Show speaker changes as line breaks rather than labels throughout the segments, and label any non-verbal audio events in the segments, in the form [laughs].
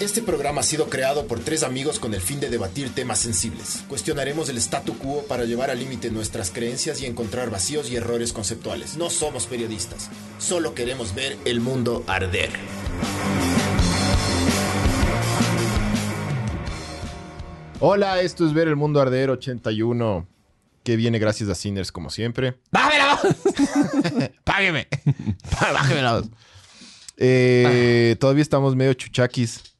Este programa ha sido creado por tres amigos con el fin de debatir temas sensibles. Cuestionaremos el statu quo para llevar al límite nuestras creencias y encontrar vacíos y errores conceptuales. No somos periodistas, solo queremos ver el mundo arder.
Hola, esto es Ver el Mundo Arder 81, que viene gracias a Sinners como siempre.
¡Bájame la voz! ¡Págueme! ¡Bájame Ah, la voz!
Eh, Todavía estamos medio chuchaquis.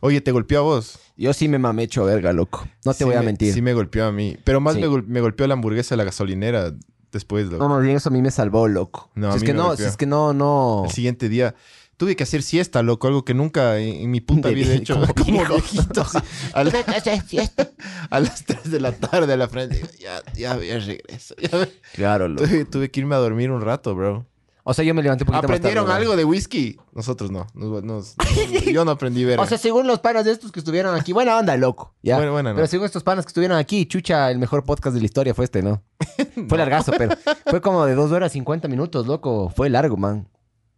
Oye, te golpeó a vos.
Yo sí me mamecho, verga, loco. No te
Sí
voy a
me-
mentir.
Sí me golpeó a mí. Pero más
Sí.
me, gol- me golpeó la hamburguesa de la gasolinera después. loco.
No, más bien eso a mí me salvó, loco.
No, a
si es
mí
que
me
no,
golpeó.
si es que no, no.
El siguiente día tuve que hacer siesta, loco. Algo que nunca en, en mi puta
De
vida he
vie-
hecho.
como
[laughs] Como
viejo.
viejito, así, a,
[laughs]
la- a las 3 de la tarde a la frente. digo, Ya, ya, ya regreso. ya ve-
Claro, loco.
Tuve, tuve que irme a dormir un rato, bro.
O sea, yo me levanté un poquito
¿Aprendieron
más tarde,
algo de whisky? Nosotros no. Nos- nos- yo no aprendí
¿no?
verga.
[laughs] O sea, según los panas de estos que estuvieron aquí, buena onda, loco. ¿ya?
Bueno, bueno, no.
Pero según estos panas que estuvieron aquí, chucha, el mejor podcast de la historia fue este,
[laughs]
¿no? Fue largazo, pero fue como de 2 horas 50 minutos, loco. Fue largo, man.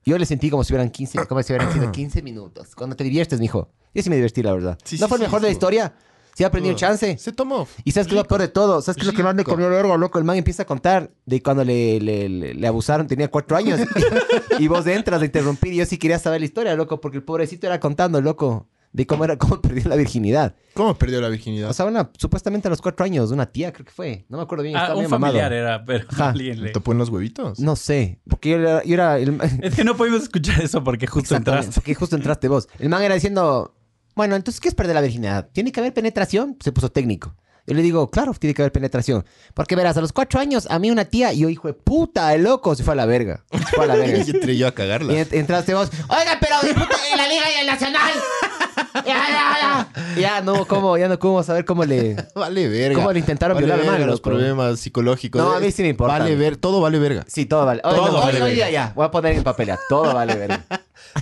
Yo le sentí como si hubieran 15, como si hubieran sido 15 minutos. Cuando te diviertes, mijo. Yo sí me divertí, la verdad.
Sí,
¿No
sí,
fue el
sí,
mejor de la
estuvo.
historia? Sí aprendí un
Todo.
chance.
Se tomó.
¿Y sabes qué es lo peor de todo? ¿Sabes qué es lo que más me
Rico.
comió el verbo, loco? El man empieza a contar de cuando le, le- le- le abusaron, tenía cuatro años. [laughs] y vos entras a interrumpir. Y yo sí quería saber la historia, loco, porque el pobrecito era contando, loco, de cómo era, cómo [laughs] perdió la virginidad.
¿Cómo perdió la virginidad?
O sea, una, supuestamente a los cuatro años, una tía, creo que fue. No me acuerdo bien,
Ah,
estaba
un
bien mamado.
familiar era, pero
Ajá.
alguien
¿Le
le...
topó en los huevitos? [laughs]
No sé, porque yo era, yo era el man-
Es que no podemos escuchar eso porque justo
Exactamente,
entraste.
Porque justo entraste vos. El man era diciendo, bueno, entonces, ¿qué es perder la virginidad? ¿Tiene que haber penetración? Se puso técnico. Yo le digo, claro, tiene que haber penetración. Porque verás, a los cuatro años, a mí una tía, y yo, hijo de puta, el loco, se fue a la verga. Se fue a
[laughs]
la verga.
Y entré yo a
Y
cagarla.
ent- entraste vos, oiga, pero de puta, en la liga y en el nacional. [laughs] Ya, ya, ya. Ya no, hubo cómo, ya no cómo saber cómo le.
Vale verga.
¿Cómo le intentaron
vale
violar al
verga
man,
los
loco?
problemas psicológicos.
No, a mí sí me importa.
Vale ver, todo vale verga.
[laughs] Sí, todo vale. Oiga,
Todo
no,
vale
oiga,
verga.
ya, ya. Voy a poner en papel, ya. todo vale verga.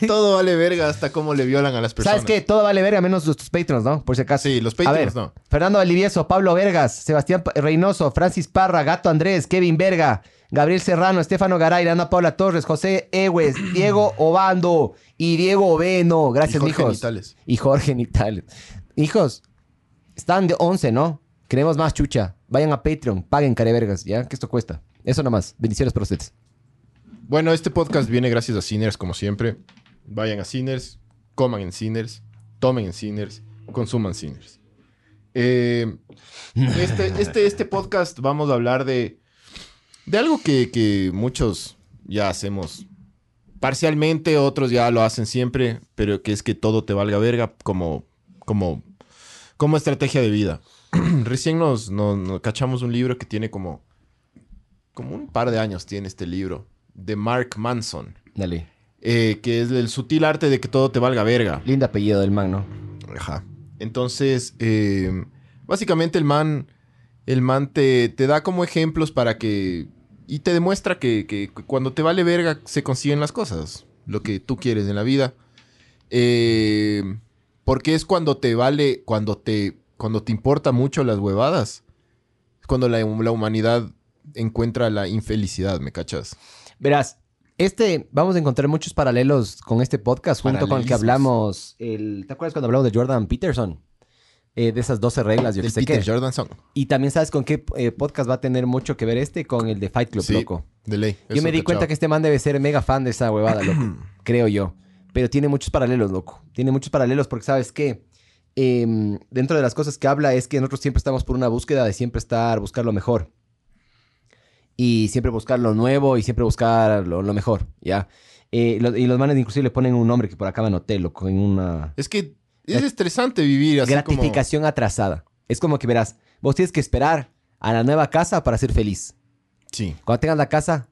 Todo vale verga hasta cómo le violan a las personas.
¿Sabes qué? Todo vale verga, menos los- tus patrons, ¿no? Por si acaso.
Sí, los
A
Patreons
ver,
no.
Fernando Valivieso, Pablo Vergas, Sebastián Pa- Reynoso, Francis Parra, Gato Andrés, Kevin Verga, Gabriel Serrano, Estefano Garay, Ana Paula Torres, José
[clears throat]
Egues, Diego Obando y Diego Oveno. Gracias,
Y Jorge
mijos.
Nitales.
Y Jorge Nitales. Hijos, están de 11, ¿no? Queremos más chucha. Vayan a Patreon, paguen carevergas, ¿ya? Que esto cuesta. Eso nomás. Bendiciones para ustedes.
Bueno, este podcast viene gracias a Sinners, como siempre. Vayan a Sinners, coman en Sinners, tomen en Sinners, consuman Sinners. Eh, este, este, este podcast vamos a hablar de, de algo que, que muchos ya hacemos parcialmente, otros ya lo hacen siempre, pero que es que todo te valga verga como, como, como estrategia de vida. [clears throat] Recién nos, nos- nos cachamos un libro que tiene como, como un par de años, tiene este libro, de Mark Manson,
Dale.
eh, que es el sutil arte de que todo te valga verga.
Lindo apellido del man, ¿no?
Ajá. Entonces, eh, básicamente el man, el man te, te da como ejemplos para que... Y te demuestra que, que cuando te vale verga se consiguen las cosas, lo que tú quieres en la vida. Eh, porque es cuando te vale, cuando te, cuando te importa mucho las huevadas. Es cuando la, la humanidad encuentra la infelicidad, ¿me cachas?
Verás, este, vamos a encontrar muchos paralelos con este podcast, junto con el que
Paralelismos.
hablamos, el, ¿te acuerdas cuando hablamos de Jordan Peterson? Eh, de esas 12 reglas, yo que
Del
sé
Peter
qué.
Jordan Song.
Y también sabes con qué eh, podcast va a tener mucho que ver este, con el de Fight Club,
Sí,
loco.
de ley.
Yo me di cuenta que este man debe ser mega fan de esa
[clears throat]
huevada, loco. creo yo. Pero tiene muchos paralelos, loco. Tiene muchos paralelos porque, ¿sabes qué? Em, dentro de las cosas que habla es que nosotros siempre estamos por una búsqueda de siempre estar, buscar lo mejor. Y siempre buscar lo nuevo y siempre buscar lo, lo mejor, ¿ya? Eh, lo- y los manes inclusive le ponen un nombre que por acá me anoté, loco, en una...
Es que es estresante vivir así como...
Gratificación atrasada. Es como que, verás, vos tienes que esperar a la nueva casa para ser feliz.
Sí.
Cuando tengas la casa,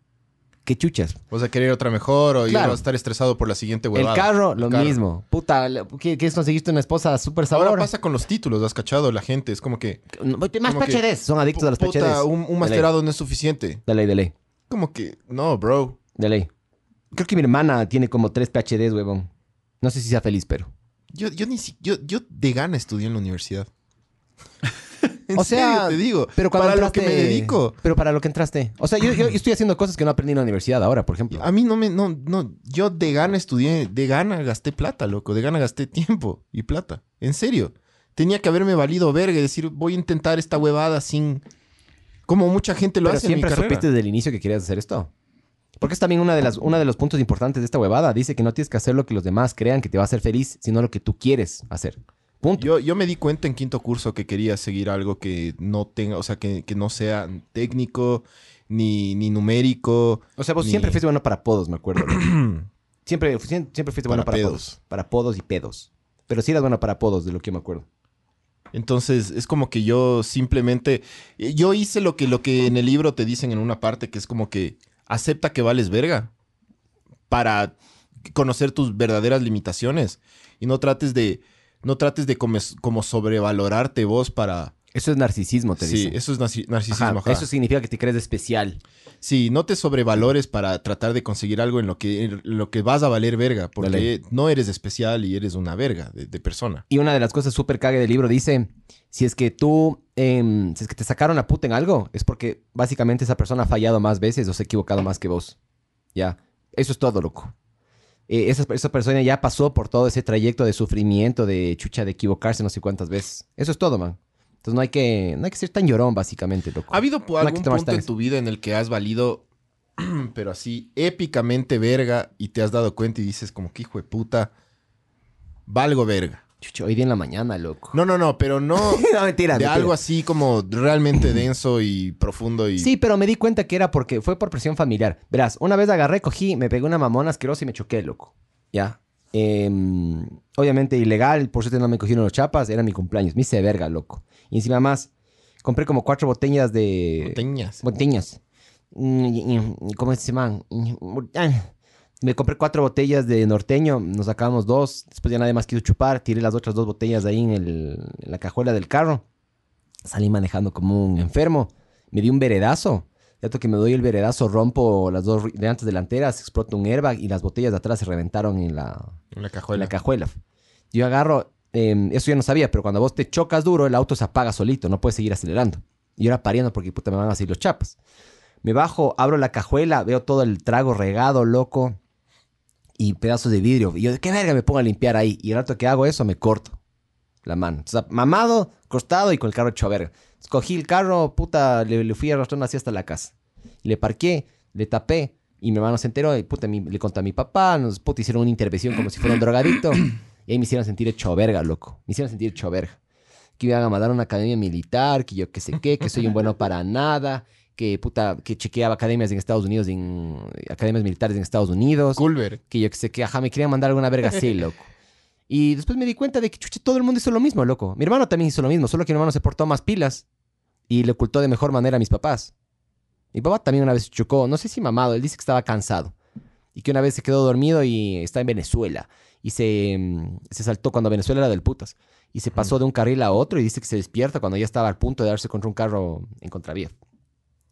qué chuchas,
Vas a querer otra mejor o ya
Claro.
vas a estar estresado por la siguiente huevada.
El carro,
El
lo
carro.
mismo. Puta, le- ¿qué, qué es conseguiste una esposa súper sabor?
Ahora pasa con los títulos, has cachado la gente. Es como que.
No, Más
como que-
PHDs. Son adictos a los
puta,
PHDs.
un, un
De ley.
masterado no es suficiente.
De ley, de ley.
Como que, no, bro.
De ley. Creo que mi hermana tiene como tres PHDs, huevón. No sé si sea feliz, pero.
[laughs] Yo, yo ni si- yo, yo de gana estudié en la universidad. En
O sea,
serio, te digo.
Pero cuando
para
entraste,
lo que me dedico.
Pero para lo que entraste. O sea, yo, yo estoy haciendo cosas que no aprendí en la universidad ahora, por ejemplo.
A mí no me. No, no, yo de gana estudié, de gana gasté plata, loco. De gana gasté tiempo y plata. En serio. Tenía que haberme valido verga y decir, voy a intentar esta huevada sin. Como mucha gente lo
Pero
hace en mi
siempre
carrera.
supiste desde el inicio que querías hacer esto. Porque es también una de las, uno de los puntos importantes de esta huevada. Dice que no tienes que hacer lo que los demás crean que te va a hacer feliz, sino lo que tú quieres hacer. Punto.
Yo, yo me di cuenta en quinto curso que quería seguir algo que no tenga, o sea, que, que no sea técnico ni, ni numérico.
o sea, vos
ni-
siempre fuiste bueno para podos, me acuerdo.
[clears throat]
siempre, siem- siempre fuiste bueno
Para
para
pedos.
podos. Para podos y pedos. Pero sí eras bueno para podos, de lo que yo me acuerdo.
Entonces, es como que yo simplemente. eh, Yo hice lo que, lo que en el libro te dicen en una parte, que es como que acepta que vales verga para conocer tus verdaderas limitaciones. Y no trates de. No trates de como, como sobrevalorarte vos para.
Eso es narcisismo, te
Sí,
dicen.
eso es narci- narcisismo.
Ajá,
ajá.
Eso significa que te crees especial.
Sí, no te sobrevalores para tratar de conseguir algo en lo que, en lo que vas a valer verga, porque
Dale.
no eres especial y eres una verga de, de persona.
Y una de las cosas súper cague del libro dice, si es que tú, em, si es que te sacaron la puta en algo, es porque básicamente esa persona ha fallado más veces o se ha equivocado más que vos. Ya, eso es todo, loco. Eh, esa, esa persona ya pasó por todo ese trayecto de sufrimiento, de chucha, de equivocarse no sé cuántas veces. Eso es todo, man. Entonces no hay que, no hay que ser tan llorón, básicamente, loco.
¿Ha habido pu-
No hay que
algún
tomarse
punto
tan
en
en-
tu vida en el que has valido, [clears throat] pero así, épicamente verga y te has dado cuenta y dices como que hijo de puta, valgo verga?
Chucha, hoy día en la mañana, loco.
No, no, no, pero no
[laughs] No, mentira,
de
mentira.
algo así como
[clears throat]
realmente denso y profundo y...
Sí, pero me di cuenta que era porque fue por presión familiar. Verás, una vez agarré, cogí, me pegué una mamona asquerosa y me choqué, loco. Ya. Em, obviamente ilegal, por suerte no me cogieron los chapas, era mi cumpleaños. Me hice verga, loco. Y encima más, compré como cuatro botellas de.
Teñas.
Botellas. Mm, mm, ¿Cómo se llaman? Mm, ah. Me compré cuatro botellas de norteño, nos acabamos dos, después ya nadie más quiso chupar, tiré las otras dos botellas ahí en, el- en la cajuela del carro, salí manejando como un enfermo, me di un veredazo, tanto que me doy el veredazo, rompo las dos ri- llantas delanteras, explota un airbag y las botellas de atrás se reventaron en la,
En la
en
cajuela.
la cajuela. Yo agarro, eh, eso yo no sabía, pero cuando vos te chocas duro, el auto se apaga solito, no puedes seguir acelerando. Y yo era pariendo porque puta me van a decir los chapas. Me bajo, abro la cajuela, veo todo el trago regado, loco, y pedazos de vidrio. Y yo, ¿qué verga me pongo a limpiar ahí? Y el rato que hago eso, me corto la mano. O sea, mamado, costado y con el carro hecho a verga. Entonces, Cogí el carro, puta, le, le fui arrastrando así hasta la casa. Le parqué, le tapé y mi hermano se enteró y puta, mi- le conté a mi papá, nos puta, hicieron una intervención como si fuera un drogadicto. Y ahí me hicieron sentir hecho verga, loco. Me hicieron sentir hecho verga. Que me iban a mandar a una academia militar, que yo qué sé qué, que soy un bueno para nada, que puta, que chequeaba academias en Estados Unidos, en academias militares en Estados Unidos
Culver.
que yo que sé que, ajá, me querían mandar alguna verga así, loco. Y después me di cuenta de que, chucha, todo el mundo hizo lo mismo, loco. Mi hermano también hizo lo mismo, solo que mi hermano se portó más pilas y le ocultó de mejor manera a mis papás. Mi papá también una vez se chocó, no sé si mamado, él dice que estaba cansado. Y que una vez se quedó dormido y está en Venezuela. Y se, mm, se saltó cuando Venezuela era del putas. Y se pasó de un carril a otro y dice que se despierta cuando ya estaba al punto de darse contra un carro en contravía.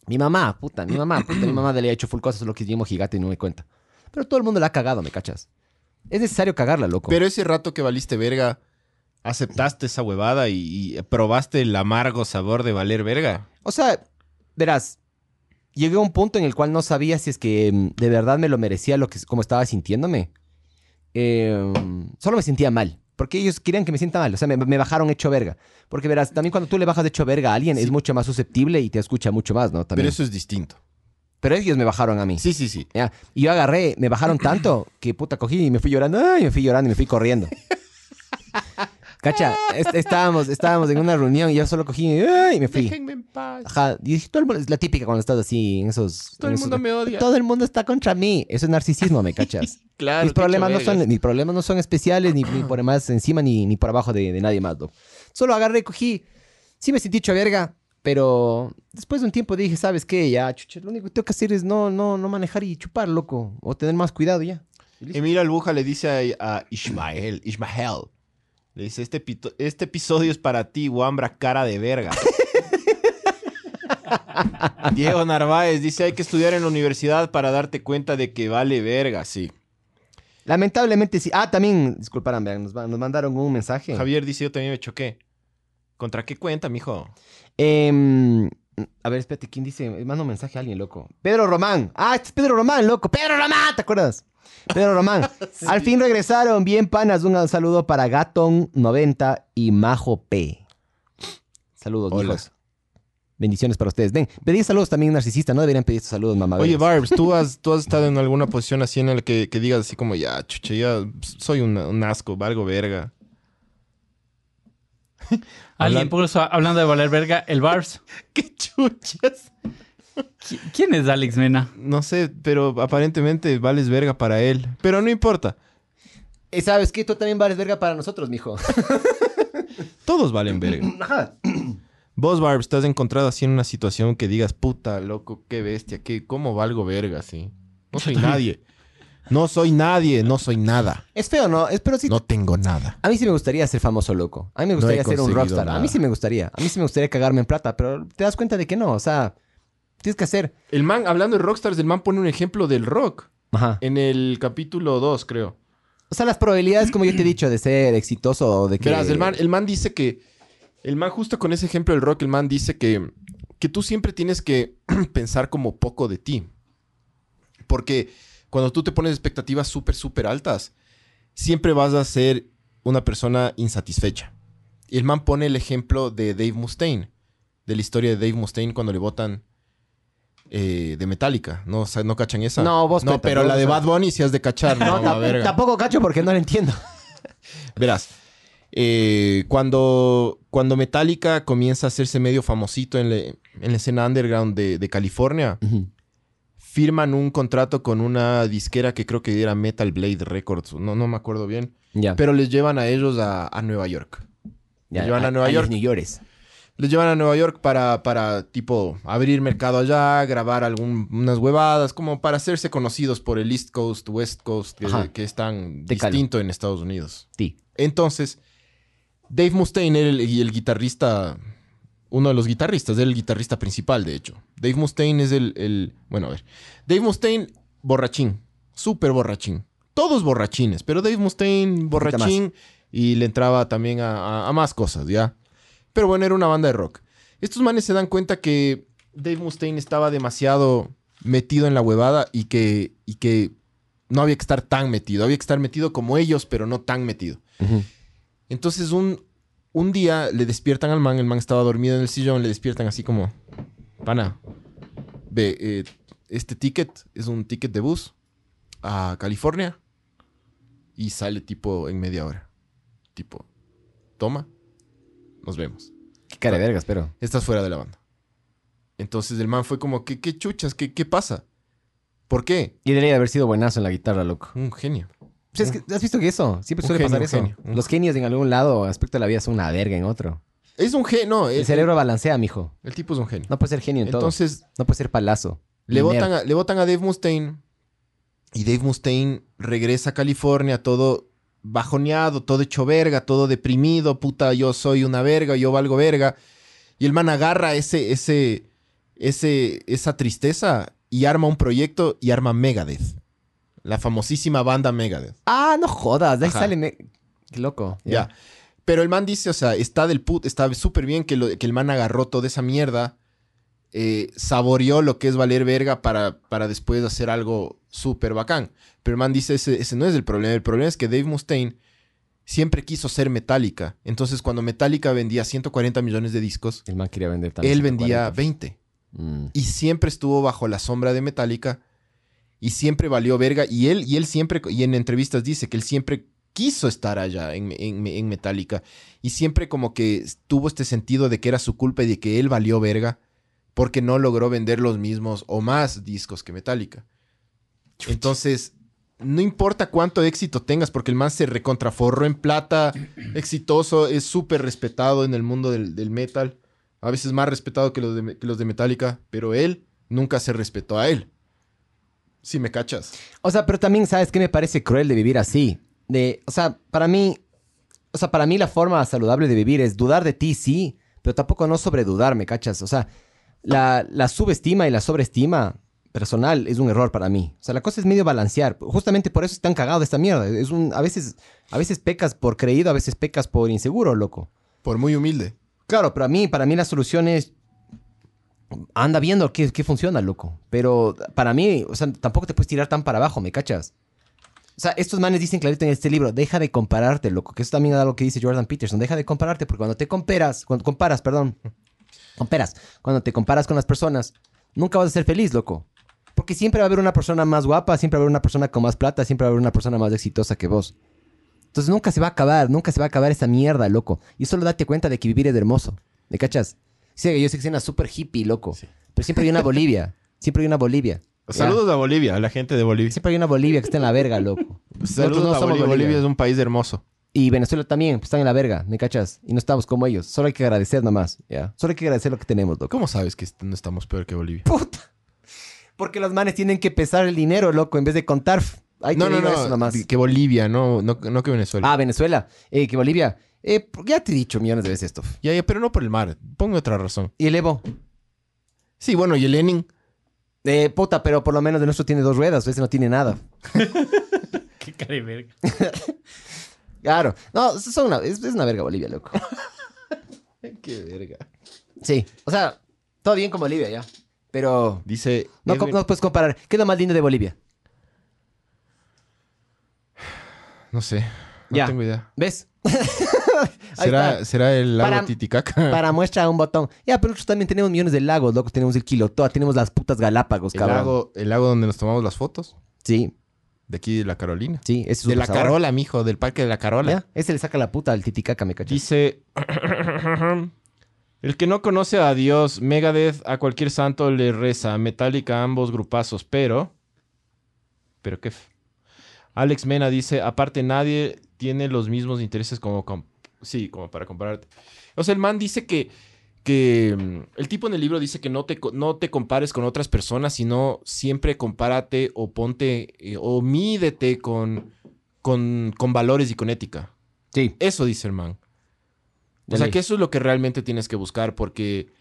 Mi mamá, puta, mi mamá, puta, mi mamá le ha hecho full cosas, solo que es gigante y no me cuenta. Pero todo el mundo la ha cagado, ¿me cachas? Es necesario cagarla, loco.
Pero ese rato que valiste verga, aceptaste esa huevada y, y probaste el amargo sabor de valer verga.
O sea, verás, llegué a un punto en el cual no sabía si es que mm, de verdad me lo merecía lo que, como estaba sintiéndome. Eh, solo me sentía mal. Porque ellos querían que me sienta mal. O sea, me, me bajaron hecho verga. Porque verás, también cuando tú le bajas hecho verga a alguien, es mucho más susceptible y te escucha mucho más, ¿no? También.
Pero
Pero,
eso es distinto.
ellos me bajaron a mí.
Sí, sí, sí.
Ya. Y yo agarré, me bajaron tanto que puta cogí y me fui llorando, ay, me fui llorando y me fui corriendo. Cacha, est- estábamos, estábamos en una reunión y yo solo cogí ay, y me fui.
en paz.
Ajá, y dije, todo el mundo, es la típica cuando estás así en esos... en esos-
odia.
Todo el mundo está contra mí. Eso es narcisismo, ¿me cachas?
[laughs] Claro.
mis, problemas no son, mis problemas no son especiales ni, ni por más encima ni, ni por abajo de, de nadie más. loco. Solo agarré, cogí. Sí me sentí hecho verga, pero después de un tiempo dije, ¿sabes qué? Ya, chucha, lo único que tengo que hacer es no, no, no manejar y chupar, loco. O tener más cuidado ya.
Emilio Albuja le dice a, a Ismael, Ismael, le dice, este, pito- este episodio es para ti, guambra cara de verga. Diego Narváez dice, hay que estudiar en la universidad para darte cuenta de que vale verga, sí.
Lamentablemente sí. Ah, también, disculparán, vean, nos, va- nos mandaron un mensaje.
Javier dice, yo también me choqué. ¿Contra qué cuenta, mijo?
Em, a ver, espérate, ¿quién dice? Eh, Manda un mensaje a alguien, loco. Pedro Román. Ah, este es Pedro Román, loco. Pedro Román, ¿te acuerdas?
[laughs]
Pedro Román. Al fin regresaron. Bien, panas. Un saludo para Gaton90 y Majo P. Saludos,
Hola.
mijos. Bendiciones para ustedes. Ven, pedí saludos también, narcisista. No deberían pedir estos saludos, mamá.
Oye, Barbs, ¿tú has, tú has estado en alguna posición así en la que, que digas así como, ya, chucha, ya soy un, un asco, valgo verga.
Alguien puso, hablando de valer verga, el Barbs.
[laughs] ¿Qué chuchas?
¿Qui- ¿Quién es Alex Mena?
No sé, pero aparentemente vales verga para él. Pero no importa,
Eh, ¿Sabes qué? Tú también vales verga para nosotros, mijo.
todos valen verga.
Ajá.
Vos, Barbs, ¿te has encontrado así en una situación que digas, puta, loco, qué bestia, qué, cómo valgo verga así? No soy nadie. No soy nadie, no soy nada.
[laughs] Es feo, ¿no? Es, pero sí.
No tengo nada.
A mí sí me gustaría ser famoso loco. A mí me
No
gustaría
he
ser un
conseguido
rockstar. A
nada.
mí sí me gustaría. A mí sí me gustaría cagarme en plata, pero te das cuenta de que no. O sea, tienes que hacer.
El man, hablando de rockstars, el man pone un ejemplo del rock
Ajá.
en el capítulo 2, creo.
O sea, las probabilidades, como yo te he dicho, de ser exitoso o de que.
Verás, el man, el man dice que. El man, justo con ese ejemplo del rock, el man dice que, que tú siempre tienes que [clears throat] pensar como poco de ti. Porque cuando tú te pones expectativas súper, súper altas, siempre vas a ser una persona insatisfecha. Y el man pone el ejemplo de Dave Mustaine, de la historia de Dave Mustaine cuando le votan eh, de Metallica. No, o sea, no cachan esa.
No, vos
No,
cuéntame,
pero
vos
la de
cuéntame.
Bad Bunny sí has de
[laughs]
cachar. No,
No,
la
tam-
verga.
tampoco cacho porque no lo entiendo.
Verás, eh, cuando, cuando Metallica comienza a hacerse medio famosito en, le- en la escena underground de, de California, firman un contrato con una disquera que creo que era Metal Blade Records, no, no me acuerdo bien,
ya.
pero les llevan a ellos a, a Nueva York.
ya,
llevan a Nueva
los
York.
New Yorkers.
Les llevan a Nueva York para, para tipo, abrir mercado allá, grabar algunas huevadas, como para hacerse conocidos por el East Coast, West Coast,
Ajá.
que, que es tan
Te calo.
distinto en Estados Unidos.
Sí.
Entonces, Dave Mustaine era el, y el guitarrista, uno de los guitarristas, era el guitarrista principal, de hecho. Dave Mustaine es el, el- bueno, a ver. Dave Mustaine, borrachín, súper borrachín. Todos borrachines, pero Dave Mustaine, borrachín, y le entraba también a, a- a más cosas, ¿ya? Pero bueno, era una banda de rock. Estos manes se dan cuenta que Dave Mustaine estaba demasiado metido en la huevada y que, y que no había que estar tan metido. Había que estar metido como ellos, pero no tan metido. Entonces un, un día le despiertan al man, el man estaba dormido en el sillón, le despiertan así como, pana, ve, eh, este ticket es un ticket de bus a California y sale tipo en media hora. Tipo, toma, nos vemos.
Qué cara de vergas, pero.
Estás fuera de la banda. Entonces el man fue como, ¿qué, qué chuchas? ¿Qué, ¿Qué pasa? ¿Por qué?
Y debería haber sido buenazo en la guitarra, loco.
Un genio.
O sea, Pues es que, ¿Has visto que eso? Siempre
Un
suele
genio,
pasar
un
eso.
genio, un-
Los genios en algún lado, aspecto de la vida, son una verga en otro.
Es un genio. No,
El
el,
cerebro balancea, mijo.
el tipo es un genio.
No puede ser genio en todo.
Entonces
No puede ser palazo.
Le
Nerd.
votan, a, le votan a Dave Mustaine. Y Dave Mustaine regresa a California todo bajoneado, todo hecho verga, todo deprimido. Puta, yo soy una verga, yo valgo verga. Y el man agarra ese, ese, ese, esa tristeza y arma un proyecto y arma Megadeth. La famosísima banda Megadeth.
Ah, no jodas. De ahí
Ajá.
sale. me- Qué loco.
Ya. Pero el man dice, o sea, está del put, está súper bien que, lo- que el man agarró toda esa mierda, eh, saboreó lo que es valer verga para, para después hacer algo súper bacán. Pero el man dice, ese, ese no es el problema, el problema es que Dave Mustaine siempre quiso ser Metallica. Entonces cuando Metallica vendía 140 millones de discos,
El man quería vender también.
él vendía
140.
20.
Mm.
Y siempre estuvo bajo la sombra de Metallica y siempre valió verga. Y él, y él siempre, y en entrevistas dice que él siempre quiso estar allá en, en- en Metallica y siempre como que tuvo este sentido de que era su culpa y de que él valió verga porque no logró vender los mismos o más discos que Metallica. Entonces, no importa cuánto éxito tengas, porque el man se recontraforró en plata, exitoso, es súper respetado en el mundo del, del metal, a veces más respetado que los, de, que los de Metallica, pero él nunca se respetó a él. Si me cachas.
O sea, pero también, ¿sabes qué me parece cruel de vivir así? De, o sea, para mí. O sea, para mí la forma saludable de vivir es dudar de ti, sí, pero tampoco no sobredudar, ¿me cachas? O sea, la, la subestima y la sobreestima personal es un error para mí. O sea, la cosa es medio balancear. Justamente por eso están cagados de esta mierda. Es un, a, veces, a veces pecas por creído, a veces pecas por inseguro, loco.
Por muy humilde.
Claro, pero a mí, para mí la solución es. Anda viendo qué, qué funciona, loco. Pero para mí, o sea, tampoco te puedes tirar tan para abajo, ¿me cachas? O sea, estos manes dicen clarito en este libro, deja de compararte, loco. Que eso también es algo que dice Jordan Peterson. Deja de compararte porque cuando te comparas, cuando comparas, perdón, comparas, cuando te comparas con las personas, nunca vas a ser feliz, loco. Porque siempre va a haber una persona más guapa, siempre va a haber una persona con más plata, siempre va a haber una persona más exitosa que vos. Entonces nunca se va a acabar, nunca se va a acabar esa mierda, loco. Y solo date cuenta de que vivir es hermoso. ¿Me cachas? Sí, yo sé que soy una super hippie, loco.
Sí.
Pero siempre hay
[laughs]
una Bolivia. Siempre hay una Bolivia. ¿ya?
Saludos a Bolivia, a la gente de Bolivia.
Siempre hay una Bolivia que está en la verga, loco.
pues, Saludos
Nosotros no
a
somos
Bolivia. Bolivia
Bolivia.
es un país hermoso.
Y Venezuela también, pues están en la verga, ¿me cachas? Y no estamos como ellos. Solo hay que agradecer nomás, ¿ya? Solo hay que agradecer lo que tenemos, loco.
¿Cómo sabes que est- no estamos peor que Bolivia?
¡Puta! Porque los manes tienen que pesar el dinero, loco, en vez de contar. f- Ahí
no,
te
no,
digo
no.
eso nomás.
Que Bolivia, no, no, no que Venezuela.
Ah, Venezuela. Eh, que Bolivia. Eh, por- ya te he dicho millones de veces esto. f.
Ya, ya, pero no por el mar. Ponme otra razón.
Y el Evo.
Sí, bueno, y el Lenin.
Eh, puta, pero por lo menos de nuestro tiene dos ruedas, ese no tiene nada.
[laughs] Qué cara de verga.
Claro. No, es- son una, es, es una verga Bolivia, loco.
[laughs] Qué verga.
Sí. O sea, todo bien con Bolivia, ya. Pero
Dice.
no, co-
Edwin-
no puedes comparar. ¿Qué es lo más lindo de Bolivia?
no sé. No
Ya.
tengo idea.
¿Ves? [laughs] Ahí
¿Será,
está.
¿será el lago
Para-
Titicaca?
Para muestra un botón. Ya, pero nosotros también tenemos millones de lagos, loco. Tenemos el Quilotoa, tenemos las putas
[laughs]
Galápagos,
el,
cabrón.
lago, el lago donde nos tomamos las fotos.
Sí,
De aquí de la Carolina.
sí, ese es
De la
sabor.
Carola, mijo, del parque de la Carola.
Ya, Ese le saca la puta al titicaca, me cachas.
Dice. El que no conoce a Dios, Megadeth a cualquier santo le reza, Metallica a ambos grupazos, pero. Pero qué. f- Alex Mena dice: aparte, nadie tiene los mismos intereses como. com- sí, como para compararte. O sea, el man dice que. Que mm, el tipo en el libro dice que no te, co- no te compares con otras personas, sino siempre compárate o ponte eh, o mídete con, con, con valores y con ética.
Sí.
Eso dice el man. O
De
sea,
ley.
que eso es lo que realmente tienes que buscar porque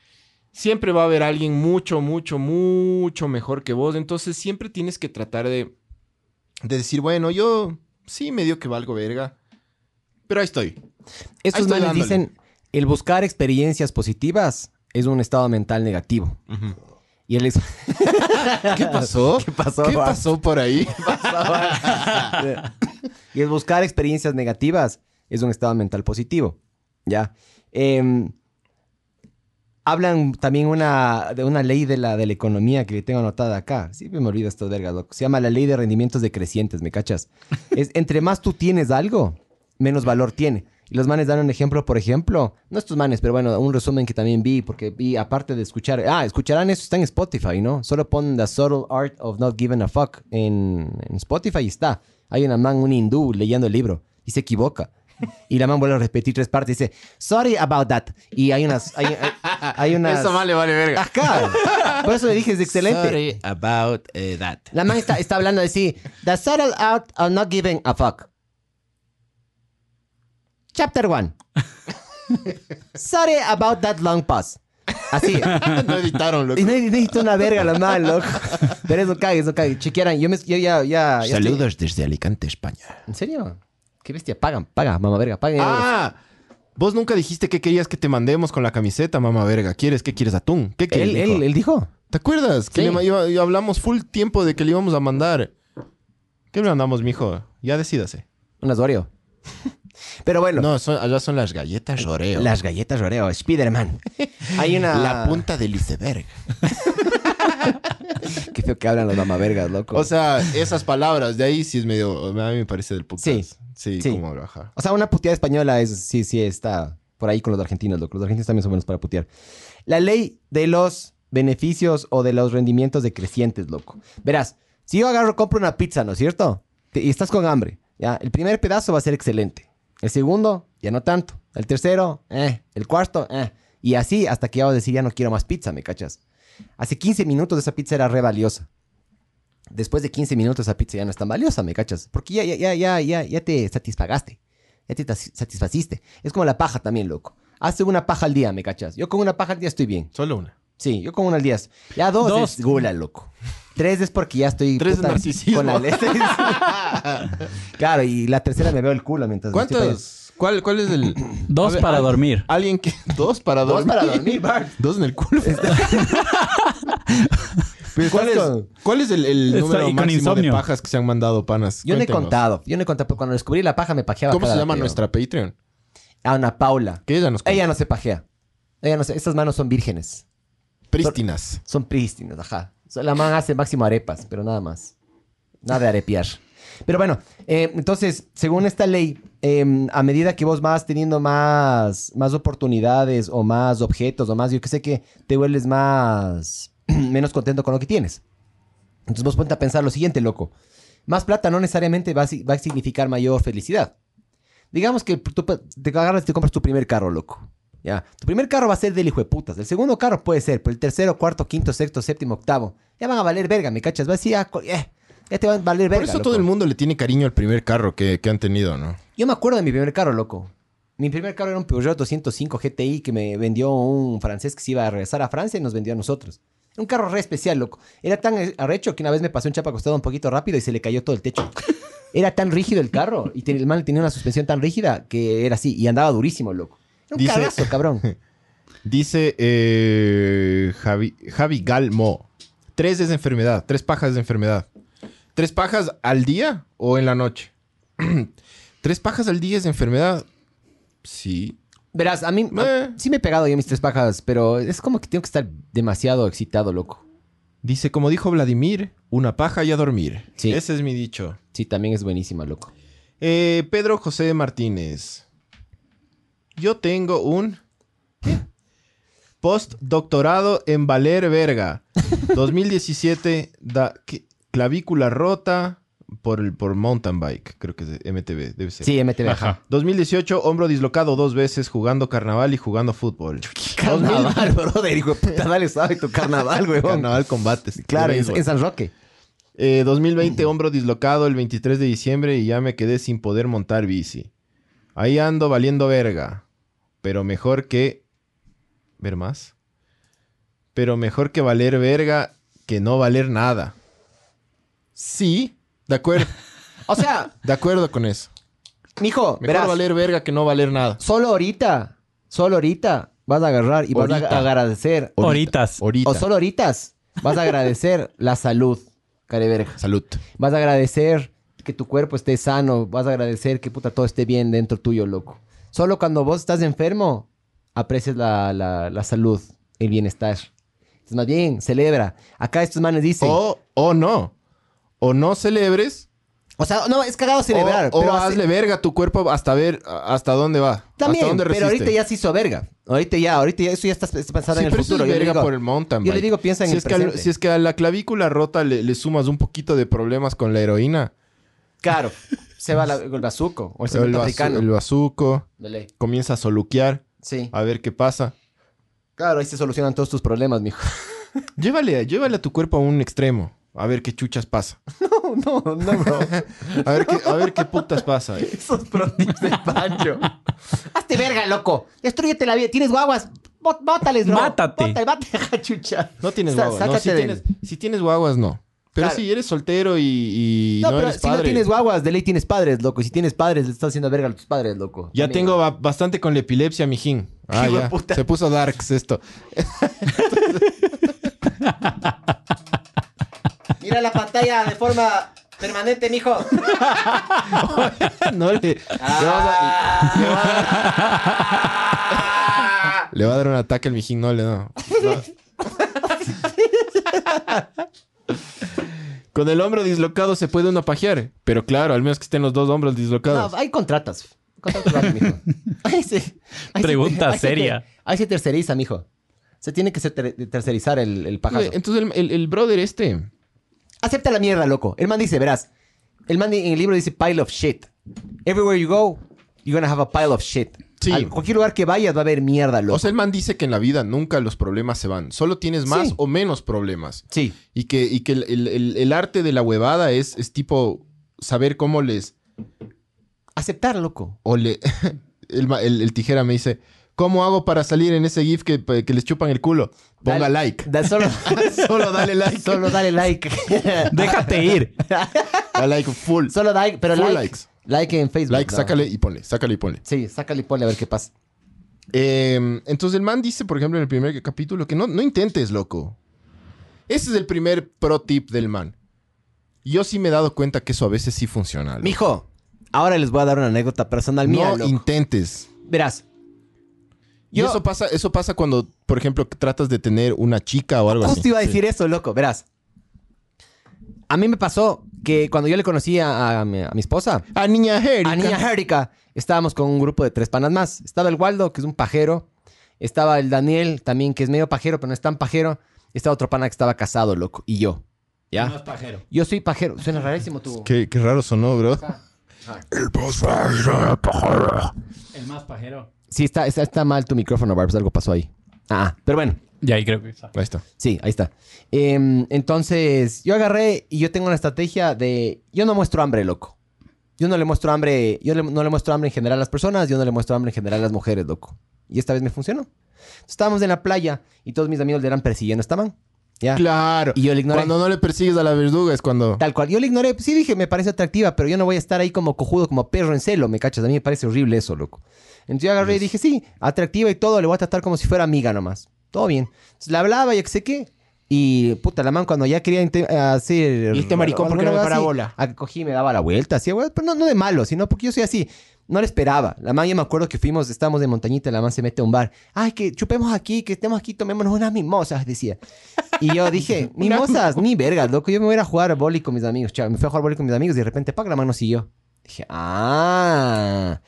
siempre va a haber alguien mucho, mucho, mucho mejor que vos. Entonces siempre tienes que tratar de, de decir, bueno, yo sí medio que valgo verga, pero ahí estoy.
Estos
estoy
manes
dándole.
dicen, el buscar experiencias positivas es un estado mental negativo. Y él es...
¿Qué pasó?
[laughs] ¿Qué pasó?
¿Qué pasó por ahí?
[laughs] y el buscar experiencias negativas es un estado mental positivo. Ya. Em, hablan también una, de una ley de la, de la economía que tengo anotada acá. Siempre me olvido esto, verga, loco. Se llama la ley de rendimientos decrecientes, ¿me cachas? Es, entre más tú tienes algo, menos valor tiene. Y los manes dan un ejemplo, por ejemplo, no estos manes, pero bueno, un resumen que también vi, porque vi, aparte de escuchar, ah, escucharán eso, está en Spotify, ¿no? Solo pon The Subtle Art of Not Giving a Fuck en, en Spotify y está. Hay una man, un hindú, leyendo el libro y se equivoca. Y la man vuelve a repetir tres partes y dice, sorry about that. Y hay unas, hay, hay, hay unas... Ah,
Eso más le vale verga.
Acá. Por eso le dije, es excelente.
about eh, that.
La man está, está hablando de sí. The subtle art of not giving a fuck. Chapter 1. Sorry about that long pause. Así.
[laughs] no editaron, loco.
Y no necesito una verga la man, loco. Pero es un cague, es un cague. Chequearan. Yo, me, yo ya, ya, ya estoy-
desde Alicante, España.
¿En serio? Qué bestia. Pagan, paga, mamá verga. Paguen.
Ah, vos nunca dijiste que querías que te mandemos con la camiseta, mamá verga. ¿Quieres? ¿Qué quieres? ¿Atún? ¿Qué quieres?
él,
mijo?
él, él dijo.
¿Te acuerdas? Que
Sí.
le ma- iba- iba- hablamos full tiempo de que le íbamos a mandar. ¿Qué le mandamos, mijo? Ya decídase.
Unas Oreo. Pero bueno.
No, son, allá son las galletas Oreo.
Las galletas Oreo. Spider-Man. [laughs] Hay una...
La punta del iceberg.
Qué feo que hablan los mamavergas, loco.
O sea, esas palabras de ahí sí es medio... A mí me parece del podcast.
Sí.
Sí. Sí,
Sí.
como baja.
O sea, una puteada española es, sí, sí, está por ahí con los argentinos, loco. Los argentinos también son buenos para putear. La ley de los beneficios o de los rendimientos decrecientes, loco. Verás, si yo agarro, compro una pizza, ¿no es cierto? Te- y estás con hambre, ¿ya? El primer pedazo va a ser excelente. El segundo, ya no tanto. El tercero, eh. El cuarto, eh. Y así hasta que ya vas a decir, ya no quiero más pizza, ¿me cachas? Hace 15 minutos esa pizza era re valiosa. Después de 15 minutos esa pizza ya no es tan valiosa, ¿me cachas? Porque ya, ya, ya, ya, ya, ya te satisfagaste. Ya te tas- satisfaciste. Es como la paja también, loco. Hace una paja al día, ¿me cachas? Yo con una paja al día estoy bien.
Solo una.
Sí, yo con una al día. es- Ya dos,
Dos.
es gula, loco. Tres es porque ya estoy...
Tres es narcisismo.
Con la letra. claro, y la tercera me veo el culo mientras... me estoy
¿Cuántos,
¿Cuál, cuál es el...?
Dos
A ver,
para
al-
dormir.
Alguien que... [laughs] Dos para
Dos
dormir.
para dormir, Bart.
Dos en el culo. [laughs] Pues, ¿Cuál
¿Cuál
es,
con-
cuál es el, el
Estoy
número
con
máximo
insomnio.
de pajas que se han mandado, panas?
Yo no he
Cuéntenos.
contado. Yo no he contado. pero Cuando descubrí la paja me pajeaba.
¿Cómo
cada
se llama
rato,
nuestra Patreon?
yo. Ana Paula.
Que ella nos cuenta.
Ella no se pajea. Ella no se... Estas manos son vírgenes.
Prístinas.
Son prístinas, ajá. O sea, La man hace máximo arepas, pero nada más. Nada de arepiar. Pero bueno, eh, entonces, según esta ley, eh, a medida que vos vas teniendo más, más oportunidades o más objetos o más, yo que sé que te vuelves más, [clears throat] menos contento con lo que tienes. Entonces vos ponte a pensar lo siguiente, loco. Más plata no necesariamente va a, si- va a significar mayor felicidad. Digamos que tú pa- te agarras y te compras tu primer carro, loco. Ya. Tu primer carro va a ser del hijo de putas. El segundo carro puede ser, pero el tercero, cuarto, quinto, sexto, séptimo, octavo. Ya van a valer verga, ¿me cachas? Vas a decir, ah, co- eh, ya te van a valer verga.
Por eso
loco.
todo el mundo le tiene cariño al primer carro que, que han tenido, ¿no?
Yo me acuerdo de mi primer carro, loco. Mi primer carro era un Peugeot 205 GTI que me vendió un francés que se iba a regresar a Francia y nos vendió a nosotros. Era un carro re especial, loco. Era tan eh, arrecho que una vez me pasó un chapa acostado un poquito rápido y se le cayó todo el
[laughs]
techo. Era tan rígido el carro y ten- el man tenía una suspensión tan rígida que era así y andaba durísimo, loco. Era un
Dice-
cagazo,
[laughs]
cabrón.
Dice eh, Javi, Javi Galmo. Tres es enfermedad. Tres pajas de enfermedad. ¿Tres pajas al día o en la noche? [clears throat] ¿Tres pajas al día es enfermedad? Sí.
Verás, a mí a-
Eh.
sí me he pegado yo mis tres pajas, pero es como que tengo que estar demasiado excitado, loco.
Dice, como dijo Vladimir, una paja y a dormir.
Sí.
Ese es mi dicho.
Sí, también es buenísima, loco.
Eh, Pedro José Martínez. Yo tengo un postdoctorado en Valer
[laughs]
Verga. 2017, da- que- clavícula rota por, el, por mountain bike. Creo que es de MTB, debe ser.
Sí, MTV.
Ajá.
2018, hombro dislocado dos veces jugando carnaval y jugando fútbol.
Carnaval, brother. Hijo de puta, dale suave tu
[laughs]
carnaval, huevón.
Carnaval combates.
Claro, en,
Béisbol.
en San Roque.
Eh, 2020, hombro dislocado el 23 de diciembre y ya me quedé sin poder montar bici. Ahí ando valiendo verga. Pero mejor que... ¿Ver más? Pero mejor que valer verga que no valer nada. Sí, de acuerdo.
[laughs] O sea,
De acuerdo con eso.
mijo,
Mejor
verás,
valer verga que no valer nada.
solo ahorita, solo ahorita vas a agarrar y vas a
Ahorita.
ag- agradecer.
Horitas.
Ahorita.
O solo ahoritas vas a agradecer [laughs] la salud, careverja.
Salud.
Vas a agradecer que tu cuerpo esté sano, vas a agradecer que puta todo esté bien dentro tuyo, loco. Solo cuando vos estás enfermo, aprecias la, la- la salud, el bienestar. Entonces, más bien, celebra. Acá estos manes dicen...
O, o no. O no celebres.
O sea, no, es cagado celebrar.
o o
pero hace-
Oh, hazle verga a tu cuerpo hasta ver a- hasta dónde va.
También,
hasta dónde
pero
resiste.
ahorita ya se hizo verga. Ahorita ya, ahorita ya, eso ya está pensado
Sí,
en el
pero eso
futuro.
es
Yo le
verga
digo,
por el mountain
yo le
bike.
digo, piensa en
si
el
es que al-
presente.
si es que a la clavícula rota le, le sumas un poquito de problemas con la heroína,
Claro, se va la- el bazuco o el
el,
cemento
bazu-
africano.
el bazuco,
De ley.
comienza a soluquear,
Sí.
a ver qué pasa.
Claro, ahí se solucionan todos tus problemas, mijo. [laughs]
Llévale, llévale a tu cuerpo a un extremo, a ver qué chuchas pasa.
No, no, no, bro.
A ver qué, a ver qué putas pasa.
Esos protis de Pancho. [laughs] Hazte verga, loco. Destruyete la vida. Tienes guaguas. Bó- Bótales, bro.
Mátate.
Bótale, bate a chucha.
No tienes
Sa-
guaguas, no,
sácate
si,
del-
tienes, si tienes guaguas, no. Pero
Claro.
si eres soltero y, y
No,
no,
pero
eres
si
padre.
no tienes guaguas, de ley tienes padres, loco. Y Si tienes padres, le estás haciendo verga a tus padres, loco.
ya
También.
tengo ba- bastante con la epilepsia, mijín. Ah,
Hijo de
ya.
puta.
Se puso darks esto.
Mira la pantalla de forma permanente, mijo. Ah,
no le, le vamos a- Le va a dar un ataque al mijín, no le no. No. Con el hombro dislocado se puede uno pajear, pero claro, al menos que estén los dos hombros dislocados.
No, hay contratas. Contratas, vale, mijo. [laughs] Ahí se- ahí se-
Pregunta
ahí se ter-
seria.
ahí se terceriza, mijo. Se tiene que se ter- tercerizar el, el
Güey,
pajazo.
Entonces el, el- el brother este,
Acepta la mierda, loco. El man dice, verás. El man en el libro dice pile of shit. Everywhere you go, you're gonna have a pile of shit.
Sí.
A cualquier lugar que vayas va a haber mierda, loco.
o sea, el man dice que en la vida nunca los problemas se van, solo tienes más
Sí.
o menos problemas.
sí.
Y que, y que el, el- el- el arte de la huevada es, es tipo saber cómo les...
Aceptar, loco.
O le, [laughs] el, ma- el- el tijera me dice, ¿cómo hago para salir en ese GIF que, que les chupan el culo? Ponga
Dale-
like.
da- [laughs] solo,
[laughs] Solo dale like.
solo dale like. [laughs]
[laughs] Déjate ir.
Da like full.
solo like, pero
Full
like,
likes.
Like en Facebook.
Like,
no.
sácale y ponle, sácale y ponle.
Sí, sácale y ponle a ver qué pasa.
Eh, entonces el man dice, por ejemplo, en el primer capítulo que no, no intentes, loco. Ese es el primer pro tip del man. Yo sí me he dado cuenta que eso a veces sí funciona. loco.
Mijo, ahora les voy a dar una anécdota personal mía,
no
loco.
intentes.
Verás.
Y
Yo-
eso pasa, eso pasa cuando, por ejemplo, que tratas de tener una chica o algo así.
Justo iba a decir eso, loco. Verás. A mí me pasó que cuando yo le conocí a, a mi, a mi esposa,
A niña Erika.
a Niña Erika, estábamos con un grupo de tres panas más. Estaba el Waldo, que es un pajero. Estaba el Daniel, también, que es medio pajero, pero no es tan pajero. Estaba otro pana que estaba casado, loco. Y yo. ¿Ya?
No es pajero.
Yo soy pajero. Suena rarísimo tú.
Qué, qué raro sonó, bro.
El más pajero.
Sí, está, está, está mal tu micrófono, Barbs. Algo pasó ahí. Ah, pero bueno.
Y ahí creo que está.
Ahí está.
Sí, ahí está. Em, entonces, yo agarré y yo tengo una estrategia de... Yo no muestro hambre, loco. Yo no le muestro hambre... Yo le- no le muestro hambre en general a las personas. Yo no le muestro hambre en general a las mujeres, loco. Y esta vez me funcionó. Estábamos en la playa y todos mis amigos le eran persiguiendo a esta man. ¿Ya?
Claro.
Y yo le ignoré.
Cuando no le persigues a la verduga es cuando.
Tal cual. Yo le ignoré. Sí dije, me parece atractiva, pero yo no voy a estar ahí como cojudo, como perro en celo, ¿me cachas? A mí me parece horrible eso, loco. Entonces yo agarré y dije, sí, atractiva y todo, le voy a tratar como si fuera amiga nomás. Todo bien. Entonces, la hablaba y que sé qué. Y puta, la man cuando ya quería inte- hacer...
Y este maricón, ¿por qué no me
alguna
para
así,
bola?
a- Cogí y me daba la vuelta, así, güey, pero no, no de malo, sino porque yo soy así. No le esperaba. La man, yo me acuerdo que fuimos, estábamos de montañita, la man se mete a un bar. Ay, "Ah, que chupemos aquí, que estemos aquí, tomémonos unas mimosas, decía. Y
[laughs]
yo dije, mimosas, ni vergas, loco. Yo me voy a ir a jugar boli con mis amigos. Chao, me fui a jugar boli con mis amigos y de repente, pac, la mano siguió. Dije, ah.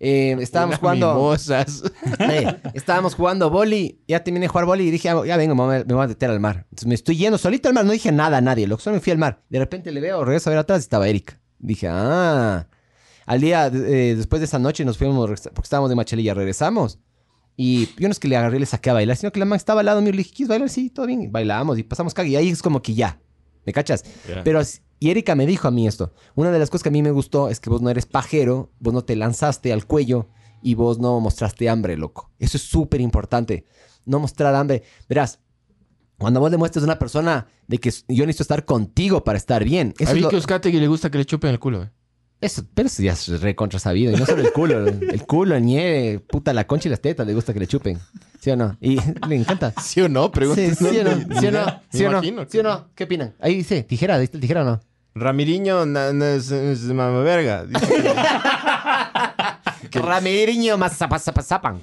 Eh, estábamos
Unas
jugando.
mimosas.
[laughs] eh, estábamos jugando boli. Ya terminé de jugar boli y dije, ah, ya vengo, me voy a- me voy a meter al mar. Entonces me estoy yendo solito al mar. No dije nada a nadie, loco. Solo me fui al mar. De repente le veo, regreso a ver atrás y estaba Erika. Dije, ah. Al día, eh, después de esa noche nos fuimos, regresa- porque estábamos de Machelilla, regresamos. Y yo no es que le agarré y le saqué a bailar, sino que la man estaba al lado mío. Le dije, ¿quieres bailar? Sí, todo bien. Y bailamos y pasamos cague. Y ahí es como que ya. ¿Me cachas? Pero, s- y Erika me dijo a mí esto. Una de las cosas que a mí me gustó es que vos no eres pajero, vos no te lanzaste al cuello y vos no mostraste hambre, loco. Eso es súper importante. No mostrar hambre. Verás, cuando vos le muestras a una persona de que s- yo necesito estar contigo para estar bien. Eso
a
es lo-
Vicky Uzcategui le gusta que le chupen el culo. eh.
eso, pero eso ya es recontra sabido. Y no solo el
[laughs]
culo. El culo, el nieve, puta, la concha y las tetas le gusta que le chupen. ¿Sí o no? Y [laughs] le encanta.
¿Sí o no? Pregunta.
[laughs] Sí, sí o no, sí o no,
Me
sí o no,
imagino
sí o no, ¿qué opinan? Ahí dice, tijera, ¿ahí está el tijera o no?
Ramiriño na- na- es, es mamá
[laughs]
verga. Dice,
Ramiriño más zapazapazapan.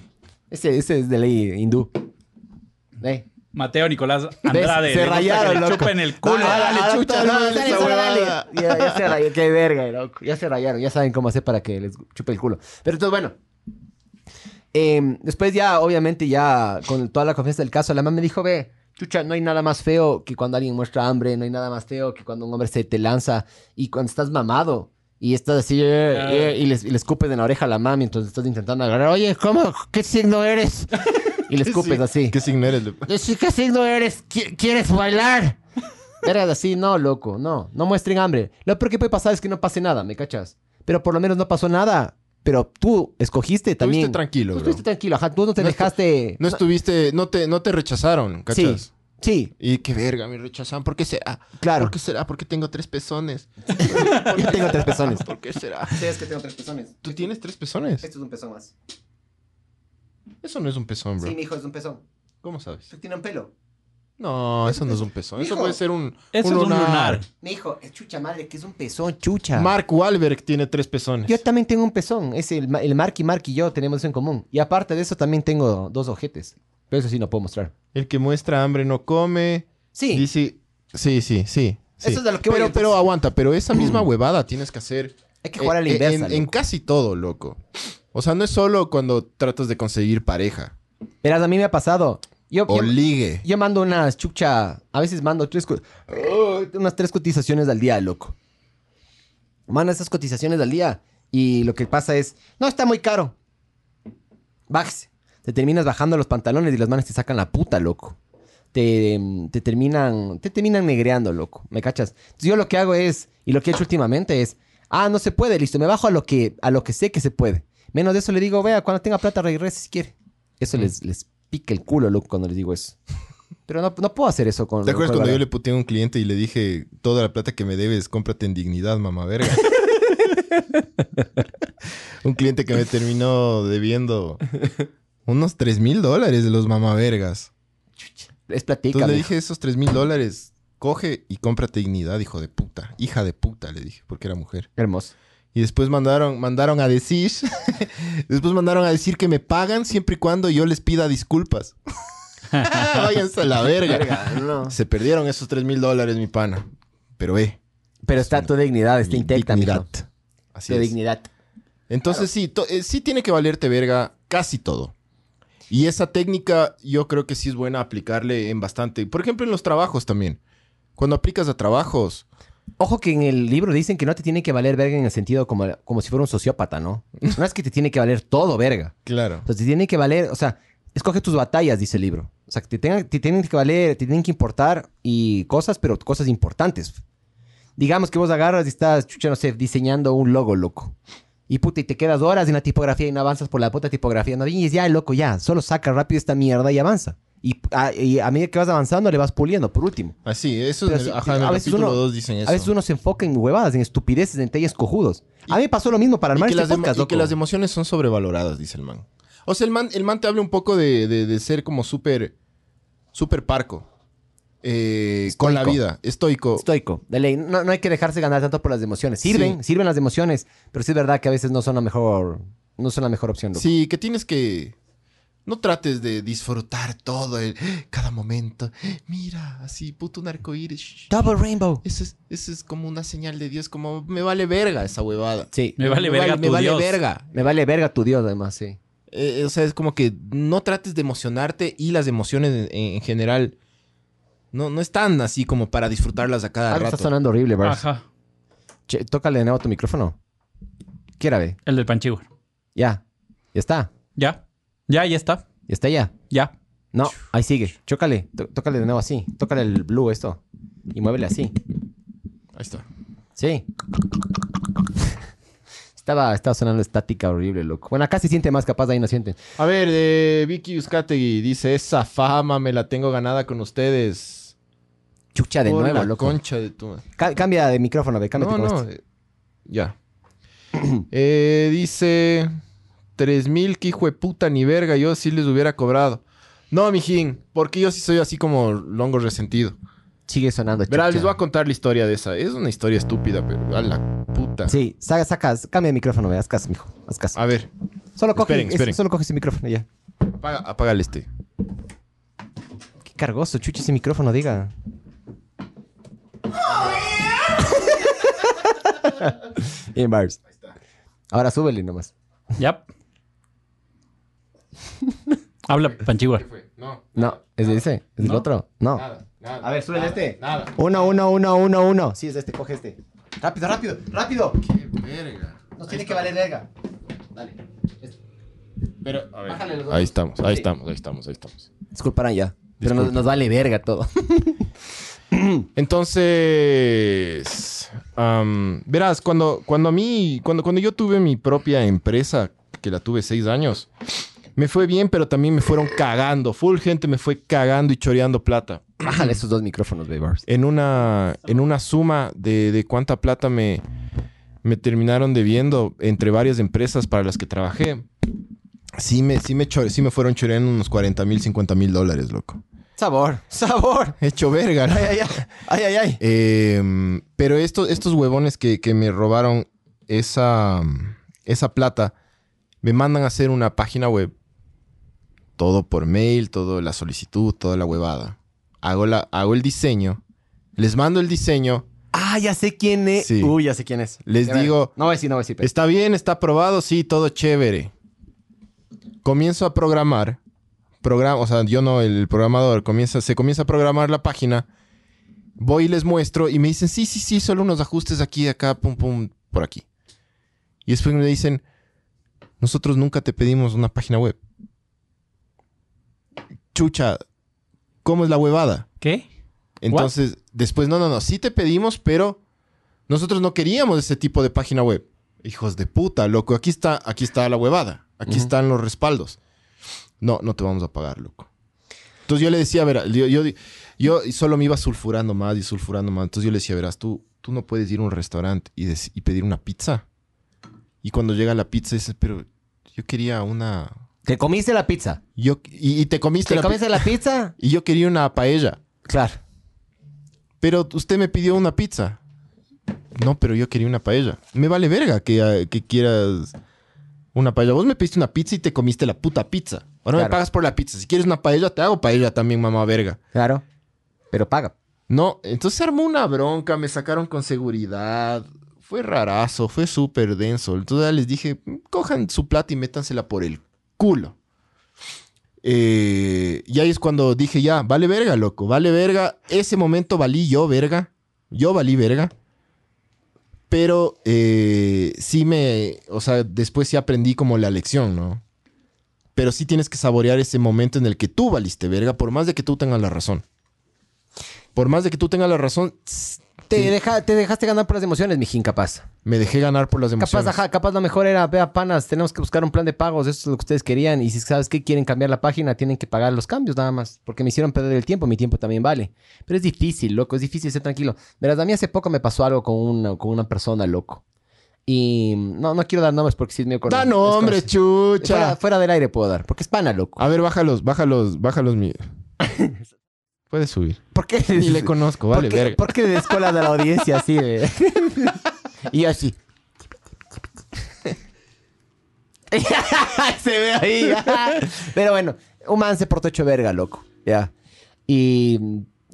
Ese, ese es de ley hindú. Ve.
Mateo
[laughs]
Nicolás
¿Ves?
Andrade.
Se
le gusta
rayaron,
que le
loco.
chupen el culo.
Dale,
Dale,
dale,
chucha,
todo,
dale
dale,
esa
solo dale.
huevada.
Ya, ya se rayaron, qué verga, loco. Ya se rayaron, ya saben cómo hacer para que les chupe el culo. Pero entonces, bueno. Em, después ya, obviamente, ya con toda la confianza del caso, la mamá me dijo, ve, chucha, no hay nada más feo que cuando alguien muestra hambre, no hay nada más feo que cuando un hombre se te lanza y cuando estás mamado. Y estás así, eh,
Ah.
eh, y, les, y le escupes en la oreja a la mami, entonces estás intentando agarrar, oye, ¿cómo? ¿Qué signo
[laughs]
eres? Y le escupes
sí,
así.
¿Qué signo eres? loco?
Decir qué signo eres, qui- ¿quieres bailar? Era así, no, loco, no, no muestren hambre. Lo peor que puede pasar es que no pase nada, ¿me cachas? Pero por lo menos no pasó nada. Pero tú escogiste también. Tú
tranquilo, bro.
estuviste tranquilo, ajá, tú no te
No estu-
dejaste.
No estuviste, no te, no te rechazaron,
sí,
¿cachas?
sí,
Y qué verga, me rechazaron. ¿Por qué será?
claro.
¿Por qué será? ¿Por qué tengo tres pezones?
Yo [laughs] tengo tres pezones.
¿Por qué será?
Ustedes que tengo tres pezones.
¿Tú tienes tres pezones?
es un pezón más.
Eso no es un pezón, bro.
mi hijo es un pezón.
¿Cómo sabes?
Tiene un pelo.
No, eso no es un pezón. Eso
Mijo.
puede ser un,
Eso es un lunar.
Mi hijo, es chucha madre, que es un pezón, chucha.
Mark Wahlberg tiene tres pezones.
Yo también tengo un pezón. Es el, ma- el Mark y Mark y yo tenemos eso en común. Y aparte de eso, también tengo dos ojetes. Pero eso sí no puedo mostrar.
El que muestra hambre no come.
Sí.
Dice, sí, sí, sí. sí.
Eso es de lo que voy,
pero,
entonces.
pero aguanta, pero esa misma huevada tienes que hacer
Hay que jugar a la
eh,
inversa.
en, en
loco.
casi todo, loco. O sea, no es solo cuando tratas de conseguir pareja
Verás, a mí me ha pasado. Yo,
o
yo,
ligue.
yo mando unas chucha. A veces mando tres, cu- uh, unas tres cotizaciones al día, loco. Mando esas cotizaciones al día. Y lo que pasa es. No, está muy caro. Bájese. Te terminas bajando los pantalones y las manos te sacan la puta, loco. Te, em, te terminan. Te terminan negreando, loco. ¿Me cachas? Entonces, yo lo que hago es. Y lo que he hecho últimamente es. Ah, no se puede, listo. Me bajo a lo que, a lo que sé que se puede. Menos de eso le digo, vea, cuando tenga plata regrese si quiere.
Mm.
Eso les, les pica el culo, loco, cuando les digo eso. Pero no, no puedo hacer eso con
¿Te acuerdas
con
cuando
Bárbara?
yo le puteé a un cliente y le dije, toda la plata que me debes, cómprate en dignidad, mamá verga? Un cliente que me terminó debiendo unos 3 mil dólares de los mamavergas.
Es platica.
Entonces le
mijo.
dije esos 3 mil dólares, coge y cómprate dignidad, hijo de puta. Hija de puta, le dije, porque era mujer.
Hermoso.
Y después mandaron, mandaron a decir, [laughs] después mandaron a decir que me pagan siempre y cuando yo les pida disculpas. [laughs] Váyanse a la verga. Se perdieron esos 3 mil dólares, mi pana. Pero eh,
Pero está tu dignidad, está
mi
intacta, mijo.
dignidad. Así
Tu
es.
dignidad.
Entonces sí, to- eh, sí tiene que valerte verga casi todo. Y esa técnica yo creo que sí es buena aplicarle en bastante. Por ejemplo, en los trabajos también. Cuando aplicas a trabajos,
Ojo que en el libro dicen que no te tiene que valer verga en el sentido como, como si fuera un sociópata,
[laughs]
¿no? No es que te tiene que valer todo verga.
claro.
O sea, te tiene que valer, o sea, escoge tus batallas, dice el libro. O sea, que te, tengan- te tienen que valer, te tienen que importar y cosas, pero cosas importantes. Digamos que vos agarras y estás, chucha, no sé, diseñando un logo, loco. Y puta, y te quedas horas en la tipografía y no avanzas por la puta tipografía. No dices, ya, loco, ya, solo saca rápido esta mierda y avanza. Y a, y a medida que vas avanzando, le vas puliendo, por último.
Así, eso
Pero
en el-
sí,
ajá, en el
a veces
capítulo
uno-
2 dicen eso.
A veces uno se enfoca en huevadas, en estupideces, en talles cojudos. A mí me pasó lo mismo para
Y
armar
que,
este
las emo-
podcast,
y que
loco.
las emociones son sobrevaloradas, dice el man. O sea, el man, el man te habla un poco de, de- de ser como súper súper parco. eh, con la
Estoico.
vida, estoico.
Estoico, de ley. No, no hay que dejarse ganar tanto por las emociones. Sirven, sirven las emociones, pero sí es verdad que a veces no son la mejor, no son la mejor opción. loco.
Sí, que tienes que... No trates de disfrutar todo, el, cada momento. Mira, así, puto un arcoíris. shh.
Double Rainbow.
Eso es, eso es como una señal de Dios, como me vale verga esa huevada.
Sí.
Me vale verga
me
tu
vale
Dios.
verga.
Me vale verga tu Dios, además, sí.
Eh, o sea, es como que no trates de emocionarte y las emociones en, en general no, no están así como para disfrutarlas a cada
Algo
rato.
está sonando horrible, bro.
Ajá.
Che, tócale de nuevo tu micrófono. Quiera ver.
El del Panchigua.
Ya. Ya está.
Ya. Ya, ya está.
Ya está ya.
Ya.
No, ahí sigue. Chócale. Tó- Tócale de nuevo así. Tócale el blue esto. Y muévele así.
Ahí está.
Sí. [laughs] Estaba, estaba sonando estática horrible, loco. Bueno, acá se siente más capaz, ahí no sienten.
A ver, de Vicky Uzcategui dice, esa fama me la tengo ganada con ustedes.
Chucha Ah, de
Por
nuevo,
la
loco.
concha de tu...
Ca- cambia de micrófono, ve, cámbiate
No,
con
no.
este.
eh, Ya. [clears throat] Eh, dice... 3000, que hijo de puta ni verga, yo sí les hubiera cobrado. No, mijín, porque yo sí soy así como longo resentido.
Sigue sonando.
Verá,
chucha.
les voy a contar la historia de esa. Es una historia estúpida, pero a la puta.
Sí, saca, saca, cambia de micrófono, ve, haz caso, mijo. Haz caso.
A ver,
Solo coge,
Ah, esperen,
es-
esperen.
solo coge ese micrófono ya.
apaga, apágale este.
Qué cargoso, chucha ese micrófono, diga. [laughs] Bien, Bars. Ahora súbele nomás. [laughs]
Ya. Habla Panchigua.
No,
No, ¿es de ese? ¿Es del
¿No?
otro? No.
nada,
A ver, súbele este.
Nada.
Uno, uno, uno, uno, uno. Sí, es este, coge este. Rápido, rápido, rápido.
Qué verga.
Nos tiene que valer verga. Dale.
este. Pero, a ver.
Bájale los dos.
Ahí estamos, ahí
Sí.
estamos, ahí estamos, ahí estamos.
Disculparán ya. Pero nos,
Disculpen.
nos vale verga todo. [laughs]
Entonces, am, verás, cuando, cuando a mí, cuando, cuando yo tuve mi propia empresa, que la tuve seis años, me fue bien, pero también me fueron cagando. Full gente me fue cagando y choreando plata.
Bájale esos dos micrófonos, baby.
en una, en una suma de, de cuánta plata me, me terminaron debiendo entre varias empresas para las que trabajé. Sí me, sí me, cho- sí me fueron choreando unos 40 mil, 50 mil dólares, loco.
Sabor, sabor.
[laughs] Hecho verga. [laughs] ¿no?
Ay, ay, ay. Ay, ay, ay.
Eh, pero estos, estos huevones que, que me robaron esa, esa plata, me mandan a hacer una página web. Todo por mail, toda la solicitud, toda la huevada. Hago, la, hago el diseño. Les mando el diseño.
Ah, ya sé quién es.
Sí.
Uy, ya sé quién es.
Les
A ver,
digo-
No voy a decir, no voy a decir. pero-
Está bien, está aprobado, sí, todo chévere. Comienzo a programar. Programa, o sea, yo no, el programador. Comienza, se comienza a programar la página. Voy y les muestro y me dicen, sí, sí, sí, solo unos ajustes aquí, acá, pum, pum, por aquí. Y después me dicen, nosotros nunca te pedimos una página web. Chucha, ¿cómo es la huevada?
¿Qué?
Entonces, después, no, no, no, sí te pedimos, pero nosotros no queríamos ese tipo de página web. Hijos de puta, loco, aquí está, aquí está la huevada, aquí están los respaldos. No, no te vamos a pagar, loco. Entonces yo le decía, verás, yo, yo, yo solo me iba sulfurando más y sulfurando más. Entonces yo le decía, verás, tú, tú no puedes ir a un restaurante y, dec- y pedir una pizza Y cuando llega la pizza dices, pero yo quería una...
¿Te comiste la pizza?
Yo, y, y te comiste
¿Te
la pi-
comiste la pizza?
Y yo quería una paella.
Claro.
Pero usted me pidió una pizza. No, pero yo quería una paella. Me vale verga que, ah, que quieras una paella. Vos me pediste una pizza y te comiste la puta pizza. Ahora me
Claro.
pagas por la pizza. Si quieres una paella, te hago paella también, mamá verga.
Claro. Pero paga.
No, entonces se armó una bronca, me sacaron con seguridad. Fue rarazo, fue súper denso. Entonces ya les dije, "Mm, cojan su plata y métansela por el culo. Eh, y ahí es cuando dije, ya, vale verga, loco, vale verga. Ese momento valí yo, verga. Yo valí verga. Pero eh, sí me, o sea, después sí aprendí como la lección, ¿no? Pero sí tienes que saborear ese momento en el que tú valiste verga, por más de que tú tengas la razón. Por más de que tú tengas la razón, tss,
Te, deja- te dejaste ganar por las emociones, mijín, capaz.
me dejé ganar por las emociones.
Capaz, ajá, capaz lo mejor era, vea, panas, tenemos que buscar un plan de pagos, eso es lo que ustedes querían. Y si sabes que quieren cambiar la página, tienen que pagar los cambios nada más. Porque me hicieron perder el tiempo, mi tiempo también vale. Pero es difícil, loco, es difícil ser tranquilo. Verás, a mí hace poco me pasó algo con una, con una persona, loco. Y no, no quiero dar nombres porque sí es medio corto.
Da nombre, chucha. Ah,
Fuera, fuera del aire puedo dar, porque es pana, loco.
A ver, bájalos, bájalos, bájalos. [laughs] Mi... Puedes subir.
¿Por qué?
[laughs]
[laughs]
Ni le conozco, vale,
¿Por qué,
verga.
¿Por qué descolas a la audiencia así? de- [laughs] y yo así. [laughs] se ve ahí. Pero bueno, un man se portó hecho verga, loco. Ya. Y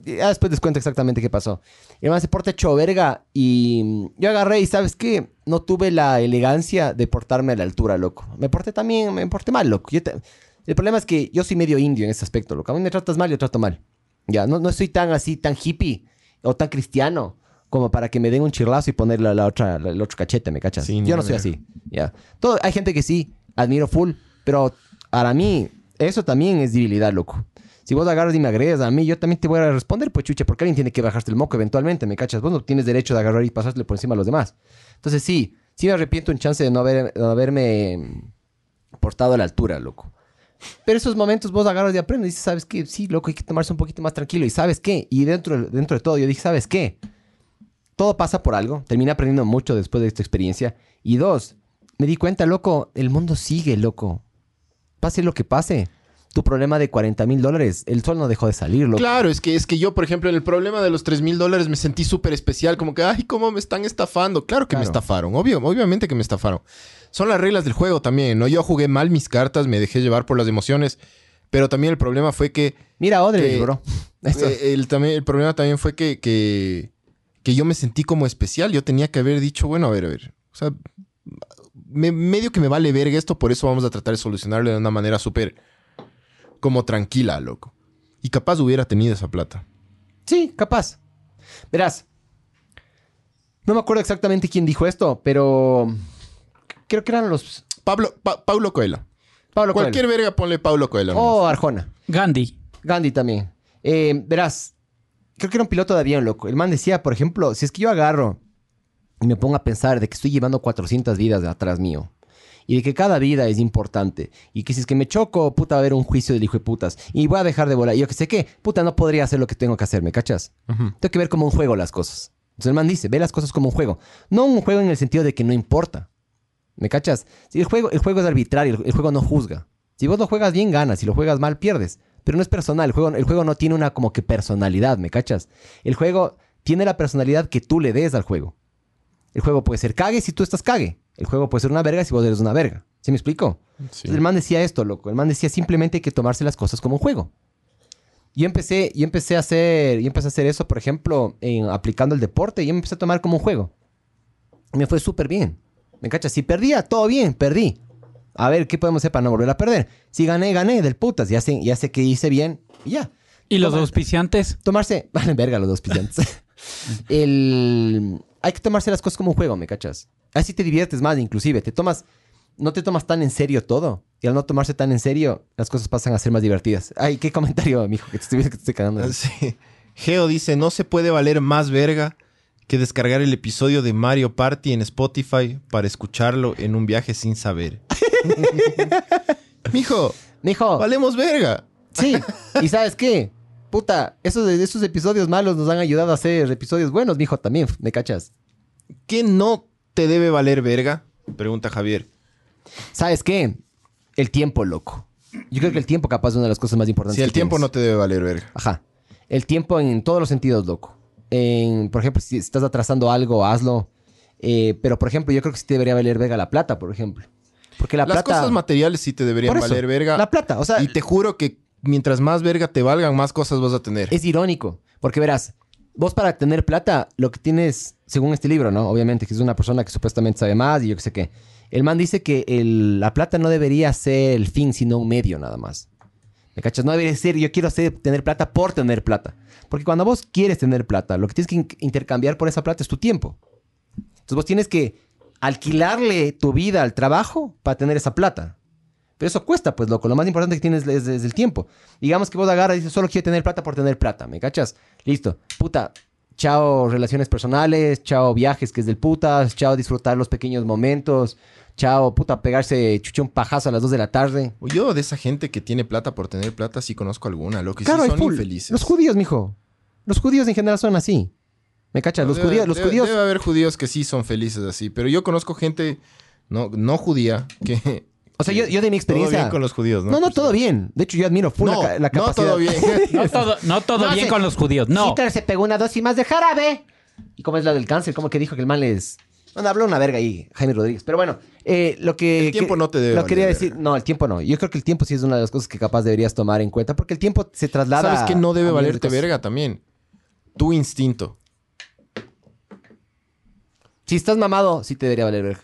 y ya después les cuento exactamente qué pasó. Y el man se portó hecho verga y yo agarré y ¿sabes qué? No tuve la elegancia de portarme a la altura, loco. Me porté también, me porté mal, loco. Yo te- El problema es que yo soy medio indio en ese aspecto, loco. A mí me tratas mal, yo trato mal. Ya, no, no soy tan así, tan hippie o tan cristiano como para que me den un chirlazo y ponerle la, la otra, la- el otro cachete, ¿me cachas?
Sí, ni
yo no soy
verga.
así, ya. Todo, hay gente que sí, admiro full, pero para mí eso también es debilidad, loco. Si vos agarras y me agregas a mí, yo también te voy a responder, pues chucha, porque alguien tiene que bajarte el moco eventualmente, ¿me cachas? Vos no tienes derecho de agarrar y pasártelo por encima a los demás. Entonces sí, sí me arrepiento un chance de no, haber, de no haberme mm, portado a la altura, loco. Pero esos momentos vos agarras y aprendes y dices, ¿sabes qué? Sí, loco, hay que tomarse un poquito más tranquilo. ¿Y sabes qué? Y dentro, dentro de todo yo dije, ¿sabes qué? Todo pasa por algo. Terminé aprendiendo mucho después de esta experiencia. Y dos, me di cuenta, loco, el mundo sigue, loco. Pase lo que pase. Tu problema de 40 mil dólares, el sol no dejó de salir, loco.
Claro, es que, es que yo, por ejemplo, en el problema de los 3 mil dólares me sentí súper especial. Como que, ay, cómo me están estafando. Claro que me
Claro.
estafaron. Obvio, obviamente que me estafaron. Son las reglas del juego también, ¿no? Yo jugué mal mis cartas, me dejé llevar por las emociones. Pero también el problema fue que...
Mira, Odre,
Que-
bro. Eso.
Eh, el, también, el problema también fue que, que, que yo me sentí como especial. Yo tenía que haber dicho, bueno, a ver, a ver. O sea, me- medio que me vale verga esto, por eso vamos a tratar de solucionarlo de una manera súper como tranquila, loco. Y capaz hubiera tenido esa plata.
Sí, capaz. Verás. No me acuerdo exactamente quién dijo esto, pero creo que eran los
Pablo, Pa- Paulo Coelho.
Pablo Coelho. Oh,
Cualquier verga ponle Pablo Coelho. nomás.
O Arjona.
Gandhi.
Gandhi también. Eh, verás, creo que era un piloto de avión, loco. El man decía, por ejemplo, si es que yo agarro y me pongo a pensar de que estoy llevando 400 vidas de atrás mío. Y de que cada vida es importante. Y que si es que me choco, puta, va a haber un juicio del hijo de putas. Y voy a dejar de volar. Y yo que sé qué, puta, no podría hacer lo que tengo que hacer, ¿me cachas? Tengo que ver como un juego las cosas. Entonces el man dice, ve las cosas como un juego. No un juego en el sentido de que no importa. ¿Me cachas? Si el, juego, el juego es arbitrario, el, el juego no juzga. Si vos lo juegas bien, ganas. Si lo juegas mal, pierdes. Pero no es personal. El juego, el juego no tiene una como que personalidad, ¿me cachas? El juego tiene la personalidad que tú le des al juego. El juego puede ser cague si tú estás cague. El juego puede ser una verga si vos eres una verga. ¿Sí me explico?
Sí.
Entonces, el man decía esto, loco. El man decía simplemente hay que tomarse las cosas como un juego. Yo empecé, yo empecé a hacer, yo empecé a hacer eso, por ejemplo, en- aplicando el deporte, yo me empecé a tomar como un juego. Me fue súper bien. ¿Me cachas? Si perdía, todo bien, perdí. A ver, ¿qué podemos hacer para no volver a perder? Si gané, gané del putas. Ya sé, ya sé que hice bien y ya
¿Y los
Toma.
auspiciantes?
tomarse. [laughs] Vale, verga los dos
[laughs]
pillantes. el. Hay que tomarse las cosas como un juego, ¿me cachas? Así te diviertes más, inclusive. Te tomas. No te tomas tan en serio todo. Y al no tomarse tan en serio, las cosas pasan a ser más divertidas. Ay, qué comentario, mijo, que te estoy, que te estoy cagando.
[laughs] Sí. Geo dice, no se puede valer más verga que descargar el episodio de Mario Party en Spotify para escucharlo en un viaje sin saber. Mijo,
Mijo,
[laughs] valemos verga.
sí. ¿Y sabes qué? Puta, esos, esos episodios malos nos han ayudado a hacer episodios buenos, mijo, también, ¿me cachas?
¿Qué no te debe valer verga? Pregunta Javier.
¿Sabes qué? El tiempo, loco. Yo creo que el tiempo capaz es una de las cosas más importantes.
Si el
que
tiempo
tienes.
no te debe valer verga.
Ajá. El tiempo en todos los sentidos, loco. En, por ejemplo, si estás atrasando algo, hazlo. Eh, pero, por ejemplo, yo creo que sí te debería valer verga la plata, por ejemplo. Porque la
Las
plata...
cosas materiales sí te deberían
Por eso,
valer verga.
La plata, o sea,
y te juro que mientras más verga te valgan, más cosas vas a tener.
es irónico. Porque verás, vos para tener plata, lo que tienes, según este libro, ¿no? Obviamente, que es una persona que supuestamente sabe más y yo qué sé qué. El man dice que el- la plata no debería ser el fin, sino un medio nada más. ¿Me cachas? No debería ser, yo quiero hacer, tener plata por tener plata. Porque cuando vos quieres tener plata, lo que tienes que in- intercambiar por esa plata es tu tiempo. Entonces vos tienes que alquilarle tu vida al trabajo para tener esa plata. Pero eso cuesta, pues, loco. Lo más importante que tienes es, es el tiempo. Digamos que vos agarras y dices, solo quiero tener plata por tener plata. ¿Me cachas? Listo. Puta. Chao relaciones personales, chao viajes que es del putas, chao disfrutar los pequeños momentos, chao puta pegarse chuchón pajazo a las 2 de la tarde.
Yo de esa gente que tiene plata por tener plata sí conozco alguna, lo que
Claro,
sí
hay
son
full.
infelices.
Los judíos, mijo. Los judíos en general son así. ¿Me cachas? Los
Debe-
judíos, los
debe-
judíos.
Debe haber judíos que sí son felices así, pero yo conozco gente no, no judía que... [laughs]
o sea, yo, yo de mi
Todo
experiencia.
bien con los judíos, ¿no?
no, no,
Por
todo
cierto.
bien. De hecho, yo admiro full
No,
la, ca- la
no,
capacidad.
todo bien.
[laughs]
No todo, no todo
No,
bien
sí.
con los judíos. No.
Hitler se pegó una dosis más de jarabe. ¿Y cómo es la del cáncer? ¿Cómo que dijo que el man les... Bueno, habló una verga ahí, Jaime Rodríguez. Pero bueno, eh, lo que...
El [laughs] tiempo
que-
no te debe
Lo quería
valer
decir... No, el tiempo no. Yo creo que el tiempo sí es una de las cosas que capaz deberías tomar en cuenta. Porque el tiempo se traslada...
¿Sabes que no debe
a millones de
valerte
cosas.
verga también? Tu instinto.
Si estás mamado, sí te debería valer verga.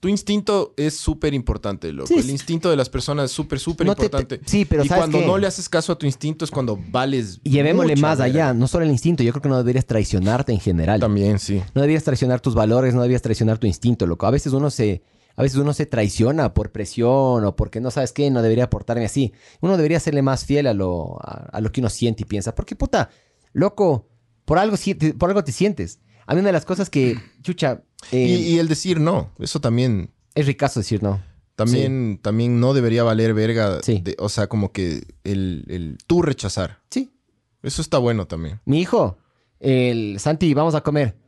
Tu instinto es súper importante, loco.
Sí,
el
sí.
instinto de las personas es súper, súper
No te-
importante.
te- sí, pero
y
¿sabes
cuando
qué?
no le haces caso a tu instinto es cuando vales.
Y llevémosle
mucha
más
verga.
allá. No solo el instinto. Yo creo que no deberías traicionarte en general.
También, sí.
No debías traicionar tus valores, no debías traicionar tu instinto, loco. A veces uno se, a veces uno se traiciona por presión o porque no sabes qué, no debería portarme así. Uno debería serle más fiel a lo, a, a lo que uno siente y piensa. Porque, puta, loco, por algo, si- te- por algo te sientes. A mí una de las cosas que, chucha, eh,
Y, y el decir no, eso también,
es ricazo decir no.
también, también no debería valer verga.
Sí.
de- o sea, como que el, el tú rechazar.
Sí.
Eso está bueno también.
Mi hijo, el Santi, vamos a comer.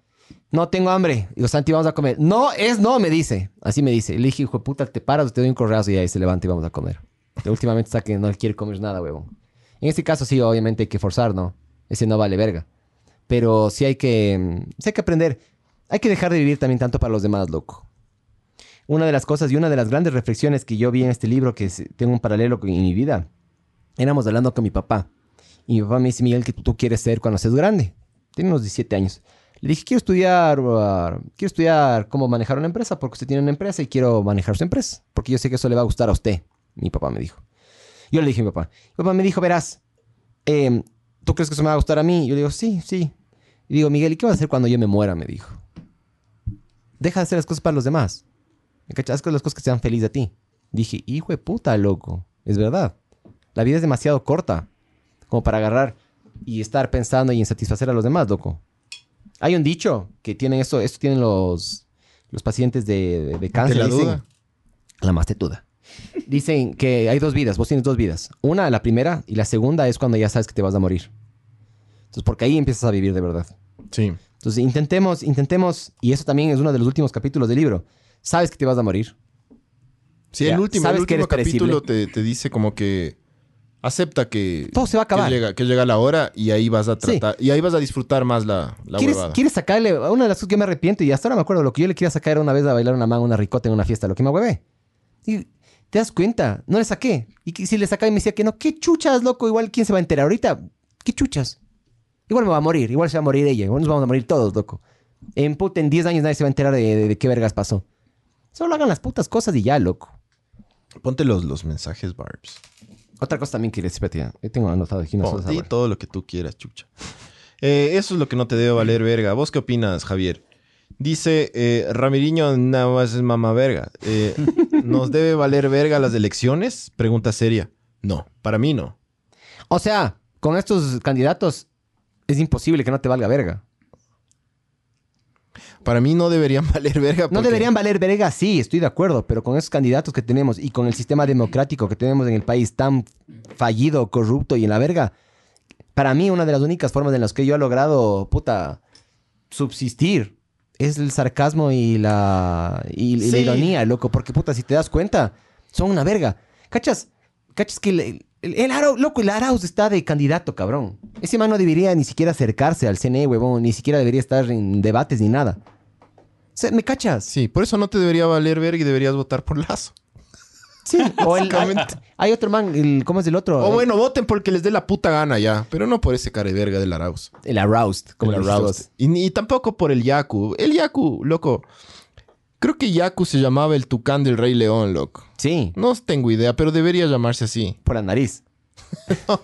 No tengo hambre. Digo, Santi, vamos a comer. No, es no, me dice. Así me dice. Le dije, hijo de puta, te paras, te doy un correazo y ahí se levanta y vamos a comer. Pero últimamente está que no quiere comer nada, huevón. En este caso sí, obviamente hay que forzar, ¿no? Ese no vale verga. Pero sí hay que... mm, Sí hay que aprender. Hay que dejar de vivir también tanto para los demás, loco. Una de las cosas y una de las grandes reflexiones que yo vi en este libro, que es- tengo un paralelo con en mi vida, éramos hablando con mi papá. Y mi papá me dice, Miguel, ¿qué tú quieres ser cuando seas grande? Tiene unos 17 años. Le dije, quiero estudiar, uh, quiero estudiar cómo manejar una empresa, porque usted tiene una empresa y quiero manejar su empresa, porque yo sé que eso le va a gustar a usted, mi papá me dijo. Yo le dije a mi papá, mi papá me dijo, verás, eh, ¿tú crees que eso me va a gustar a mí? Yo le digo, sí, sí. Y digo, Miguel, ¿y qué vas a hacer cuando yo me muera? Me dijo. Deja de hacer las cosas para los demás. ¿Me cachas? Haz las cosas que sean felices a ti. Dije, hijo de puta, loco. Es verdad. La vida es demasiado corta como para agarrar y estar pensando y en satisfacer a los demás, loco. Hay un dicho que tienen esto, esto tienen los, los pacientes de, de- de
¿Te
cáncer.
la
dicen,
duda?
la más tetuda. Dicen que hay dos vidas, vos tienes dos vidas. Una, la primera, y la segunda es cuando ya sabes que te vas a morir. Entonces, porque ahí empiezas a vivir de verdad.
Sí.
Entonces, intentemos, intentemos, y eso también es uno de los últimos capítulos del libro. Sabes que te vas a morir.
Sí,
Ya,
el último, el
sabes que
último
eres
capítulo te, te dice como que acepta que,
Todo se va a
que,
acabar.
llega, que llega la hora y ahí vas a tratar, y ahí vas a disfrutar más la, la
¿Quieres,
huevada.
quieres sacarle? Una de las cosas que yo me arrepiento, y hasta ahora me acuerdo, lo que yo le quería sacar era una vez a bailar una manga, una ricota en una fiesta, lo que me huevé. Y te das cuenta, no le saqué. Y que- si le sacaba y me decía que no, qué chuchas, loco, igual quién se va a enterar ahorita, qué chuchas. Igual me va a morir, igual se va a morir ella, igual nos vamos a morir todos, loco. En puta, en 10 años nadie se va a enterar de, de- de qué vergas pasó. Solo hagan las putas cosas y ya, loco.
Ponte los, los mensajes, Barbs.
Otra cosa también que les espérate, yo tengo anotado aquí una
Pon, di todo lo que tú quieras, chucha. Eh, eso es lo que no te debe valer verga. ¿Vos qué opinas, Javier? Dice eh, Ramiriño, nada más es mamá verga.
[laughs]
Eh, ¿Nos debe valer verga las elecciones? Pregunta seria. No, para mí no.
O sea, con estos candidatos es imposible que no te valga verga.
Para mí no deberían [laughs] valer verga.
No
porque-
deberían valer verga, sí, estoy de acuerdo, pero con esos candidatos que tenemos y con el sistema democrático que tenemos en el país tan fallido, corrupto y en la verga, para mí una de las únicas formas en las que yo he logrado, puta, subsistir es el sarcasmo y la, y, y la
Sí.
ironía, loco. Porque, puta, si te das cuenta, son una verga. ¿Cachas? ¿Cachas que el, el, el Arau- loco, el Arauz está de candidato, cabrón? Ese man no debería ni siquiera acercarse al CNE, huevón. Ni siquiera debería estar en debates ni nada. O sea, ¿me cachas?
Sí, por eso no te debería valer verga y deberías votar por Lazo. [laughs]
Sí, o el, hay, hay otro man, el, ¿cómo es el otro?
O bueno, voten porque les dé la puta gana ya, pero no por ese cara de verga del Arauz.
El aroused, como
El
el
Arauz.
aroused.
Y, ni- y tampoco por el Yaku. El Yaku, loco. Creo que Yaku se llamaba el Tucán del Rey León, loco.
Sí,
No tengo idea, pero debería llamarse así. [laughs]
por la nariz.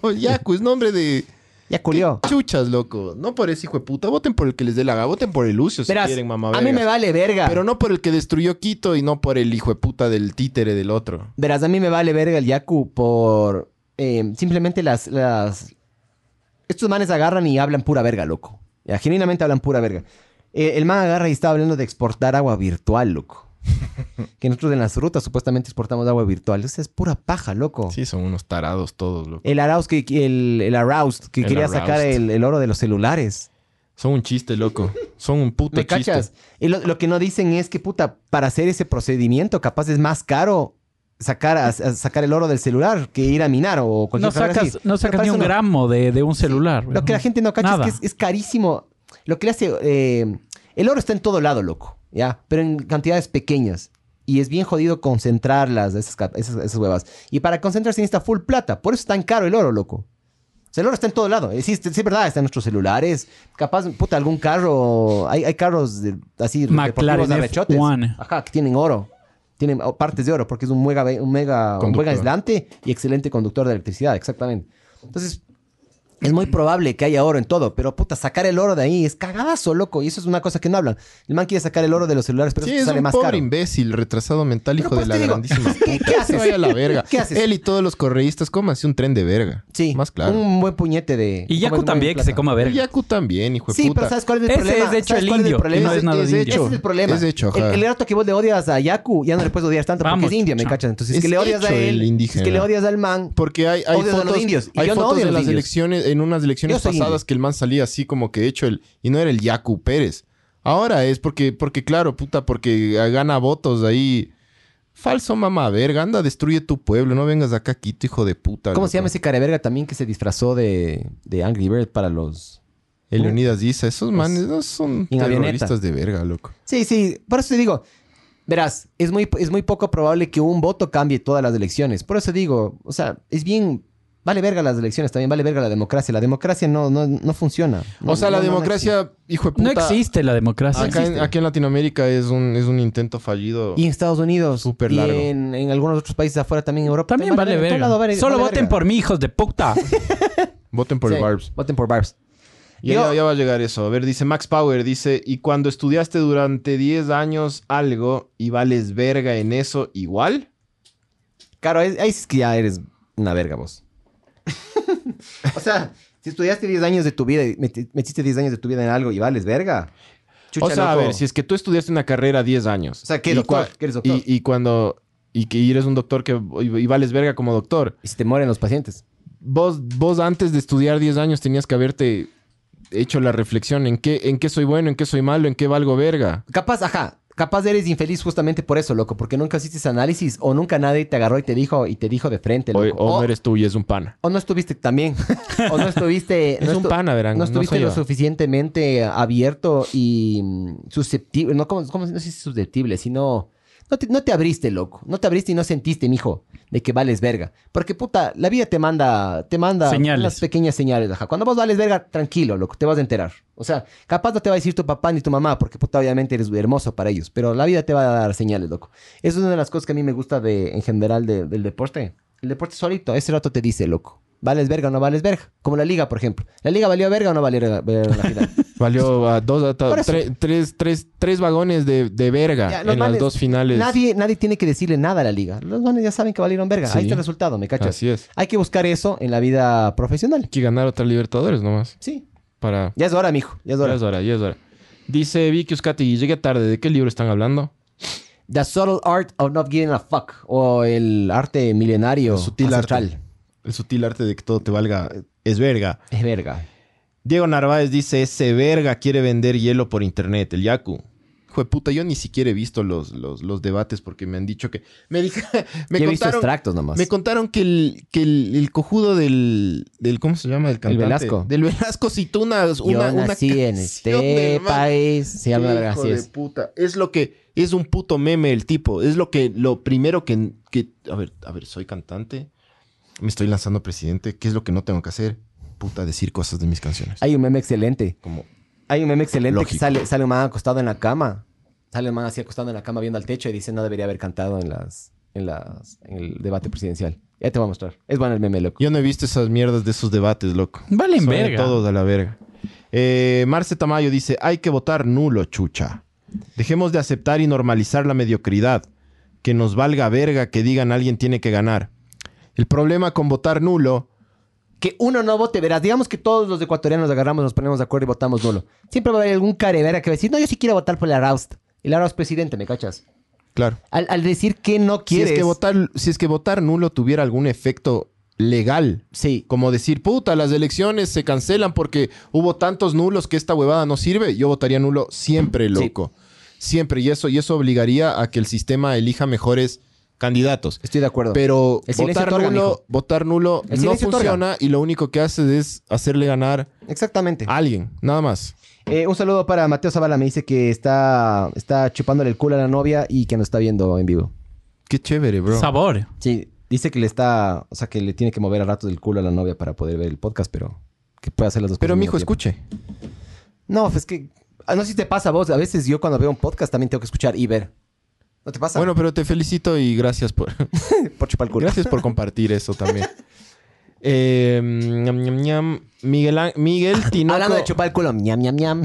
No, Yaku es nombre de
Ya culió.
chuchas, loco. No por ese hijo de puta. Voten por el que les dé la gana. Voten por el Lucio si
Verás,
quieren, mamá.
a mí me vale verga.
Pero no por el que destruyó Quito y no por el hijo de puta del títere del otro.
Verás, a mí me vale verga el Yaku por... eh, simplemente las, las... Estos manes agarran y hablan pura verga, loco. Ya, genuinamente hablan pura verga. Eh, el man agarra y está hablando de exportar agua virtual,
[laughs]
loco. que nosotros en las rutas supuestamente exportamos agua virtual. Esa es pura paja, loco.
Sí, son unos tarados todos, loco.
El Arauz que, el, el aroused que
El
quería sacar
aroused.
el, el oro de los celulares.
Son un chiste, loco. Son un puto
¿Me
chiste.
cachas? Y lo, lo que no dicen es que, puta, para hacer ese procedimiento, capaz es más caro sacar, a- a sacar el oro del celular que ir a minar o cualquier
No
cosa
sacas, no sacas
Para
ni
eso
un
no.
gramo de, de un celular.
Lo que la gente no cacha
Nada.
es que es, es carísimo. Lo que le hace. eh, el oro está en todo lado, loco. ¿Ya? Pero en cantidades pequeñas. Y es bien jodido concentrarlas, esas, cap- esas, esas huevas. Y para concentrarse necesita full plata. Por eso es tan caro el oro, loco. O sea, el oro está en todo lado. Eh, Sí, sí, es verdad, está en nuestros celulares. Capaz, puta, algún carro. Hay, hay carros de- así, deportivos
McLaren
de arrechotes.
F1.
Ajá, que tienen oro. Tienen oh, partes de oro porque es un mega, un mega, un buen
Conductor.
aislante y excelente conductor de electricidad, exactamente. Entonces, es muy probable que haya oro en todo, pero puta, sacar el oro de ahí es cagadazo, loco. Y eso es una cosa que no hablan. El man quiere sacar el oro de los celulares, pero
Sí,
eso
es
sale
un
más
pobre
caro.
imbécil, retrasado mental,
Pero
hijo
por
de
eso
la
te digo,
grandísima
¿qué-
puta.
qué haces?
Se vaya a la verga.
[laughs] ¿Qué haces?
Él y todos los correístas, cómanse un tren de verga.
Sí,
Más claro.
un buen puñete de.
Y Yaku
comes muy
también,
bien
que se
plata.
coma
El
verga.
Yaku también, hijo de
Sí, pues,
puta.
pero ¿sabes cuál es el
Ese
problema?
es de hecho
¿Sabes
el
cuál es
indio, y
problema?
no es nada
Es
de
hecho.
indio.
Ese es el problema.
Es hecho,
el,
ajá.
el rato que vos le odias a Yaku, ya no le puedes odiar tanto porque
Vamos,
es indio, me
chucha.
cachas. Entonces, es
Es
que le odias a
hecho el
él,
indígena.
es que le odias al man.
Porque hay, hay
Odias a los
fotos,
indios, y
hay
yo no
fotos
odio a
de
los
las
indios.
elecciones, en unas elecciones
Yo soy
pasadas
indio.
que el man salía así como que hecho el... Y no era el Yaku Pérez. Ahora es porque, porque claro, puta, porque gana votos ahí. Falso mamá verga, anda, destruye tu pueblo, no vengas acá, Quito, hijo de puta.
¿Cómo se
loco.
llama ese careverga también que se disfrazó de, de Angry Bird para los.
El Leonidas Diza, esos manes no son
Pues, en avioneta.
terroristas de verga, loco.
Sí, sí, por eso te digo. Verás, es muy, es muy poco probable que un voto cambie todas las elecciones. Por eso digo, o sea, es bien. Vale verga las elecciones también, vale verga la democracia. La democracia no, no, no funciona. No-
o sea, la
no- no
democracia, hijo de puta.
No existe la democracia.
Acá en, aquí en Latinoamérica es un, es un intento fallido.
existe. Y en Estados Unidos.
Súper
y
largo.
en, en algunos otros países afuera también, en Europa.
También vale
en todo
verga.
lado vale-
Solo
vale
voten
verga.
por mí, hijos de puta.
Voten por
Sí,
Barbs.
Voten por Barbs.
Y ahí
Yo-
ya, ya va a llegar eso. A ver, dice Max Power, dice, y cuando estudiaste durante 10 años algo y vales verga en eso, igual.
Claro, ahí ahí es que ya eres una verga
[laughs]
vos. o sea, si estudiaste 10 años de tu vida y meti- metiste 10 años de tu vida en algo y vales verga. Chucha,
o sea,
loco.
a ver, si es que tú estudiaste una carrera 10 años.
O sea, ¿qué,
y
doctor?
cua-
¿Qué eres doctor?
Y, y cuando... Y que y eres un doctor que... Y, y vales verga como doctor.
Y se te mueren los pacientes.
Vos, vos antes de estudiar 10 años tenías que haberte hecho la reflexión en qué, en qué soy bueno, en qué soy malo, en qué valgo verga.
Capaz, ajá, capaz eres infeliz justamente por eso, loco, porque nunca hiciste ese análisis o nunca nadie te agarró y te dijo y te dijo de frente,
O,
loco.
o no eres tú y es un pana.
o no estuviste también. [laughs] o no estuviste.
[laughs] Es
no
un
estu-
pana, verán.
No estuviste
soy
lo
yo.
suficientemente abierto y mm, susceptible. No, como, como- no sé si susceptible, sino. No te, no te abriste, loco. No te abriste y no sentiste, mijo, de que vales verga. Porque, puta, la vida te manda, te manda
Señales.
unas pequeñas señales. Ajá. Cuando vos vales verga, tranquilo, loco, te vas a enterar. O sea, capaz no te va a decir tu papá ni tu mamá, porque, puta, obviamente eres hermoso para ellos. Pero la vida te va a dar señales, loco. Eso es una de las cosas que a mí me gusta de, en general de- del deporte. El deporte solito, ese rato te dice, loco. ¿Vales verga o no vales verga? Como la liga, por ejemplo. ¿La liga valió verga o no valió verga en la
[laughs]
final? [laughs]
Valió a dos, a ta-
Por eso.
tre- tres, tres, tres vagones de, de verga
Ya, los
en las
manes-
dos finales.
Nadie, nadie tiene que decirle nada a la liga. Los manes ya saben que valieron verga.
Sí.
Ahí está el resultado, ¿me cachas?
Así es.
Hay que buscar eso en la vida profesional.
Hay que ganar otra Libertadores nomás.
Sí.
Para.
Ya es hora, mijo. Ya es
Ya
hora.
es hora, ya es hora. Dice Vicky Uscati, llegué tarde. ¿De qué libro están hablando? [laughs]
The subtle art of not giving a fuck. O el arte milenario. ancestral.
El sutil arte de que todo te valga es verga.
Es verga.
Diego Narváez dice: Ese verga quiere vender hielo por internet, el Yaku. Hijo de puta, yo ni siquiera he visto los, los, los debates porque me han dicho que. [laughs] Me, dije, me
Yo he visto
contaron.
extractos nomás.
Me contaron que el, que el, el cojudo del, del. ¿Cómo se llama? Del cantante.
Velasco.
Del Velasco citó una. una
Yo
una
nací en
canción
este
del man.
país. Se habla verga,
Hijo
así
de
es.
puta. Es lo que. Es un puto meme el tipo. Es lo que. Lo primero que. que a ver, a ver, soy cantante. Me estoy lanzando presidente. ¿Qué es lo que no tengo que hacer? Puta, decir cosas de mis canciones.
Hay un meme excelente.
Como.
Hay un meme excelente que
Lógico.
sale, sale un man acostado en la cama. Sale un man así acostado en la cama viendo al techo y dice no debería haber cantado en las en las en el debate presidencial. Ya te voy a mostrar. Es bueno el meme, loco.
Yo no he visto esas mierdas de esos debates, loco.
Valen
Son
verga.
Todos a la verga. Eh, Marce Tamayo dice: hay que votar nulo, chucha. Dejemos de aceptar y normalizar la mediocridad. Que nos valga verga que digan alguien tiene que ganar. El problema con votar nulo
Que uno no vote, verás. Digamos que todos los ecuatorianos agarramos, nos ponemos de acuerdo y votamos nulo. Siempre va a haber algún carevera que va a decir, no, yo sí quiero votar por el Araust. El Arauz presidente, ¿me cachas?
Claro.
Al, al decir que no
Si
quieres...
es, que votar, si es que votar nulo tuviera algún efecto legal,
Sí.
como decir, puta, las elecciones se cancelan porque hubo tantos nulos que esta huevada no sirve, yo votaría nulo siempre, loco. Siempre. Y eso, y eso obligaría a que el sistema elija mejores candidatos.
Estoy de acuerdo.
Pero
El silencio
votar,
otorga, mijo.
nulo, votar nulo
El
no
silencio otorga.
funciona y lo único que hace es hacerle ganar
Exactamente.
a alguien, nada más.
Eh, un saludo para Mateo Zavala. Me dice que está, está chupándole el culo a la novia y que nos está viendo en vivo.
Qué chévere, bro.
Sabor.
Sí, dice que le está... O sea, que le tiene que mover a rato del culo a la novia para poder ver el podcast, pero... Que puede hacer las dos
Pero,
cosas al
mijo,
mismo tiempo.
escuche.
No, es que... ah, No sé si te pasa a vos. A veces yo cuando veo un podcast también tengo que escuchar y ver. ¿No te pasa?
Bueno, pero te felicito y gracias por...
por chupar el culo.
Gracias por compartir eso [laughs] también. Eh, ñam, ñam, ñam. Miguel, Á-
[laughs]
Miguel
Hablando de
Tinoco.
chupar el culo, ñam, ñam, ñam.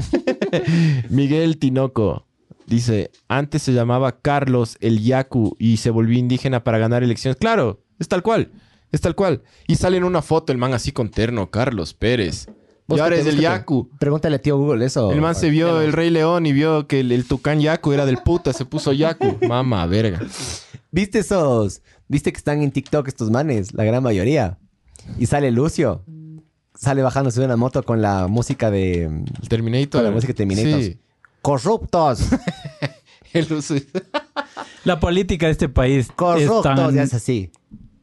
Miguel Tinoco dice: Antes se llamaba Carlos el Yaku y se volvió indígena para ganar elecciones. Claro, es tal cual. Es tal cual. Y sale en una foto el man así con terno, Carlos Pérez. Y ahora
Búscate,
es el
búscate.
Yaku.
Pregúntale a tío Google eso.
El man se vio el Rey León y vio que el, el Tucán Yaku era del puta, se
[laughs]
puso Yaku. Mama, verga.
¿Viste esos? ¿Viste que están en TikTok estos manes? La gran mayoría. Y sale Lucio. Sale bajándose de una moto con la música de... mm,
El Terminator.
Con la música de Terminator.
Sí.
Corruptos.
El uso-
La política de este país es
Corruptos.
tan...
Ya es así.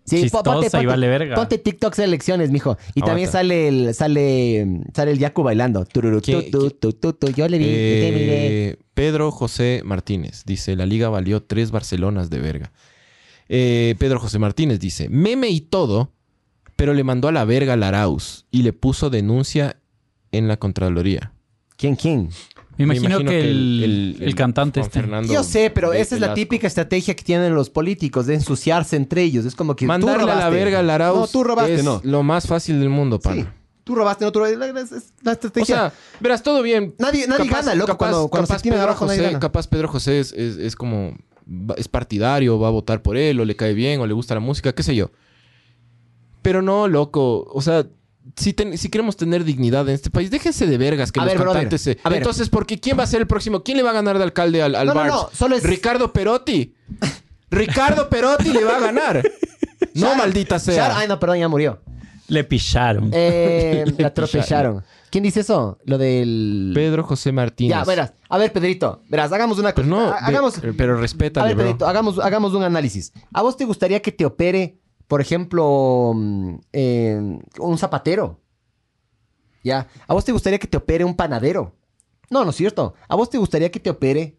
Sí, po-
chistosa y vale verga.
Ponte TikTok elecciones, mijo. Y también
Aguanta.
sale el, sale, mm, sale el Yaku bailando. Tururú,
¿Qué-
tu, tu, tu, tu, tu. Yo le vi, yo te miré.
Eh, Pedro José Martínez dice: La liga valió tres Barcelonas de verga. Eh, Pedro José Martínez dice: Meme y todo, pero le mandó a la verga al Arauz y le puso denuncia en la Contraloría.
¿Quién, quién?
Me imagino, que, el, el cantante
Juan
este...
Fernando
Yo sé, pero
Ve-
esa es la
Velasco.
típica estrategia que tienen los políticos de ensuciarse entre ellos. Es como que tú
Mandarle a
robaste.
la verga al Arauz
No, tú robaste,
es
no.
lo más fácil del mundo, pana.
Sí, tú robaste, no tú robaste. Es- es La
O
estrategia.
sea, verás, todo bien.
nadie nadie gana, loco. cuando cuando se tiene
Pedro
abajo, nadie
José-
gana.
capaz Pedro José es, es- es como... va- Es partidario, va a votar por él, o le cae bien, o le gusta la música, qué sé yo. Pero no, loco. O sea, si, ten- si queremos tener dignidad en este país, déjense de vergas que
A
los
ver, brother,
cantantes se...
a ver.
Entonces, porque ¿quién va a ser el próximo? ¿Quién le va a ganar de alcalde al, al
No, no,
Barbs?
no, solo es- [laughs]
Ricardo Perotti. Ricardo Perotti le va a ganar. No,
Shar-
maldita sea.
Shar- ay, no, perdón, ya murió.
Le pillaron.
[laughs]
Eh, la atropellaron. ¿Quién dice eso? Lo del.
Pedro José Martínez.
Ya, verás. A ver, Pedrito. Verás, hagamos una
Pero
cosa.
no,
Ha- hagamos.
ve- eh, pero respétale,
a ver,
bro.
Pedrito, hagamos, hagamos un análisis. ¿A vos te gustaría que te opere, por ejemplo, mm, eh, un zapatero? ¿Ya? ¿A vos te gustaría que te opere un panadero? No, no es cierto. ¿A vos te gustaría que te opere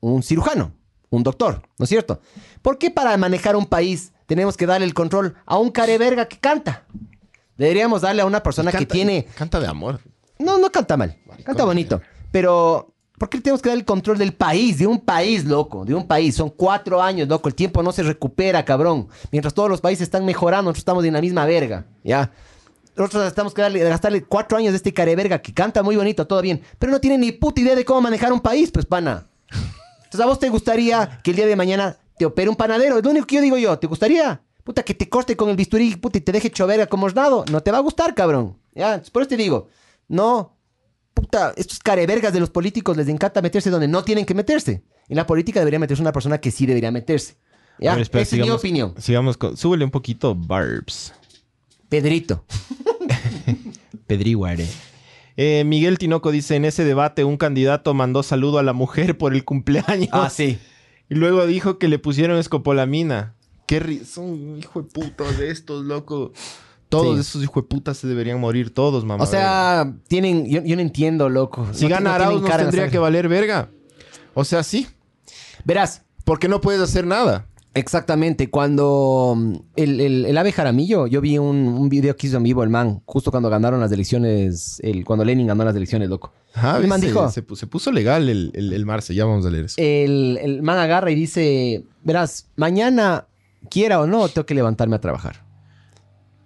un cirujano? Un doctor, ¿no es cierto? ¿Por qué para manejar un país tenemos que darle el control a un careverga que canta? Deberíamos darle a una persona que
Canta-
tiene
Canta de amor.
no, no canta mal. Canta bonito. Pero, ¿por qué tenemos que dar el control del país? De un país, loco. De un país. Son cuatro años, loco. El tiempo no se recupera, cabrón. Mientras todos los países están mejorando, nosotros estamos en la misma verga. Ya. Nosotros tenemos que darle- gastarle cuatro años de este careverga que canta muy bonito, todo bien. Pero no tiene ni puta idea de cómo manejar un país, pues, pana. Entonces, ¿a vos te gustaría que el día de mañana te opere un panadero? Es lo único que yo digo yo. ¿Te gustaría? Puta, que te corte con el bisturí puta, y te deje hecho verga como nado. No te va a gustar, cabrón. Ya, entonces, por eso te digo. No. Puta, estos carevergas de los políticos les encanta meterse donde no tienen que meterse. En la política debería meterse una persona que sí debería meterse. Ya,
A ver, espera,
esa es mi
sigamos-
opinión.
Sigamos con. Súbele un poquito, Barbs.
Pedrito.
Pedriguare. Eh, Miguel Tinoco dice, en ese debate un candidato mandó saludo a la mujer por el cumpleaños.
Ah, sí.
Y luego dijo que le pusieron escopolamina. Qué ri- son hijo de putos de estos, loco. Todos
Sí.
esos hijo de putas se deberían morir, todos, mamá.
O sea, tienen. Yo, yo no entiendo, loco.
si
No-
gana
no tienen
Arauz nos
cara de
tendría
sangre.
que valer verga. O sea, sí,
Verás,
porque no puedes hacer nada.
Exactamente, cuando mm, el, el- el ave Jaramillo, yo vi un, un video que hizo en vivo el man, justo cuando ganaron las elecciones, el, cuando Lenin ganó las elecciones, loco.
Ajá,
El
ves,
man
se-
dijo-
Ah,
Eh,
se, pu- se puso legal el, el, el Marce, ya vamos a leer eso.
El, el man agarra y dice, verás, mañana, quiera o no, tengo que levantarme a trabajar.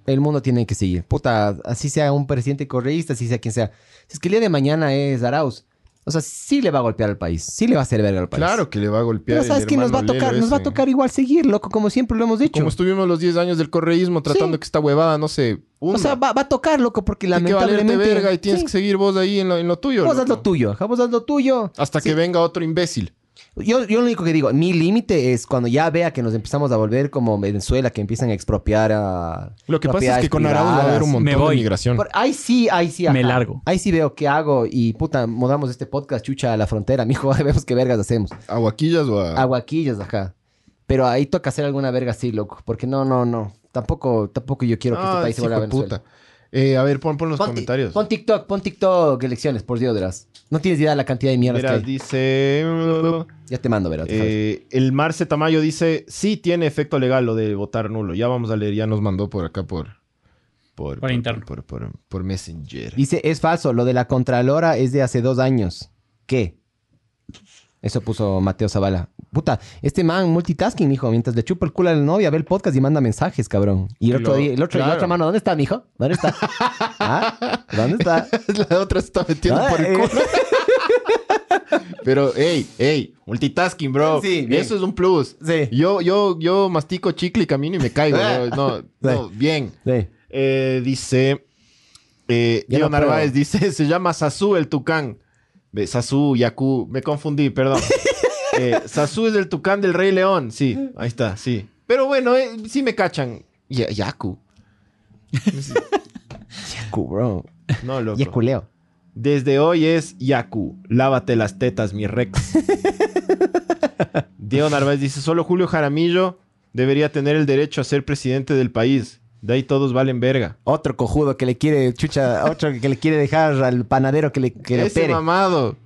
El mundo tiene que seguir. Puta, así sea un presidente correísta, así sea quien sea. Si es que el día de mañana es Arauz, o sea, sí le va a golpear al país, sí le va a hacer verga al país.
claro que le va a golpear.
Pero sabes
el
que nos va a
hermano
tocar,
Lelo
nos va a
ese.
tocar igual seguir, loco, como siempre lo hemos dicho.
Como estuvimos los 10 años del correísmo tratando
Sí.
que esta huevada no se
O
hunda.
sea, va, va a tocar, loco, porque
Hay que valerte
lamentablemente...
verga y tienes
Sí.
que seguir vos ahí en lo, en lo tuyo.
Vos haz
loco.
lo tuyo, ajá, vos haz lo tuyo.
Hasta que venga otro imbécil.
Yo, yo lo único que digo, mi límite es cuando ya vea que nos empezamos a volver como Venezuela, que empiezan a expropiar a...
Lo que pasa es
propiedades
que con Arauz va a haber un
privadas.
montón
Me voy.
de migración.
Por- ahí sí, ahí sí.
Me largo.
Ahí sí veo qué hago y puta, mudamos este podcast chucha a la frontera, [laughs] mijo, vemos qué vergas hacemos.
¿A Guaquillas o a...?
Aguaquillas, ajá. Pero ahí toca hacer alguna verga así, loco, porque no, no, no. Tampoco, tampoco yo quiero que este
Ah,
país se
hijo
vuelva
de
Venezuela.
puta. Eh, a ver, pon, pon los
Pon ti-
comentarios.
Pon TikTok, pon TikTok elecciones, por Dios, verás. No tienes idea de la cantidad de mierdas que
Verás,
hay.
dice...
Ya te mando, verás. déjame ver.
eh, el Marce Tamayo dice, sí tiene efecto legal lo de votar nulo. Ya vamos a leer, ya nos mandó por acá por... Por,
interno.
por- por- por Messenger. [laughs]
Dice, es falso, lo de la Contralora es de hace dos años. ¿Qué? Eso puso Mateo Zavala. Puta, este man multitasking, mijo, mientras le chupa el culo a la novia, ve el podcast y manda mensajes, cabrón. Y el
Y
otro
lo-
día, el otro, y la
claro.
otra mano, ¿dónde está, mijo? ¿Dónde
[laughs]
está? ¿Ah? ¿Dónde está?
La otra se está metiendo
Ah,
por el
eh.
culo.
[laughs]
Pero, hey, hey, multitasking, bro.
Sí, bien.
Eso es un plus.
Sí.
Yo, yo, yo mastico chicle y camino y
[laughs]
me caigo. bro. No, no, bien.
Sí.
Eh, dice. Eh,
Ya
Diego
no
Narváez
puedo.
dice: [laughs] se llama Sasú el Tucán. Ve, Sasú, Yaku. Me confundí, perdón. Eh, Sasú es el Tucán del Rey León. Sí, ahí está, sí. Pero bueno, eh, sí me cachan. eh, Ya- Yaku.
Yacu, bro.
No, loco.
Yaculeo.
Desde hoy es Yaku. Lávate las tetas, mi Rex. Diego Narváez dice: Solo Julio Jaramillo debería tener el derecho a ser presidente del país. De ahí todos valen verga.
Otro cojudo que le quiere, chucha, otro que le quiere dejar al panadero que le, que le
Ese
opere.
mamado.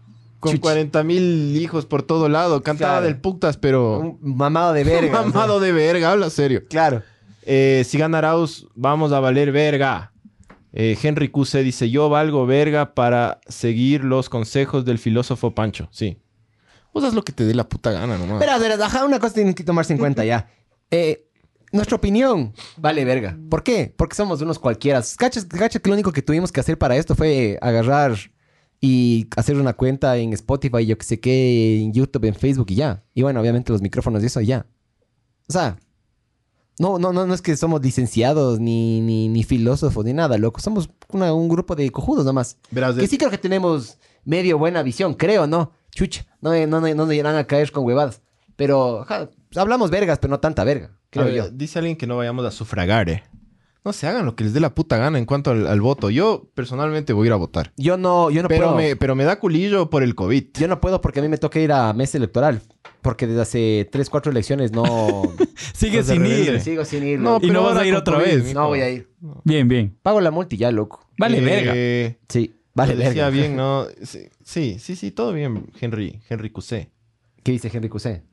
Con
Chuch.
40 mil hijos por todo lado. Cantaba
Claro.
del putas, [laughs] pero.
Un mamado de verga.
[laughs] Un mamado de verga, habla serio.
Claro.
Eh, si gana Arauz, vamos a valer verga. Eh, Henry Cuse dice: Yo valgo verga para seguir los consejos del filósofo Pancho. Sí. Vos haz lo que te dé la puta gana nomás.
Verás, verás, Ah. ajá, una cosa tienen que tomarse en cuenta ya. Eh, nuestra opinión vale verga. ¿Por qué? Porque somos unos cualquiera. Cachas, cachas que lo único que tuvimos que hacer para esto fue agarrar y hacer una cuenta en Spotify, yo que sé qué, en YouTube, en Facebook y ya. Y bueno, obviamente los micrófonos y eso y ya. O sea, no, no, no, no es que somos licenciados ni, ni, ni filósofos ni nada, loco. Somos una- un grupo de cojudos nomás.
Verás, de-
Que sí creo que tenemos medio buena visión, creo, ¿no? Chucha, no, me- no, no, no me irán a caer con huevadas. Pero ja, pues, hablamos vergas, pero no tanta verga,
a
creo
ver, eh,
yo.
Dice alguien que no vayamos a sufragar, eh. No se hagan lo que les dé la puta gana en cuanto al, al voto. Yo personalmente voy a ir a votar.
Yo no, yo no
pero,
puedo.
me, pero me da culillo por el COVID.
Yo no puedo porque a mí me toca ir a mes electoral. Porque desde hace 3, 4 elecciones
[laughs]
no.
Sigue
Los de
sin ir.
rebelde.
sigo sin ir.
No,
No,
Y
pero
no vas
ahora
a ir
con
otra
COVID,
vez.
mijo.
no voy a ir.
Bien, bien.
Pago la multa y ya, loco.
Vale,
Eh,
verga.
Sí, vale
lo decía
verga.
bien, ¿no? Sí, sí, sí, sí, todo bien, Henry, Henry Cusé.
¿Qué dice Henry Cusé?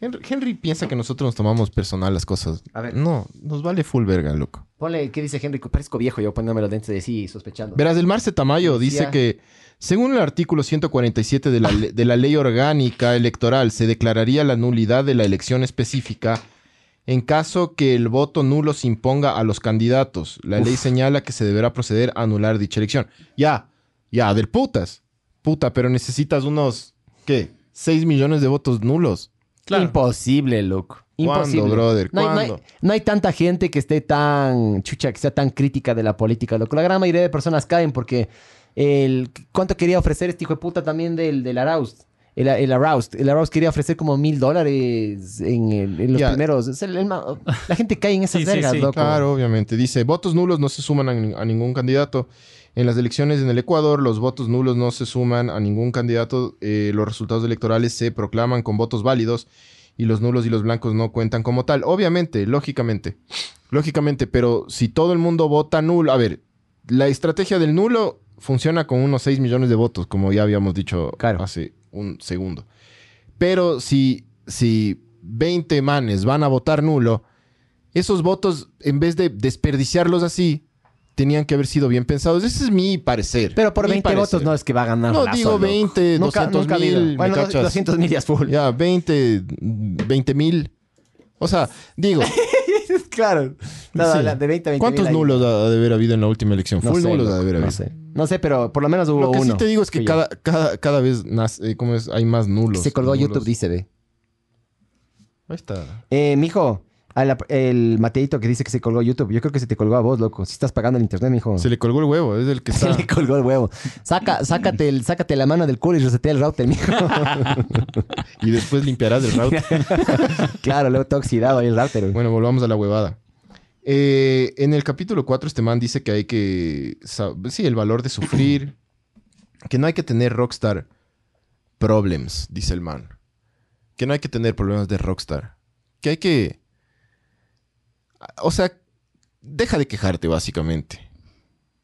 Henry, Henry piensa que nosotros nos tomamos personal las cosas.
A ver.
No, nos vale full verga, loco.
Ponle, ¿qué dice Henry Cusé? Parezco viejo yo poniéndome los dentes de sí y sospechando.
Verás, el Marce Tamayo dice
Decía-
que, según el artículo 147 de la, le- de la Ley Orgánica Electoral, se declararía la nulidad de la elección específica en caso que el voto nulo se imponga a los candidatos. La ley señala que se deberá proceder a anular dicha elección. Ya, ya, del putas. Puta, pero necesitas unos, ¿qué? 6 millones de votos nulos.
Imposible, loco.
¿Cuándo,
Imposible.
brother?
No hay, no hay-
¿Cuándo?
no hay tanta gente que esté tan chucha, que sea tan crítica de la política, loco. La gran mayoría de personas caen porque el cuánto quería ofrecer este hijo de puta también del, del Arauz. El, el Arauz. El Arauz quería ofrecer como mil dólares en, el- en los
Ya.
primeros. Es el- el ma- la gente cae en esas
[laughs]
Sí, sí,
vergas,
sí.
loco.
Claro, obviamente. Dice, votos nulos no se suman a, nin- a ningún candidato. En las elecciones en el Ecuador, los votos nulos no se suman a ningún candidato. eh, los resultados electorales se proclaman con votos válidos y los nulos y los blancos no cuentan como tal. Obviamente, lógicamente. Lógicamente, pero si todo el mundo vota nulo, a ver, la estrategia del nulo funciona con unos 6 millones de votos, como ya habíamos dicho
Claro.
hace un segundo. Pero si, si 20 manes van a votar nulo, esos votos, en vez de desperdiciarlos así, tenían que haber sido bien pensados. Ese es mi parecer.
Pero por
Mi
20
parecer.
votos no es que va a ganar.
No
Lazo,
digo
loco.
20, 200 mil,
vino.
¿me
Bueno,
cachas?
200 mil ya es full.
Ya, 20, 20 mil. O sea,
[laughs]
digo,
[laughs] claro. Nada,
Sí.
la- de 20 a 20
¿cuántos
mil ahí.
nulos ha ha de haber habido en la última elección?
No
Full
sé,
nulos ha
loco,
de haber habido.
no sé. No sé, pero por lo menos hubo
Lo que
uno.
sí te digo es que
Fui yo.
cada, cada, cada vez nace- eh, ¿cómo es? hay más nulos.
Se colgó
nulos.
YouTube, dice, ve.
Ahí está.
Eh, mijo, a la- el Mateito que dice que se colgó YouTube. Yo creo que se te colgó a vos, loco. Si estás pagando el internet, mijo.
Se le colgó el huevo, es el que
Oh. [laughs] Se
está.
le colgó el huevo. Saca, sácate, el, sácate la mano del culo y resetea el router, mijo. [laughs]
y después limpiarás el router.
claro, luego está oxidado ahí el router. güey.
Bueno, volvamos a la huevada. Eh, en el capítulo 4, este man dice que hay que. sa- Sí, el valor de sufrir. que no hay que tener rockstar problems, dice el man. Que no hay que tener problemas de rockstar. Que hay que. O sea, deja de quejarte, básicamente.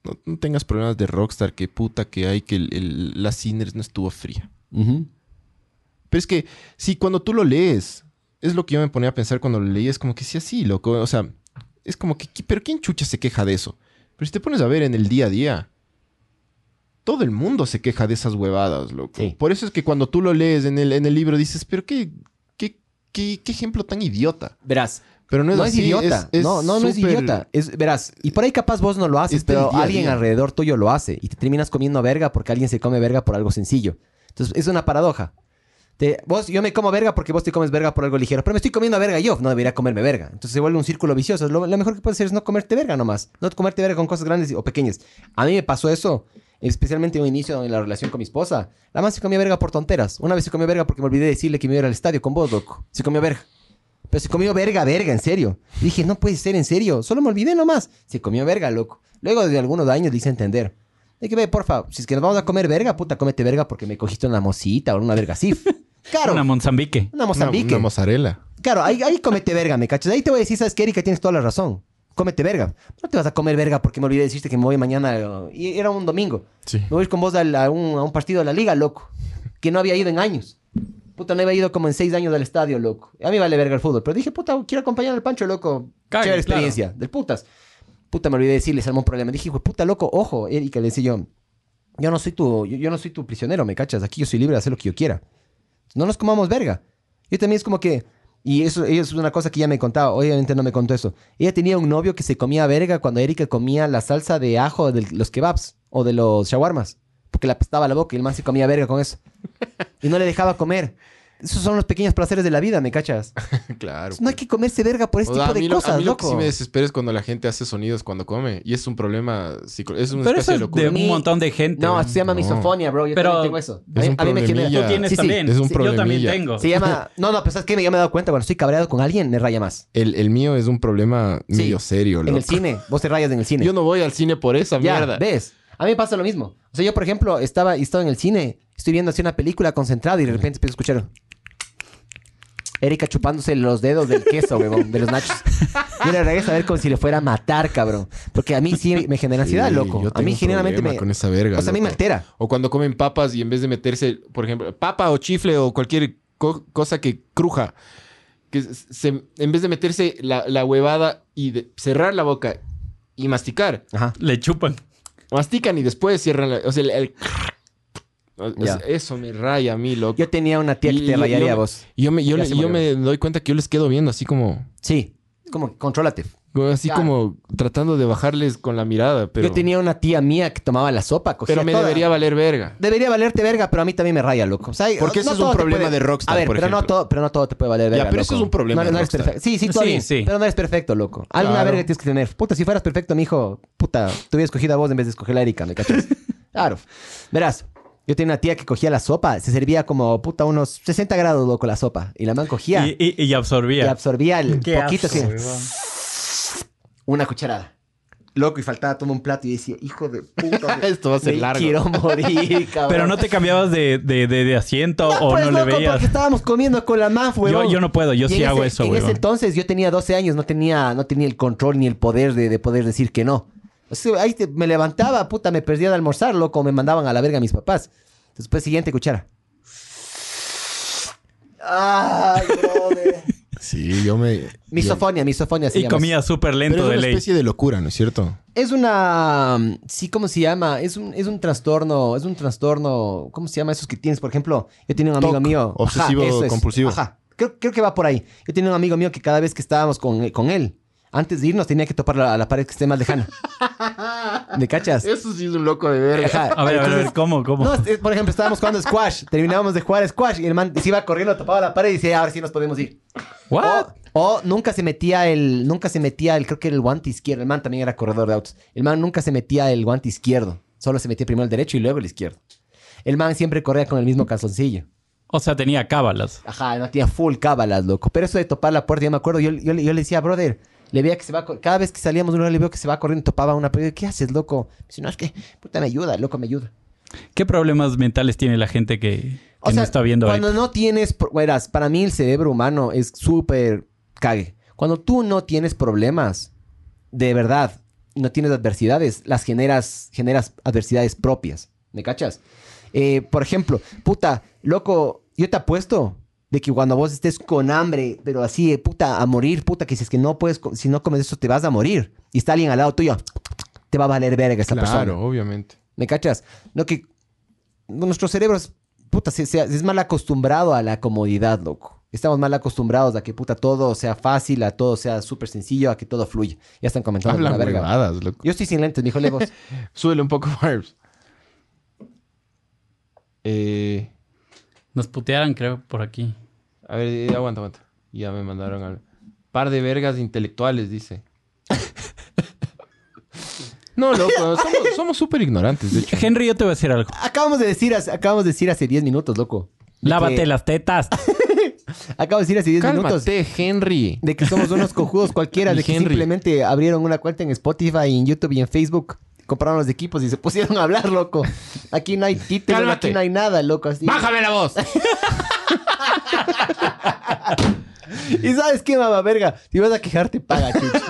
No, no tengas problemas de rockstar, que puta que hay, que el- el- la Sinners no estuvo fría.
Ujú.
Pero es que, si cuando tú lo lees, es lo que yo me ponía a pensar cuando lo leí, es como que sí, así, loco. O sea, es como que, ¿qui- pero ¿quién chucha se queja de eso? Pero si te pones a ver en el día a día, todo el mundo se queja de esas huevadas, loco.
Sí.
Por eso es que cuando tú lo lees en el, en el libro dices, pero qué, qué, qué, qué ejemplo tan idiota.
Verás,
Pero no
no,
es
es
así,
idiota.
es- es
no, no, no es
súper- Este,
idiota. Es, verás, y por ahí capaz vos no lo haces,
es del
pero
día a
alguien
día.
alrededor tuyo lo hace y te terminas comiendo verga porque alguien se come verga por algo sencillo. Entonces, es una paradoja. Te- vos, yo me como verga porque vos te comes verga por algo ligero, pero me estoy comiendo verga yo, no debería comerme verga. Entonces se vuelve un círculo vicioso. Lo, lo mejor que puedes hacer es no comerte verga nomás, no comerte verga con cosas grandes o pequeñas. A mí me pasó eso, especialmente en un inicio en la relación con mi esposa. La más se comió verga por tonteras. Una vez se comió verga porque me olvidé decirle que me iba a ir al estadio con vos, loco. Se comió verga. Pero se comió verga, verga, en serio. Y dije, no puede ser, en serio. Solo me olvidé nomás. Se comió verga, loco. Luego de algunos años le hice entender. De que, ve, porfa, si es que nos vamos a comer verga, puta, cómete verga porque me cogiste una mosita o una verga
[laughs]
así. Claro.
Una
Una,
Mozambique.
Una,
Mozambique.
una mozzarella.
Claro, ahí, ahí comete verga, ¿me cachas? Ahí te voy a decir, ¿sabes qué, Erika? Tienes toda la razón. Cómete verga. No te vas a comer verga porque me olvidé decirte que me voy mañana. eh, Y era un domingo.
Sí.
Me voy a ir con vos al- a un, a un partido de la liga, loco. Que no había ido en años. Puta, no había ido como en seis años al estadio, loco. A mí vale verga el fútbol. Pero dije, puta, quiero acompañar al Pancho, loco.
Cague,
Chévere
claro.
experiencia. Del putas. Puta, me olvidé decirle, se armó un problema. Dije, hijo de puta, loco, ojo, Erika, le decía yo. Yo no soy tu, yo, yo no soy tu prisionero, ¿me cachas? Aquí yo soy libre de hacer lo que yo quiera. No nos comamos verga. Yo también es como que... Y eso, eso es una cosa que ella me contaba. Obviamente no me contó eso. Ella tenía un novio que se comía verga cuando Erika comía la salsa de ajo de los kebabs o de los shawarmas. Porque le apestaba la boca y el man se comía verga con eso. Y no le dejaba comer. Esos son los pequeños placeres de la vida, ¿me cachas?
[laughs] claro. pues.
No hay que comerse verga por ese
O sea,
tipo
a mí
de
lo-
cosas,
a mí
loco.
Lo que sí me desespera es cuando la gente hace sonidos cuando come. Y es un problema psicológico. Es una
Pero eso
especie
es
de
de
locura.
un montón de gente.
No, esto se llama
No.
misofonia, bro. Yo
Pero-
también tengo eso.
Es
a mí,
un
a mí me genera.
problemilla.
Tú tienes
Sí, sí.
también.
Es un
Yo también
problemilla.
tengo.
Se llama. No, no, pero es que me- yo me he dado cuenta cuando estoy cabreado con alguien, me raya más.
El, el mío es un problema
Sí.
medio serio,
En
loco.
el cine, vos te rayas en el cine.
Yo no voy al cine por esa
ya,
mierda.
¿ves? A mí me pasa lo mismo. O sea, yo, por ejemplo, estaba, estaba en el cine, estoy viendo así una película concentrada y de repente empiezo a escuchar. Erika chupándose los dedos del queso, huevón, de los nachos. Yo le regreso a ver como si le fuera a matar, cabrón. Porque a mí sí me genera ansiedad,
Sí,
loco.
yo
A
tengo
mí
un
generalmente
problema
me.
con esa verga,
o sea, a mí me
loco.
altera.
O cuando comen papas y en vez de meterse, por ejemplo, papa o chifle o cualquier co- cosa que cruja, que s- se- en vez de meterse la, la huevada y de- cerrar la boca y masticar,
Ajá.
Le chupan.
mastican y después cierran la... O sea, el- el- o sea,
Ya.
eso me raya a mí, loco.
Yo tenía una tía que
Y-
te
yo-
rayaría
yo
a
me-
vos.
Yo me, yo,
Ya
le-
se
yo me
murió.
doy cuenta que yo les quedo viendo así como...
Sí. Es como, contrólate.
Así
Claro.
como tratando de bajarles con la mirada, pero...
Yo tenía una tía mía que tomaba la sopa, cogía
pero me
toda.
debería valer verga.
Debería valerte verga, pero a mí también me raya, loco. O sea,
Porque ese es un
todo te
problema
puede-
de Rockstar,
A ver,
por
pero, No
ejemplo.
todo, pero no todo te puede valer
Ya,
verga.
pero eso
loco.
es un
No,
problema
no
de
eres
Rockstar.
perfecto. Sí, sí, todo
Sí,
bien.
sí.
Pero no eres perfecto, loco. Alguna
Claro.
verga tienes que tener. Puta, si fueras perfecto, mijo, puta, te hubieras cogido a vos en vez de escoger a Erika, ¿me
[laughs]
cachas? claro. Verás. Yo tenía una tía que cogía la sopa, se servía como puta unos 60 grados, loco, la sopa. Y la man cogía
Y,
y,
y- y absorbía.
absorbía el
Qué
poquito
asco,
así,
huevón.
una cucharada. Loco, y faltaba tomar un plato y decía, hijo de
[laughs]
puta. me-
Esto va a ser
me
largo.
Quiero morir, cabrón.
Pero no te cambiabas de, de, de, de asiento
No,
o
pues,
no le
loco,
veías.
Porque estábamos comiendo con la MAF,
Yo,
huevón.
yo no puedo,
Y
yo
en
sí
ese-
hago eso,
En
güey.
ese entonces yo tenía 12 años, no tenía, no tenía el control ni el poder de, de poder decir que no. O sea, ahí te- me levantaba, puta, me perdía de almorzar, loco, me mandaban a la verga mis papás. Después, siguiente cuchara. Ay,
[laughs]
brother.
Sí, yo me...
misofonia, misofonia se
Y
llama
comía súper
Pero
lento
es
de
una
ley.
especie de locura, ¿no es cierto?
Es una. mm, Sí, ¿cómo se llama? Es un, es un trastorno. Es un trastorno. ¿Cómo se llama esos que tienes? Por ejemplo, yo tenía un amigo
TOC,
mío.
obsesivo
eso es.
compulsivo.
Ajá. Creo, creo que va por ahí. Yo tenía un amigo mío que cada vez que estábamos con, eh, con él, antes de irnos tenía que topar la, la pared que esté más
[laughs]
lejana. ¿Me cachas?
Eso sí es un loco de verga.
Ajá.
A ver, a ver, a ver, ¿cómo, cómo?
No, es- por ejemplo, estábamos jugando squash. Terminábamos de jugar squash y el man se iba corriendo, topaba la pared y decía, ahora sí nos podemos ir.
What?
O, o nunca se metía el, nunca se metía el, creo que era el guante izquierdo. El man también era corredor de autos. El man nunca se metía el guante izquierdo. Solo se metía primero el derecho y luego el izquierdo. El man siempre corría con el mismo calzoncillo.
O sea, tenía cábalas.
Ajá, no tenía full cábalas, loco. Pero eso de topar la puerta, yo me acuerdo, yo, yo, le- yo le decía, brother, le veía que se va, cor- cada vez que salíamos de un lugar le veo que se va corriendo, topaba una pared. ¿Qué haces, loco? Si no, es que, puta, me ayuda, loco, me ayuda.
¿Qué problemas mentales tiene la gente que, que
O sea,
no está viendo ahí?
cuando no tienes... pro- Verás, para mí el cerebro humano es súper cague. Cuando tú no tienes problemas, de verdad, no tienes adversidades, las generas, generas adversidades propias. ¿Me cachas? Eh, por ejemplo, puta, loco, yo te apuesto de que cuando vos estés con hambre, pero así, eh, puta, a morir, puta, que si es que no puedes, co- si no comes eso, te vas a morir. Y está alguien al lado tuyo, te va a valer verga esa persona.
Claro, obviamente.
¿Me cachas? No que nuestro cerebro es, puta, se, se- es mal acostumbrado a la comodidad, loco. Estamos mal acostumbrados a que puta todo sea fácil, a todo sea súper sencillo, a que todo fluya. Ya están comentando
Hablan
la verga.
huevadas, loco.
Yo estoy sin lentes,
[laughs]
mijo, lejos.
Súbele un poco, [laughs] Barbs. Eh,
Nos putearan, creo, por aquí.
a ver, eh, aguanta, aguanta. Ya me mandaron al... Par de vergas intelectuales, dice. No,
[laughs]
loco, somos- somos súper ignorantes, de hecho.
Henry, yo te voy a decir algo.
acabamos de decir, hace- acabamos de decir hace 10 minutos, loco. De
Lávate
que- [laughs]
las tetas.
Acabo de decir hace 10 minutos
Cálmate, Henry.
de que somos unos cojudos cualquiera,
Mi
de que
Henry.
simplemente abrieron una cuenta en Spotify, en YouTube y en Facebook. Compraron los equipos y se pusieron a hablar, loco. Aquí no hay título,
Cálmate.
aquí no hay nada, loco. Así.
¡Bájame la voz!
¿Y sabes qué, mamá verga? Si vas a
[laughs]
quejarte, paga, chucho.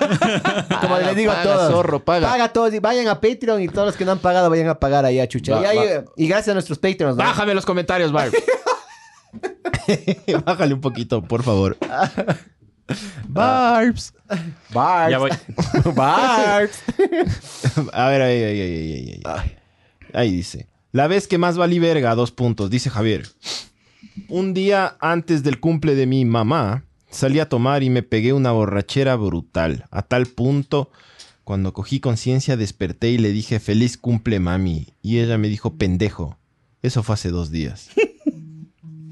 Como les digo a
Paga,
todos.
zorro, paga.
Paga a todos. Y vayan a Patreon y todos los que no han pagado vayan a pagar ahí a chucha.
Va-
y, ahí,
va.
eh, y gracias a nuestros Patreons. ¿no?
¡Bájame los comentarios,
[laughs]
Barb!
[laughs] Bájale un poquito, por favor. Barbs.
Barbs. [laughs]
Ya voy.
Barbs.
[laughs] A ver, ahí, ahí, ahí, ahí, ahí, ahí. Ahí dice. La vez que más valí verga, dos puntos, dice Javier. Un día antes del cumple de mi mamá, salí a tomar y me pegué una borrachera brutal. A tal punto, cuando cogí conciencia, desperté y le dije, feliz cumple, mami. Y ella me dijo, pendejo. Eso fue hace
[laughs]
dos días.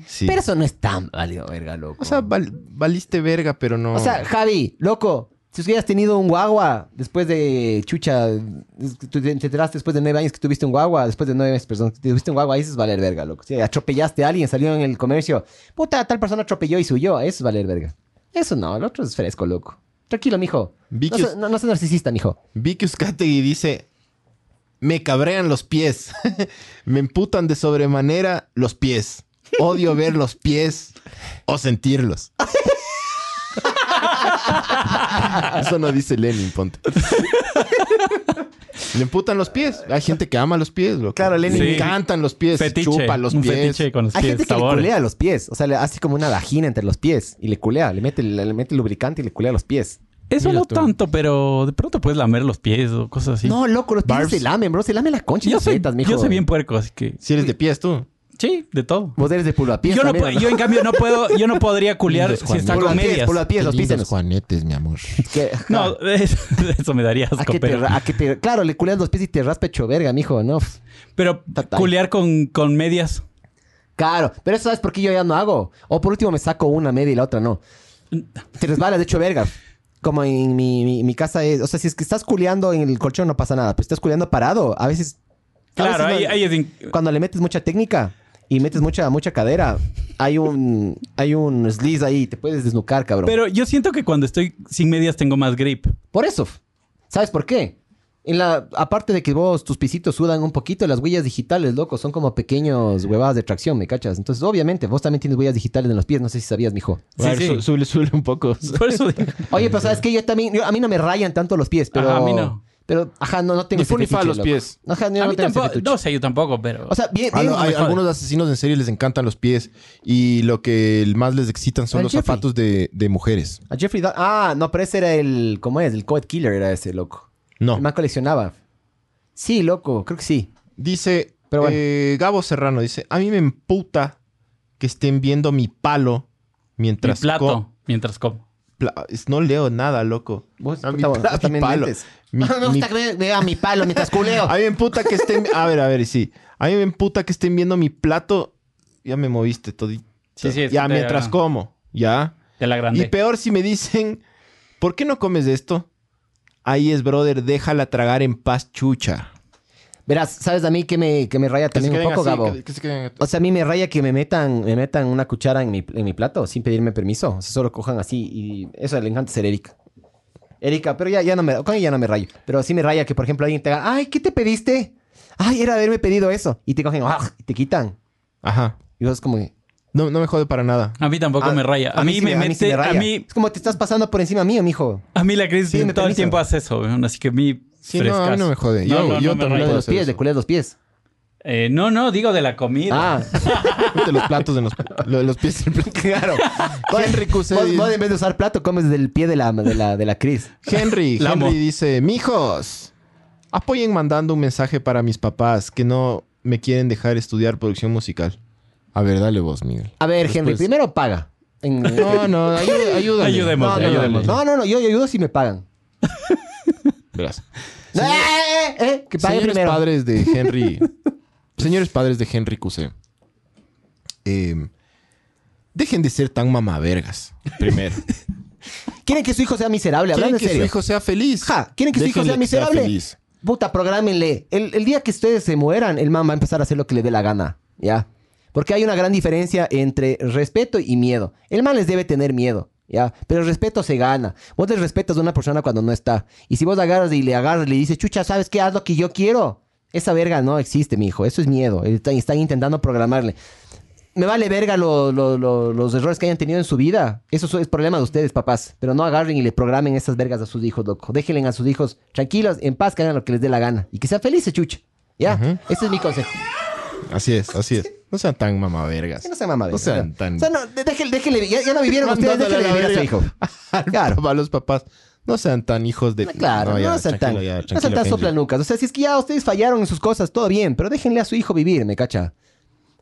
Sí.
Pero eso no es tan válido, verga, loco.
O sea, val- valiste verga, pero no...
O
Oh.
sea, Javi, loco. Si hubieras tenido un guagua después de chucha, es que tú te enteraste después de nueve años que tuviste un guagua, después de nueve meses, perdón, que tuviste un guagua, ahí eso es valer verga, loco. Si atropellaste a alguien, salió en el comercio, puta, tal persona atropelló y subió, eso es valer verga. Eso no, el otro es fresco, loco. Tranquilo, mijo.
Vi
No,
que-
seas- no, no seas narcisista, mijo.
Vicky Uzcategui dice: Me cabrean los pies. [laughs] Me emputan de sobremanera los pies. Odio ver los pies o sentirlos. [laughs] Eso no dice Lenin, ponte. [laughs] Le emputan los pies. Hay gente que ama los pies, loco.
Claro, Lenin.
Le
Sí.
encantan los pies.
Fetiche.
Chupa los
un
pies.
fetiche con los
Hay
pies,
gente que
sabores.
le culea los pies, o sea, le hace como una vagina entre los pies y le culea, le mete, le, le mete lubricante y le culea los pies.
Eso
Mira
no
tú.
tanto, pero de pronto puedes lamer los pies o cosas así.
No, loco, los pies
Barbs.
se lamen, bro, se lamen las conchas y
yo
las
soy,
tetas, mijo.
yo soy bien puerco, así que
Si eres de pies, tú.
sí, de todo.
Vos eres de pulvapiés
yo no
también,
puedo-
¿no?
yo en cambio no puedo, yo no podría culiar
Lindos
si está
Por
con
los pies,
medias.
por los pies, los
Qué lindos
písenos.
juanetes, mi amor.
Que-
No, eso, [laughs] eso me daría
¿A
asco,
que te,
pero,
ra- a que te- claro, le culeas los pies y te raspa hecho verga, mijo, no. pf,
pero
Fatal.
culiar con, con medias.
Claro, pero eso sabes por qué yo ya no hago. O por último me saco una media y la otra no. Te resbalas de hecho verga. Como en mi, mi- mi casa es, o sea, si es que estás culeando en el colchón no pasa nada, pero estás culeando parado, a veces a
Claro,
veces
ahí,
no-
ahí es in-
cuando le metes mucha técnica y metes mucha mucha cadera, hay un hay un slice ahí, te puedes desnucar, cabrón.
Pero yo siento que cuando estoy sin medias tengo más grip.
Por eso. ¿Sabes por qué? En la, aparte de que vos, tus pisitos sudan un poquito, las huellas digitales, loco, son como pequeños huevadas de tracción, ¿me cachas? Entonces, obviamente, vos también tienes huellas digitales en los pies, no sé si sabías, mijo.
A ver,
Sí, sí.
su- Sube, sube un poco.
Por eso digo.
Oye, pero sabes que yo también, yo- a mí no me rayan tanto los pies, pero.
Ajá, a mí no.
Pero, ajá, no, no tengo
Ni
ese
fu ni fa
fetiche,
los
loco.
pies.
Ajá, yo
a
no
mí
tengo ese
tampoco.
fetiche.
No sé, yo tampoco, pero.
O sea, bien,
Ah,
bien.
no,
mejor.
hay algunos asesinos en serie les encantan los pies y lo que el más les excitan son
Al
los
Jeffrey.
zapatos de, de mujeres.
A Jeffrey Dahmer. Ah, no, pero ese era el. ¿Cómo es? El Coed Killer era ese, loco.
No.
El más coleccionaba. Sí, loco, creo que sí.
Dice
Pero bueno.
eh, Gabo Serrano, dice, a mí me emputa que estén viendo mi palo
mi
mientras...
plato
co-
mientras como.
pla- es- no leo nada, loco.
Vos,
A mí
puta, vos
pla-
también
Ah, [laughs] mi palo.
mentes. [laughs]
Mi-
Ah, me
mi-
gusta que me vea mi palo mientras culeo.
[laughs] a mí me emputa que estén... A ver, a ver, sí. A mí me emputa que estén viendo mi plato. Ya me moviste todito.
Sí, sí, es
ya,
que te-
mientras como. Ya.
De la
Y
grande.
peor si me dicen, ¿por qué no comes de esto? Ahí es, brother, déjala tragar en paz, chucha.
Verás, ¿sabes a mí que me, que me raya
Que se
también un
queden
poco,
así,
Gabo?
que- que se queden-
O sea, a mí me raya que me metan, me metan una cuchara en mi, en mi plato sin pedirme permiso. O sea, solo cojan así y eso le encanta ser Erika. Erika, pero ya, ya no me, con ella ya no me rayo. Pero sí me raya que, por ejemplo, alguien te haga, ay, ¿qué te pediste? Ay, era haberme pedido eso. Y te cogen, ¡ah! Y te quitan.
Ajá.
Y vos como que...
No, no me jode para nada.
A mí tampoco
"Ah,
me raya. A, mí,
sí
me
a
mete.
sí me
a,
raya".
mí,
Es como te estás pasando por encima mío, mijo.
a mí la crisis
Sí, me
todo el
permiso.
tiempo hace eso, weón. Así que a mí.
Sí, no, a mí no me jode. Yo- yo
me raya.
también
De
puedo
los
hacer
pies,
eso.
de culer los pies.
Eh, no, no, digo de la comida. [laughs]
Ah,
Mete los platos [laughs] en los, lo- los pies del plato.
claro.
Henry
Vos,
Cusedi.
vos en vez de usar plato, comes del pie de la, de la, de la Cris.
Henry,
La amo.
Henry dice, mijos, apoyen mandando un mensaje para mis papás que no me quieren dejar estudiar producción musical. A ver, dale vos, Miguel.
A ver, Henry,
Después-
primero paga. En-
No, no, ayú- ayúdame.
Ayudemos,
No, no, no,
ayudemos.
no, no, no, yo, yo ayudo si me pagan.
Verás.
No, eh, eh, eh, que pague
Señores
primero. [laughs]
padres de Henry. señores padres de Henry Cusé. eh, dejen de ser tan mamavergas.
[laughs]
Primero.
¿Quieren que su hijo sea miserable?
Quieren
Hablando en
que su
serio.
hijo sea feliz.
Ja, ¿quieren que su hijo
Déjenle
sea miserable?
feliz.
Puta, prográmenle. El, el día que ustedes se mueran, el man va a empezar a hacer lo que le dé la gana. ¿Ya? Porque hay una gran diferencia entre respeto y miedo. El man les debe tener miedo. ¿Ya? Pero el respeto se gana. Vos le respetas a una persona cuando no está. Y si vos agarras y le agarras y le dices, chucha, ¿sabes qué? Haz lo que yo quiero. Esa verga no existe, mi hijo. Eso es miedo. Están, están intentando programarle. Me vale verga lo- lo- lo- los errores que hayan tenido en su vida. Eso so- es problema de ustedes, papás. Pero no agarren y le programen esas vergas a sus hijos, loco. Déjenle a sus hijos tranquilos, en paz, que hagan lo que les dé la gana. Y que sean felices, chucha. ¿Ya? Ese es mi consejo.
Así es, así es. No sean tan mamavergas.
Que no sean mamadas.
No sean tan...
O sea, no, de- déjenle, déjenle- ya, ya no vivieron ustedes,
Mandándole
déjenle
a la
vivir a su hijo.
[laughs]
Claro.
A los papás. No sean tan hijos de...
Ah, Claro, no,
ya,
sean tan,
tranquilo, ya,
no sean
tranquilo,
tan
Henry.
soplanucas. O sea, si es que ya ustedes fallaron en sus cosas, todo bien, pero déjenle a su hijo vivir, me cacha.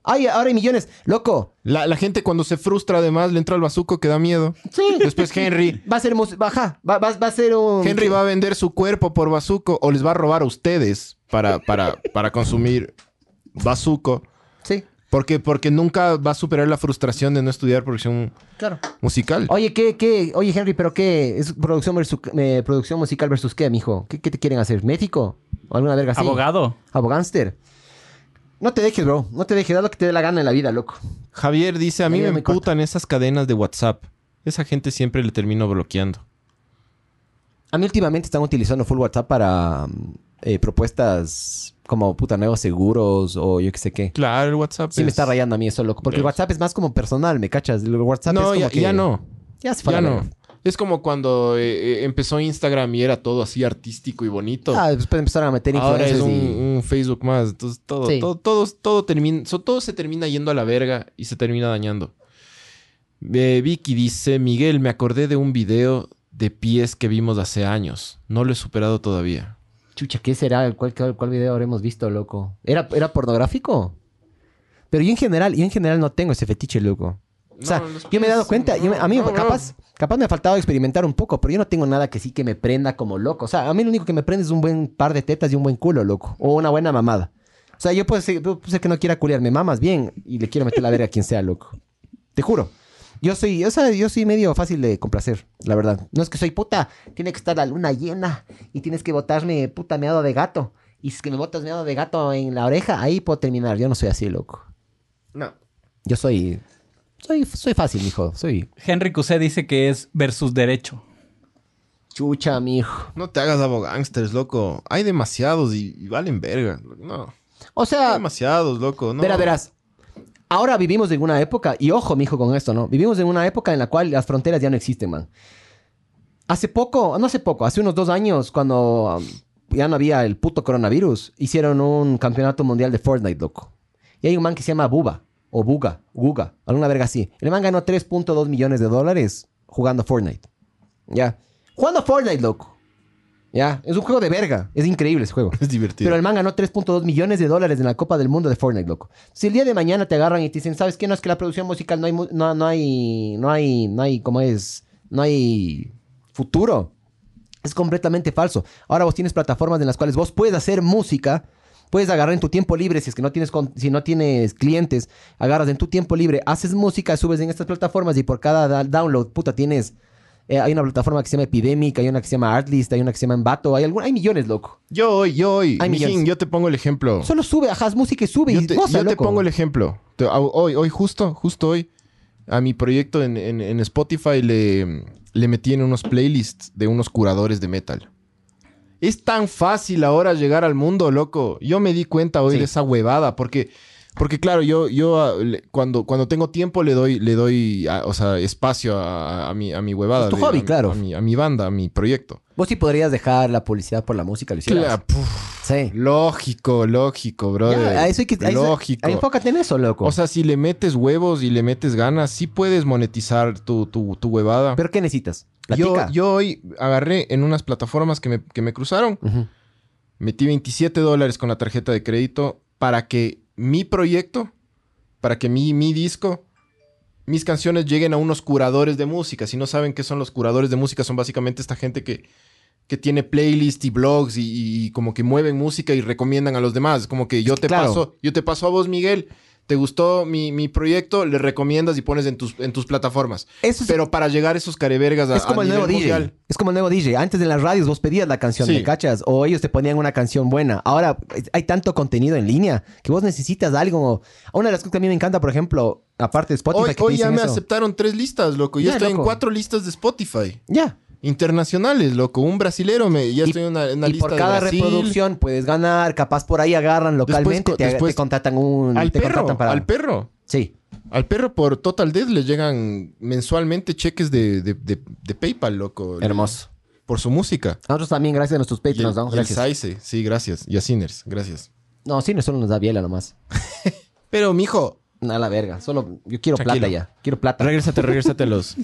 Ay, ahora hay millones. Loco,
La, la gente cuando se frustra además le entra al bazuco que da miedo.
Sí. [laughs]
Después Henry.
va a ser mus- baja, va, va- va a ser un.
Henry va a vender su cuerpo por bazuco o les va a robar a ustedes para, para, para consumir bazuco.
Sí,
Porque, porque nunca va a superar la frustración de no estudiar producción
claro.
musical.
Oye, ¿qué, qué? Oye, Henry, ¿pero qué? ¿Es producción, versus, eh, producción musical versus qué, mijo? ¿Qué, qué te quieren hacer? ¿México? ¿O alguna verga así?
Abogado.
¿Abogánster? No te dejes, bro. No te dejes. Haz lo que te dé la gana en la vida, loco.
Javier dice, a mí
Ahí
me
va mi corta.
emputan esas cadenas de WhatsApp. Esa gente siempre le termino bloqueando.
A mí últimamente están utilizando full WhatsApp para mm, eh, propuestas como puta nuevos seguros o yo qué sé qué.
Claro, el WhatsApp
Sí me
es-
está rayando a mí eso, loco. Porque el WhatsApp es más como personal, ¿me cachas? El WhatsApp es
No,
como
ya,
que-
ya no.
Ya se fue
Ya
a la
no.
verga.
Es como cuando eh, eh, empezó Instagram y era todo así artístico y bonito.
Ah, después empezaron a meter
Ahora
influencers
es un,
y...
un Facebook más. Entonces todo,
Sí.
todo, todo, todo termina, so- todo se termina yendo a la verga y se termina dañando. Eh, Vicky dice, Miguel, me acordé de un video de pies que vimos hace años. No lo he superado todavía.
Chucha, ¿qué será? ¿Cuál, cuál, cuál video habremos visto, loco? ¿Era, ¿Era pornográfico? Pero yo en general, yo en general no tengo ese fetiche, loco. O sea,
No, los
yo me he dado
pies,
cuenta, yo me- a mí
no, no.
capaz, capaz me ha faltado experimentar un poco, pero yo no tengo nada que sí que me prenda como loco. O sea, a mí lo único que me prende es un buen par de tetas y un buen culo, loco. O una buena mamada. O sea, yo puedo ser, puedo ser que no quiera culiarme mamas bien y le quiero meter la verga a quien sea, loco. Te juro. Yo soy, o sea, yo soy medio fácil de complacer, la verdad. No es que soy puta, tiene que estar la luna llena y tienes que botarme puta meado de gato. Y si es que me botas meado de gato en la oreja, ahí puedo terminar. Yo no soy así, loco.
No.
Yo soy. Soy, soy fácil, hijo. Soy.
Henry Cusé dice que es versus derecho.
Chucha, mijo.
No te hagas abogánsters, loco. Hay demasiados y, y valen verga. No.
O
Hay
sea,
demasiados, loco. No.
verás, Ah. verás. Ahora vivimos en una época, y ojo, mijo, con esto, ¿no? Vivimos en una época en la cual las fronteras ya no existen, man. Hace poco, no hace poco, hace unos dos años, cuando um, ya no había el puto coronavirus, hicieron un campeonato mundial de Fortnite, loco. Y hay un man que se llama Buba, o Buga, Guga, alguna verga así. El man ganó 3.2 millones de dólares jugando Fortnite. Ya. Jugando Fortnite, loco. Ya. Es un juego de verga. Es increíble ese juego.
[laughs] Es divertido.
Pero el man ganó 3.2 millones de dólares en la Copa del Mundo de Fortnite, loco. Si el día de mañana te agarran y te dicen, ¿sabes qué? No es que la producción musical no hay, mu- no, no hay, no hay, no hay, ¿cómo es? No hay futuro. Es completamente falso. Ahora vos tienes plataformas en las cuales vos puedes hacer música, puedes agarrar en tu tiempo libre, si es que no tienes, con- si no tienes clientes, agarras en tu tiempo libre, haces música, subes en estas plataformas y por cada da- download, puta, tienes... eh, hay una plataforma que se llama Epidemic, hay una que se llama Artlist, hay una que se llama Embato, hay, algún, hay millones, loco.
Yo hoy, yo hoy.
Hay
Mijín,
millones.
yo te pongo el ejemplo.
Solo sube, ajá, es música y sube
Yo
y
te,
goza,
yo te
loco.
pongo el ejemplo. Te- a- hoy, hoy, justo, justo hoy, a mi proyecto en, en- en Spotify le, le metí en unos playlists de unos curadores de metal. Es tan fácil ahora llegar al mundo, loco. Yo me di cuenta hoy de esa huevada, porque, porque claro, yo, yo ah, le- cuando, cuando tengo tiempo le doy, le doy ah, o sea, espacio a, a mi, a mi huevada.
Es tu hobby,
a mi-
claro.
A mi, a mi banda, a mi proyecto.
Vos sí podrías dejar la publicidad por la música, lo hicieras.
Claro, puf,
Sí.
lógico, lógico,
Ya,
brother.
a eso hay que... a eso-
lógico.
a- enfócate en eso, loco.
O sea, si le metes huevos y le metes ganas, sí puedes monetizar tu, tu, tu huevada.
¿Pero qué necesitas? ¿La
yo,
tica?
yo hoy agarré en unas plataformas que me, que me cruzaron,
Ujú.
metí 27 dólares con la tarjeta de crédito para que mi proyecto, para que mi, mi disco, mis canciones lleguen a unos curadores de música. Si no saben qué son los curadores de música, son básicamente esta gente que, que tiene playlists y blogs y, y como que mueven música y recomiendan a los demás. Como que yo te
Claro.
paso, yo te paso a vos, Miguel. ¿Te gustó mi, mi proyecto? Le recomiendas y pones en tus, en tus plataformas.
Eso es,
Pero para llegar a esos carevergas a,
es como
a
el nuevo
nivel
DJ.
mundial,
Es como el nuevo DJ. Antes en las radios vos pedías la canción,
Sí.
¿me cachas? O ellos te ponían una canción buena. Ahora es- hay tanto contenido en línea que vos necesitas algo. Una de las cosas que a mí me encanta, por ejemplo, aparte de Spotify,
Hoy,
que te
hoy ya
dicen
me
eso.
aceptaron tres listas, loco. Ya,
Ya,
estoy
loco.
en cuatro listas de Spotify.
Ya.
Internacionales, loco. Un brasilero, me, ya
Y-
estoy en una, en una
Y
lista
por cada
de Brasil.
reproducción puedes ganar. Capaz por ahí agarran localmente,
co-
te,
después-
te contratan un...
Al
te
perro,
contratan para...
al perro.
Sí.
Al perro por Total Death le llegan mensualmente cheques de, de- de- de PayPal, loco.
Hermoso.
Por su música.
Nosotros también, gracias a nuestros
Y el,
Patreons, ¿no?
y el
Gracias.
Saize, sí, gracias. Y a Sinners, gracias.
No, sí, no solo nos da biela nomás.
Pero, mijo,
A la verga. Solo, yo quiero
Tranquilo.
plata ya. Quiero plata.
Regrésate,
[laughs]
regrérsatelos.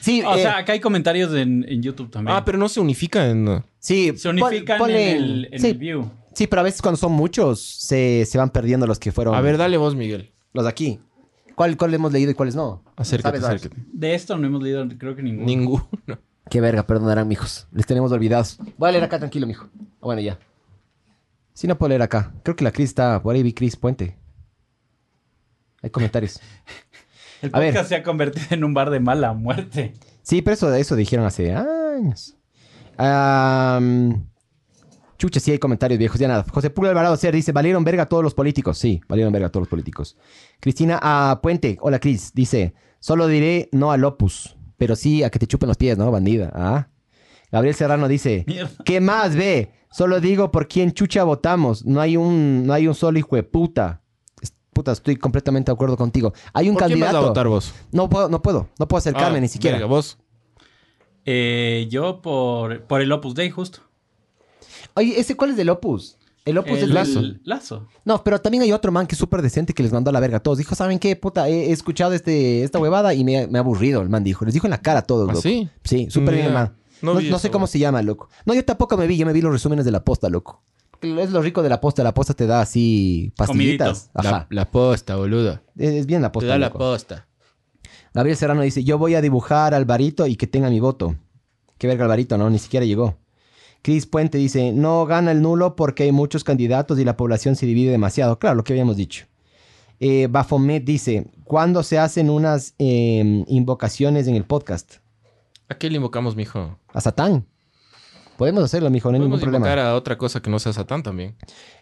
Sí,
O
eh,
sea, acá hay comentarios en, en YouTube también.
ah, pero no se unifica en...
sí,
Se
pon-
unifican
ponle-
en, el, en
sí,
el view.
sí, pero a veces cuando son muchos se, se van perdiendo los que fueron.
A ver, dale vos, Miguel.
Los de aquí. ¿Cuál, ¿Cuál hemos leído y cuáles no?
Acércate,
¿Sabes?
acércate.
De esto no hemos leído, creo que ninguno.
Ninguno.
Qué verga, perdonarán, mijos. Les tenemos olvidados. Voy a leer acá tranquilo, mijo. Ah, Bueno, ya. Sí, no puedo leer acá. Creo que la Cris está. Por ahí vi Cris Puente. Hay comentarios.
el
a ver.
podcast se ha convertido en un bar de mala muerte. [laughs]
Sí, pero eso, eso dijeron hace años. Am, chucha, sí hay comentarios viejos, ya nada. José Pulo Alvarado Ser dice, valieron verga todos los políticos. Sí, valieron verga todos los políticos. Cristina A. Puente, hola Cris, dice, solo diré no al opus, pero sí a que te chupen los pies, ¿no, bandida? Ah. Gabriel Serrano dice,
Mierda.
¿qué más ve? Solo digo por quién chucha votamos. No hay un, no hay un solo hijo de puta. Es- Puta, estoy completamente de acuerdo contigo. Hay un
¿Por quién
candidato.
vas a votar vos?
No puedo, no puedo, no puedo acercarme
Ah,
ni siquiera.
verga, vos.
Eh, yo por, por el Opus Dei, justo.
Oye, ¿ese cuál es del Opus? El Opus
El-
es Lazo.
el Lazo.
No, pero también hay otro man que es súper decente que les mandó a la verga a todos. Dijo, ¿saben qué, puta? He, he escuchado este, esta huevada y me, me ha aburrido, el man dijo. Les dijo en la cara a todos,
¿Ah,
loco.
sí?
Sí, súper bien, el
Mira,
man. No,
no vi
no
eso,
sé cómo
güey.
se llama, loco. No, yo tampoco me vi. Yo me vi los resúmenes de la posta, loco. Es lo rico de la posta. La posta te da así pastillitas. Ajá.
posta, boludo.
Es, es bien la posta, loco.
posta.
Gabriel Serrano dice, yo voy a dibujar a Alvarito y que tenga mi voto. Qué verga Alvarito, ¿no? Ni siquiera llegó. Cris Puente dice, no gana el nulo porque hay muchos candidatos y la población se divide demasiado. Claro, lo que habíamos dicho. Eh, Bafomet dice, ¿cuándo se hacen unas eh, invocaciones en el podcast?
¿A qué le invocamos, mijo?
¿A Satán? Podemos hacerlo, mijo, no hay ningún
Podemos invocar
problema.
a otra cosa que no sea Satán también.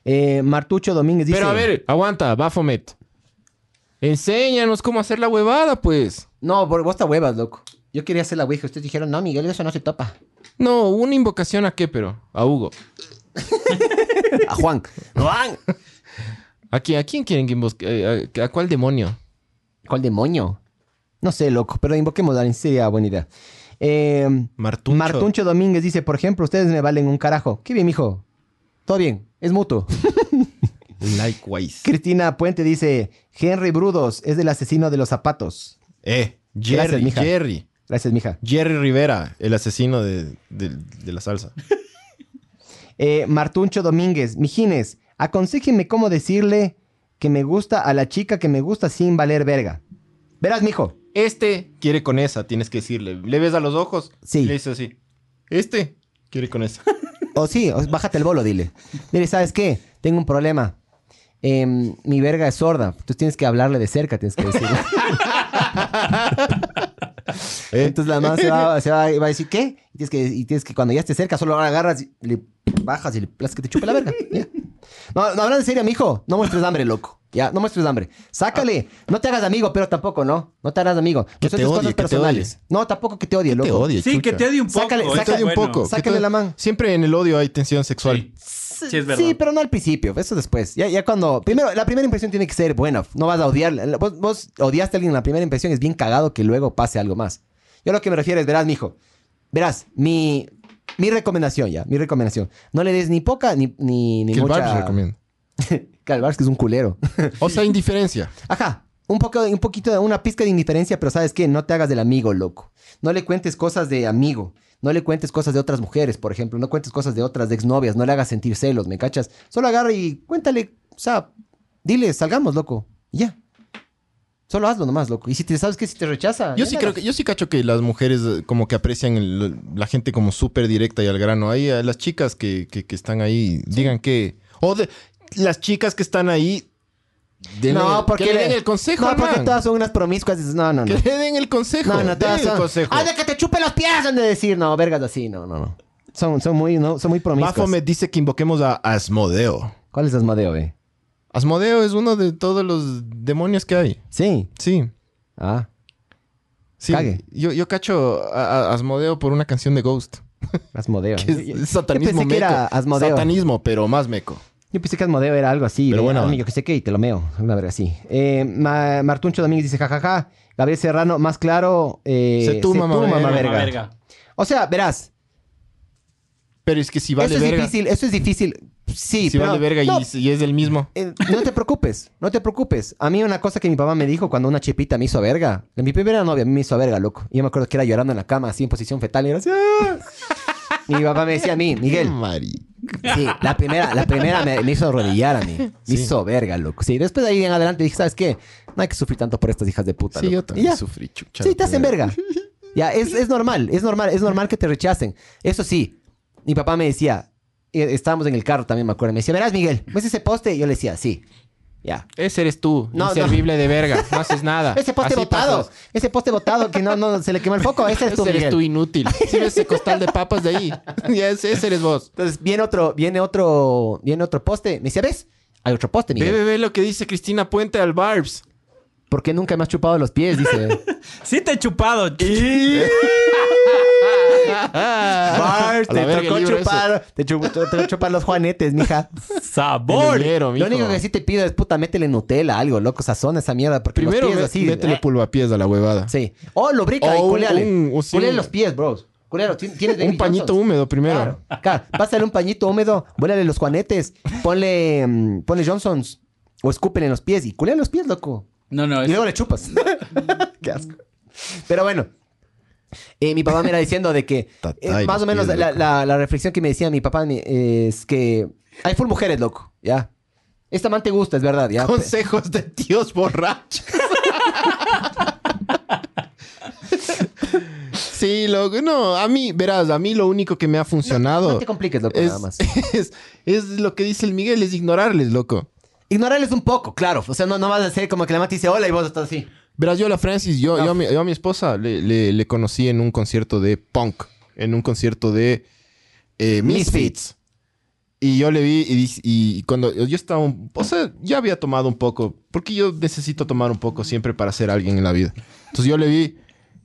Eh, Martucho Domínguez dice,
Pero a ver, aguanta, Bafomet. Enséñanos cómo hacer la huevada, pues.
no, por- vos te huevas, loco. Yo quería hacer la Ouija. Ustedes dijeron, no, Miguel, eso no se topa.
No, una invocación a qué, pero a Hugo.
A Juan. ¡Juan!
¿A quién, a quién quieren que invoque? Eh, ¿A, a cuál demonio?
¿Cuál demonio? No sé, loco, pero invoquemos a alguien. Sería buena idea. Eh,
Martuncho.
Martuncho Domínguez dice, por ejemplo, ustedes me valen un carajo. Qué bien, mijo. Todo bien, es mutuo. [laughs]
Likewise.
Cristina Puente dice, Henry Brudos es el asesino de los zapatos.
Eh,
Gracias,
Jerry,
mija.
Jerry.
Gracias, mija.
Jerry Rivera, el asesino de, de- de la salsa.
Eh, Martuncho Domínguez, Mijines, aconséjenme cómo decirle que me gusta a la chica que me gusta sin valer verga. Verás, mijo.
Este quiere con esa, tienes que decirle. ¿Le ves a los ojos?
Sí.
Le dices así. Este quiere con esa.
O sí, o bájate el bolo, dile. Dile, ¿sabes qué? Tengo un problema. Em, mi verga es sorda. Tú tienes que hablarle de cerca, tienes que
[laughs]
decirle. [laughs] Entonces la mamá se va, se va- va a decir, ¿qué? Y tienes, que, y tienes que, cuando ya esté cerca, solo agarras, y le bajas y le plas que te chupe la
[laughs]
verga. Ya. No, no hablas en serio, mijo. No muestres hambre, loco. Ya, no muestres hambre. Sácale. No te hagas amigo, pero tampoco, ¿no? No te hagas amigo.
Que
Nosotros
te odie,
cosas
que te
personales. No, tampoco que te odie, loco.
Te odia,
Sí, que te odie un poco.
Sácale-
eso es
sácale
un
bueno.
poco.
Sácale la man.
Siempre en el odio hay tensión sexual.
Sí. Sí, es verdad.
pero no al principio, eso después. Ya, ya cuando. Primero, la primera impresión tiene que ser buena. No vas a odiar. Vos, vos odiaste a alguien en la primera impresión, es bien cagado que luego pase algo más. Yo lo que me refiero es, verás, mijo. Verás, mi, mi recomendación ya, mi recomendación. No le des ni poca ni, ni, ni
Que el
mucha.
Barbs recomienda.
[laughs] Que al Barbs, que es un culero.
O sea, indiferencia.
[laughs] Ajá. Un, poco, un poquito de una pizca de indiferencia, pero ¿sabes qué? No te hagas del amigo, loco. No le cuentes cosas de amigo. No le cuentes cosas de otras mujeres, por ejemplo. No cuentes cosas de otras exnovias. No le hagas sentir celos, ¿me cachas? Solo agarra y cuéntale. O sea, dile, salgamos, loco. Y ya. Solo hazlo nomás, loco. Y si te sabes que si te rechaza.
Yo sí
llámala.
creo que, yo sí cacho que las mujeres eh, como que aprecian el- la gente como súper directa y al grano. Ahí a las chicas que, que- que están ahí, digan que. O de- las chicas que están ahí. denle-
No, porque.
que le
le-
den el consejo.
No, porque
man.
todas son unas promiscuas. Dices, No, no, no.
Que le den el consejo.
No, Ah, no,
denle
todas
el
son.
consejo.
¡Ay, de que te chupe los pies! Han de decir, no, vergas así. No, no, no. Son, son muy, no, son muy promiscuas.
Baphomet dice que invoquemos a Asmodeo.
¿Cuál es Asmadeo, eh?
Asmodeo es uno de todos los demonios que hay.
Sí.
Sí.
Ah.
Sí.
Cague.
Yo, yo cacho a, a Asmodeo por una canción de Ghost.
Asmodeo.
Que es,
Yo-
es satanismo
yo pensé que
meco.
era Asmodeo.
Satanismo, pero más meco.
Yo pensé que Asmodeo era algo así.
Pero
de,
bueno.
"Hazme Yo que sé qué y te lo meo. Una verga así. Eh, Ma- Martuncho Domínguez dice, jajaja. Gabriel Serrano, más claro. Eh,
Se tú, mamá verga".
Mamá
verga.
verga.
O sea, verás.
Pero es que si vale
eso es
verga.
difícil. Eso es difícil. Sí,
si
pero...
vale verga y-
no,
y, es el mismo.
eh, no te preocupes, no te preocupes. A mí una cosa que mi papá me dijo cuando una chipita me hizo verga, mi primera novia me hizo verga, loco. Y yo me acuerdo que era llorando en la cama, así en posición fetal, y era así, "Ah". Y mi papá me decía a mí, Miguel,
Mari.
Sí, la primera, la primera me, me hizo arrodillar a mí. Me hizo verga, loco. Sí, después de ahí en adelante dije, ¿sabes qué? No hay que sufrir tanto por estas hijas de puta.
Sí,
loco".
yo
Y
también
ya.
sufrí chucha.
Sí, te hacen verga. Ya, es, es normal, es normal, es normal que te rechacen. Eso sí, mi papá me decía, eh, estábamos en el carro también, me acuerdo, me decía, verás, Miguel, ¿ves ese poste? Y yo le decía, sí. Ya.
Ese eres tú,
No, no.
inservible de verga. No haces
Ah,
nada.
[laughs] Ese poste
Así
botado,
pasas.
ese poste botado que no, no, se le quemó el foco, ese es tu
Ese eres tú
Miguel. [laughs]
inútil. Si ves ese costal de papas de ahí, Ya ese, ese eres vos.
Entonces viene otro, viene otro, viene otro poste. Me decía, ¿ves? Hay otro poste,
Ve,
Miguel.
ve, ve lo que dice Cristina Puente al
[laughs]
Barbs.
¿Por qué nunca me has chupado los pies? Dice.
Sí te he chupado.
[laughs] Bart,
A la
te
verga,
tocó
el libro
chupar, te, chu- te tocó chupar los juanetes,
[laughs]
mija.
Sabor.
Lo único que sí te pido es puta, métele Nutella, algo, loco, sazona esa mierda. Porque
Primero
los pies
me-
así.
métele
eh,
pulvapiés a la huevada.
Sí. O lubrica
O
y
un-
culéale.
un- o sí,
Culéale
un-
los pies, bros. Culero, ti- tienes Baby
Un pañito
Johnsons.
húmedo primero.
Claro, claro. Pásale un pañito húmedo, vuélale los juanetes, ponle, mm, ponle Johnsons o escúpele en los pies y culéale los pies, loco.
No, no,
Y
es
luego le chupas. [laughs] Qué asco. Pero bueno. eh, mi papá me era diciendo de que
Ta-
eh,
ay,
más
los
o menos
pies,
la,
loco.
la- la reflexión que me decía mi papá mi- es que hay full mujeres, loco, ya. Esta man [laughs] te gusta, es verdad, ya.
Consejos de tíos borrachos. [laughs] sí, loco. No, a mí, verás, a mí lo único que me ha
No
funcionado
te compliques, loco,
es,
nada más.
[laughs] es, es lo que dice el Miguel, es ignorarles, loco.
Ignorarles un poco, claro. O sea, no, no vas a ser como que la man te dice hola y vos estás así.
Verás, yo a la Francis, yo,
No.
yo, a, mi, yo a mi esposa le, le- le conocí en un concierto de punk, en un concierto de eh, Misfits.
Misfits.
Y yo le vi y, dis- y cuando yo estaba, un- o sea, ya había tomado un poco, porque yo necesito tomar un poco siempre para ser alguien en la vida. Entonces yo le vi,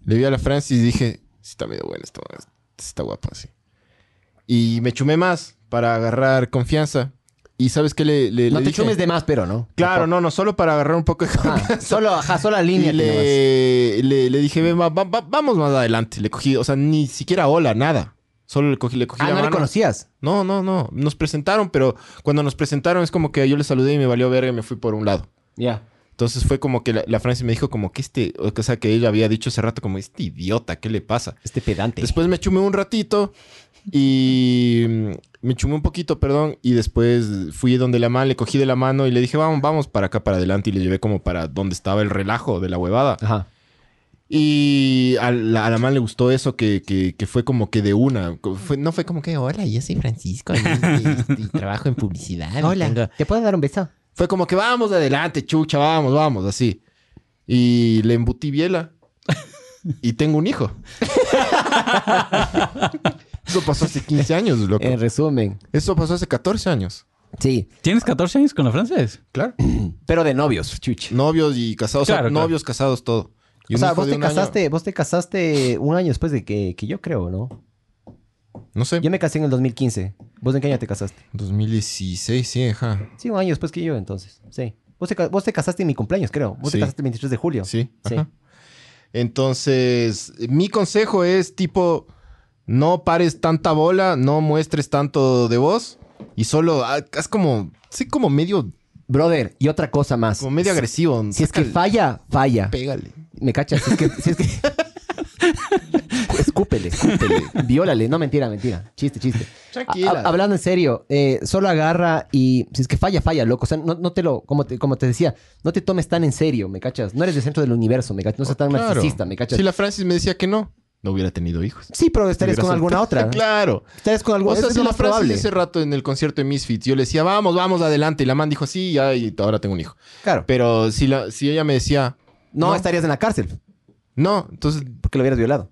le vi a la Francis y dije, sí, está medio buena esta, está guapa, sí. Y me chumé más para agarrar confianza. ¿Y sabes qué le, le-
No
le
te
dije?
chumes de más, pero no.
Claro, no, no, solo para agarrar un poco de confianza.
Ajá, [laughs] solo, ajá, solo la
Y
línea. nomás.
le, le, le dije, "Ven, va- va- va- vamos más adelante. Le cogí, o sea, ni siquiera hola, nada. Solo le cogí, le cogí
Ah,
la
no le
mano.
conocías.
No, no, no. Nos presentaron, pero cuando nos presentaron es como que yo le saludé y me valió verga y me fui por un lado.
Ya.
Entonces fue como que la, la Francia me dijo como que este, o sea, que ella había dicho hace rato como este idiota, ¿qué le pasa?
Este pedante.
Después me chumé un ratito y mm, me chumé un poquito, perdón, y después fui donde la mano, le cogí de la mano y le dije, vamos, vamos para acá, para adelante y le llevé como para donde estaba el relajo de la huevada.
Ajá.
Y a la, a la man le gustó eso que, que- que fue como que de una. Fue- no fue como que, hola, yo soy Francisco y, [laughs] y- y trabajo en publicidad. y tengo-".
¿Te puedo dar un beso?
Fue como que vamos adelante, chucha, vamos, vamos, así. Y le embutí biela. y tengo un hijo. [laughs] eso pasó hace 15 años, loco.
En resumen.
Eso pasó hace 14 años.
Sí.
¿Tienes 14 años con la francés?
Claro.
Pero de novios, chuchi.
Novios y casados, o sea,
Claro, claro.
novios, casados, todo. Mm. Y
O
un
sea,
hijo
vos
de
te
un año-
casaste, vos te casaste un año después de que, que yo creo, ¿no?
no sé,
Yo me casé en el 2015. ¿Vos en qué año te casaste?
2016, sí, ajá.
Sí, un año después que yo, entonces. Sí. Vos te, ca- vos te casaste en mi cumpleaños, creo. Vos
Sí.
te casaste el 23 de julio.
Sí.
Sí.
ajá. Entonces, mi consejo es tipo, no pares tanta bola, no muestres tanto de voz y solo ha- haz como, sí, como medio,
Brother, y otra cosa más.
como medio agresivo.
Si es que
Sácale,
falla, falla.
pégale.
¿Me cachas? Si es que... Si es que...
[laughs]
escúpele, escúpele. Viólale. No, mentira, mentira. Chiste, chiste.
Tranquila.
Ha- hablando en serio, eh, solo agarra y si es que falla, falla, loco. O sea, no, no te lo, como te, como te decía, no te tomes tan en serio, ¿me cachas? No eres del centro del universo, ¿me cachas? No seas tan
Oh, Claro.
narcisista, ¿me cachas?
Si
Sí,
la Francis me decía que no, no hubiera tenido hijos.
pero estarías con
Hubiera
alguna
soltado.
otra.
[laughs] claro.
Estarías con alguna
O sea,
otra.
si
Es lo
la
más
Francis
probable.
ese rato en el concierto de Misfits, yo le decía, vamos, vamos, adelante. Y la man dijo, sí, ya, y ahora tengo un hijo.
Claro.
Pero si, la, si ella me decía,
No,
No.
estarías en la cárcel
no, entonces
porque lo hubieras violado.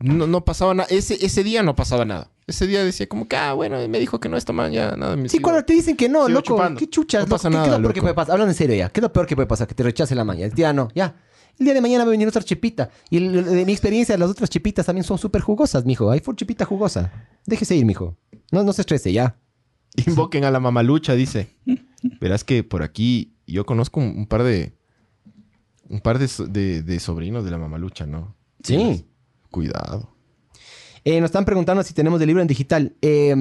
No, no pasaba nada. Ese, ese día no pasaba nada. Ese día decía como que, ah, bueno, me dijo que no esta man, ya nada. Me
Sí,
sigo.
cuando te dicen que no,
sigo
loco,
chupando.
qué chuchas,
No
loco?
pasa
¿Qué- ¿Qué es
nada,
lo peor que
loco.
puede pasar? Hablando en serio ya, ¿qué es lo peor que puede pasar? Que te rechace la maña. El día no, ya. El día de mañana va a venir otra chipita. Y l- de mi experiencia, las otras chipitas también son súper jugosas, mijo. Hay full chipita jugosa. Déjese ir, mijo. No, no se estrese, ya.
Invoquen a la mamalucha, dice. Verás que por aquí yo conozco un, un par de... Un par de, so- de- de sobrinos de la mamalucha, ¿no?
Sí.
Cuidado.
Eh, nos están preguntando si tenemos el libro en digital. Eh,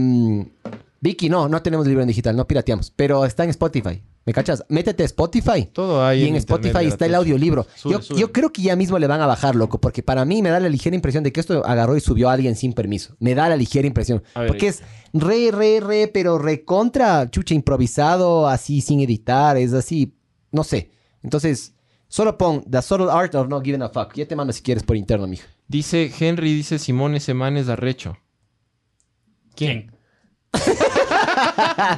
Vicky, no, no tenemos libro en digital, no pirateamos. Pero está en Spotify. ¿Me cachas? Métete a Spotify.
Todo
Y
hay
en
internet
Spotify está el
gratuito.
audiolibro.
Sube,
yo,
sube.
yo creo que ya mismo le van a bajar, loco, porque para mí me da la ligera impresión de que esto agarró y subió a alguien sin permiso. Me da la ligera impresión. porque es re, re, re, pero re contra, chucha, improvisado, así, sin editar, es así, no sé. Entonces, solo pon The Subtle Art of Not Giving a Fuck. Ya te mando si quieres por interno, mijo.
Dice Henry, dice Simón, ese man es arrecho.
¿Quién?
[laughs]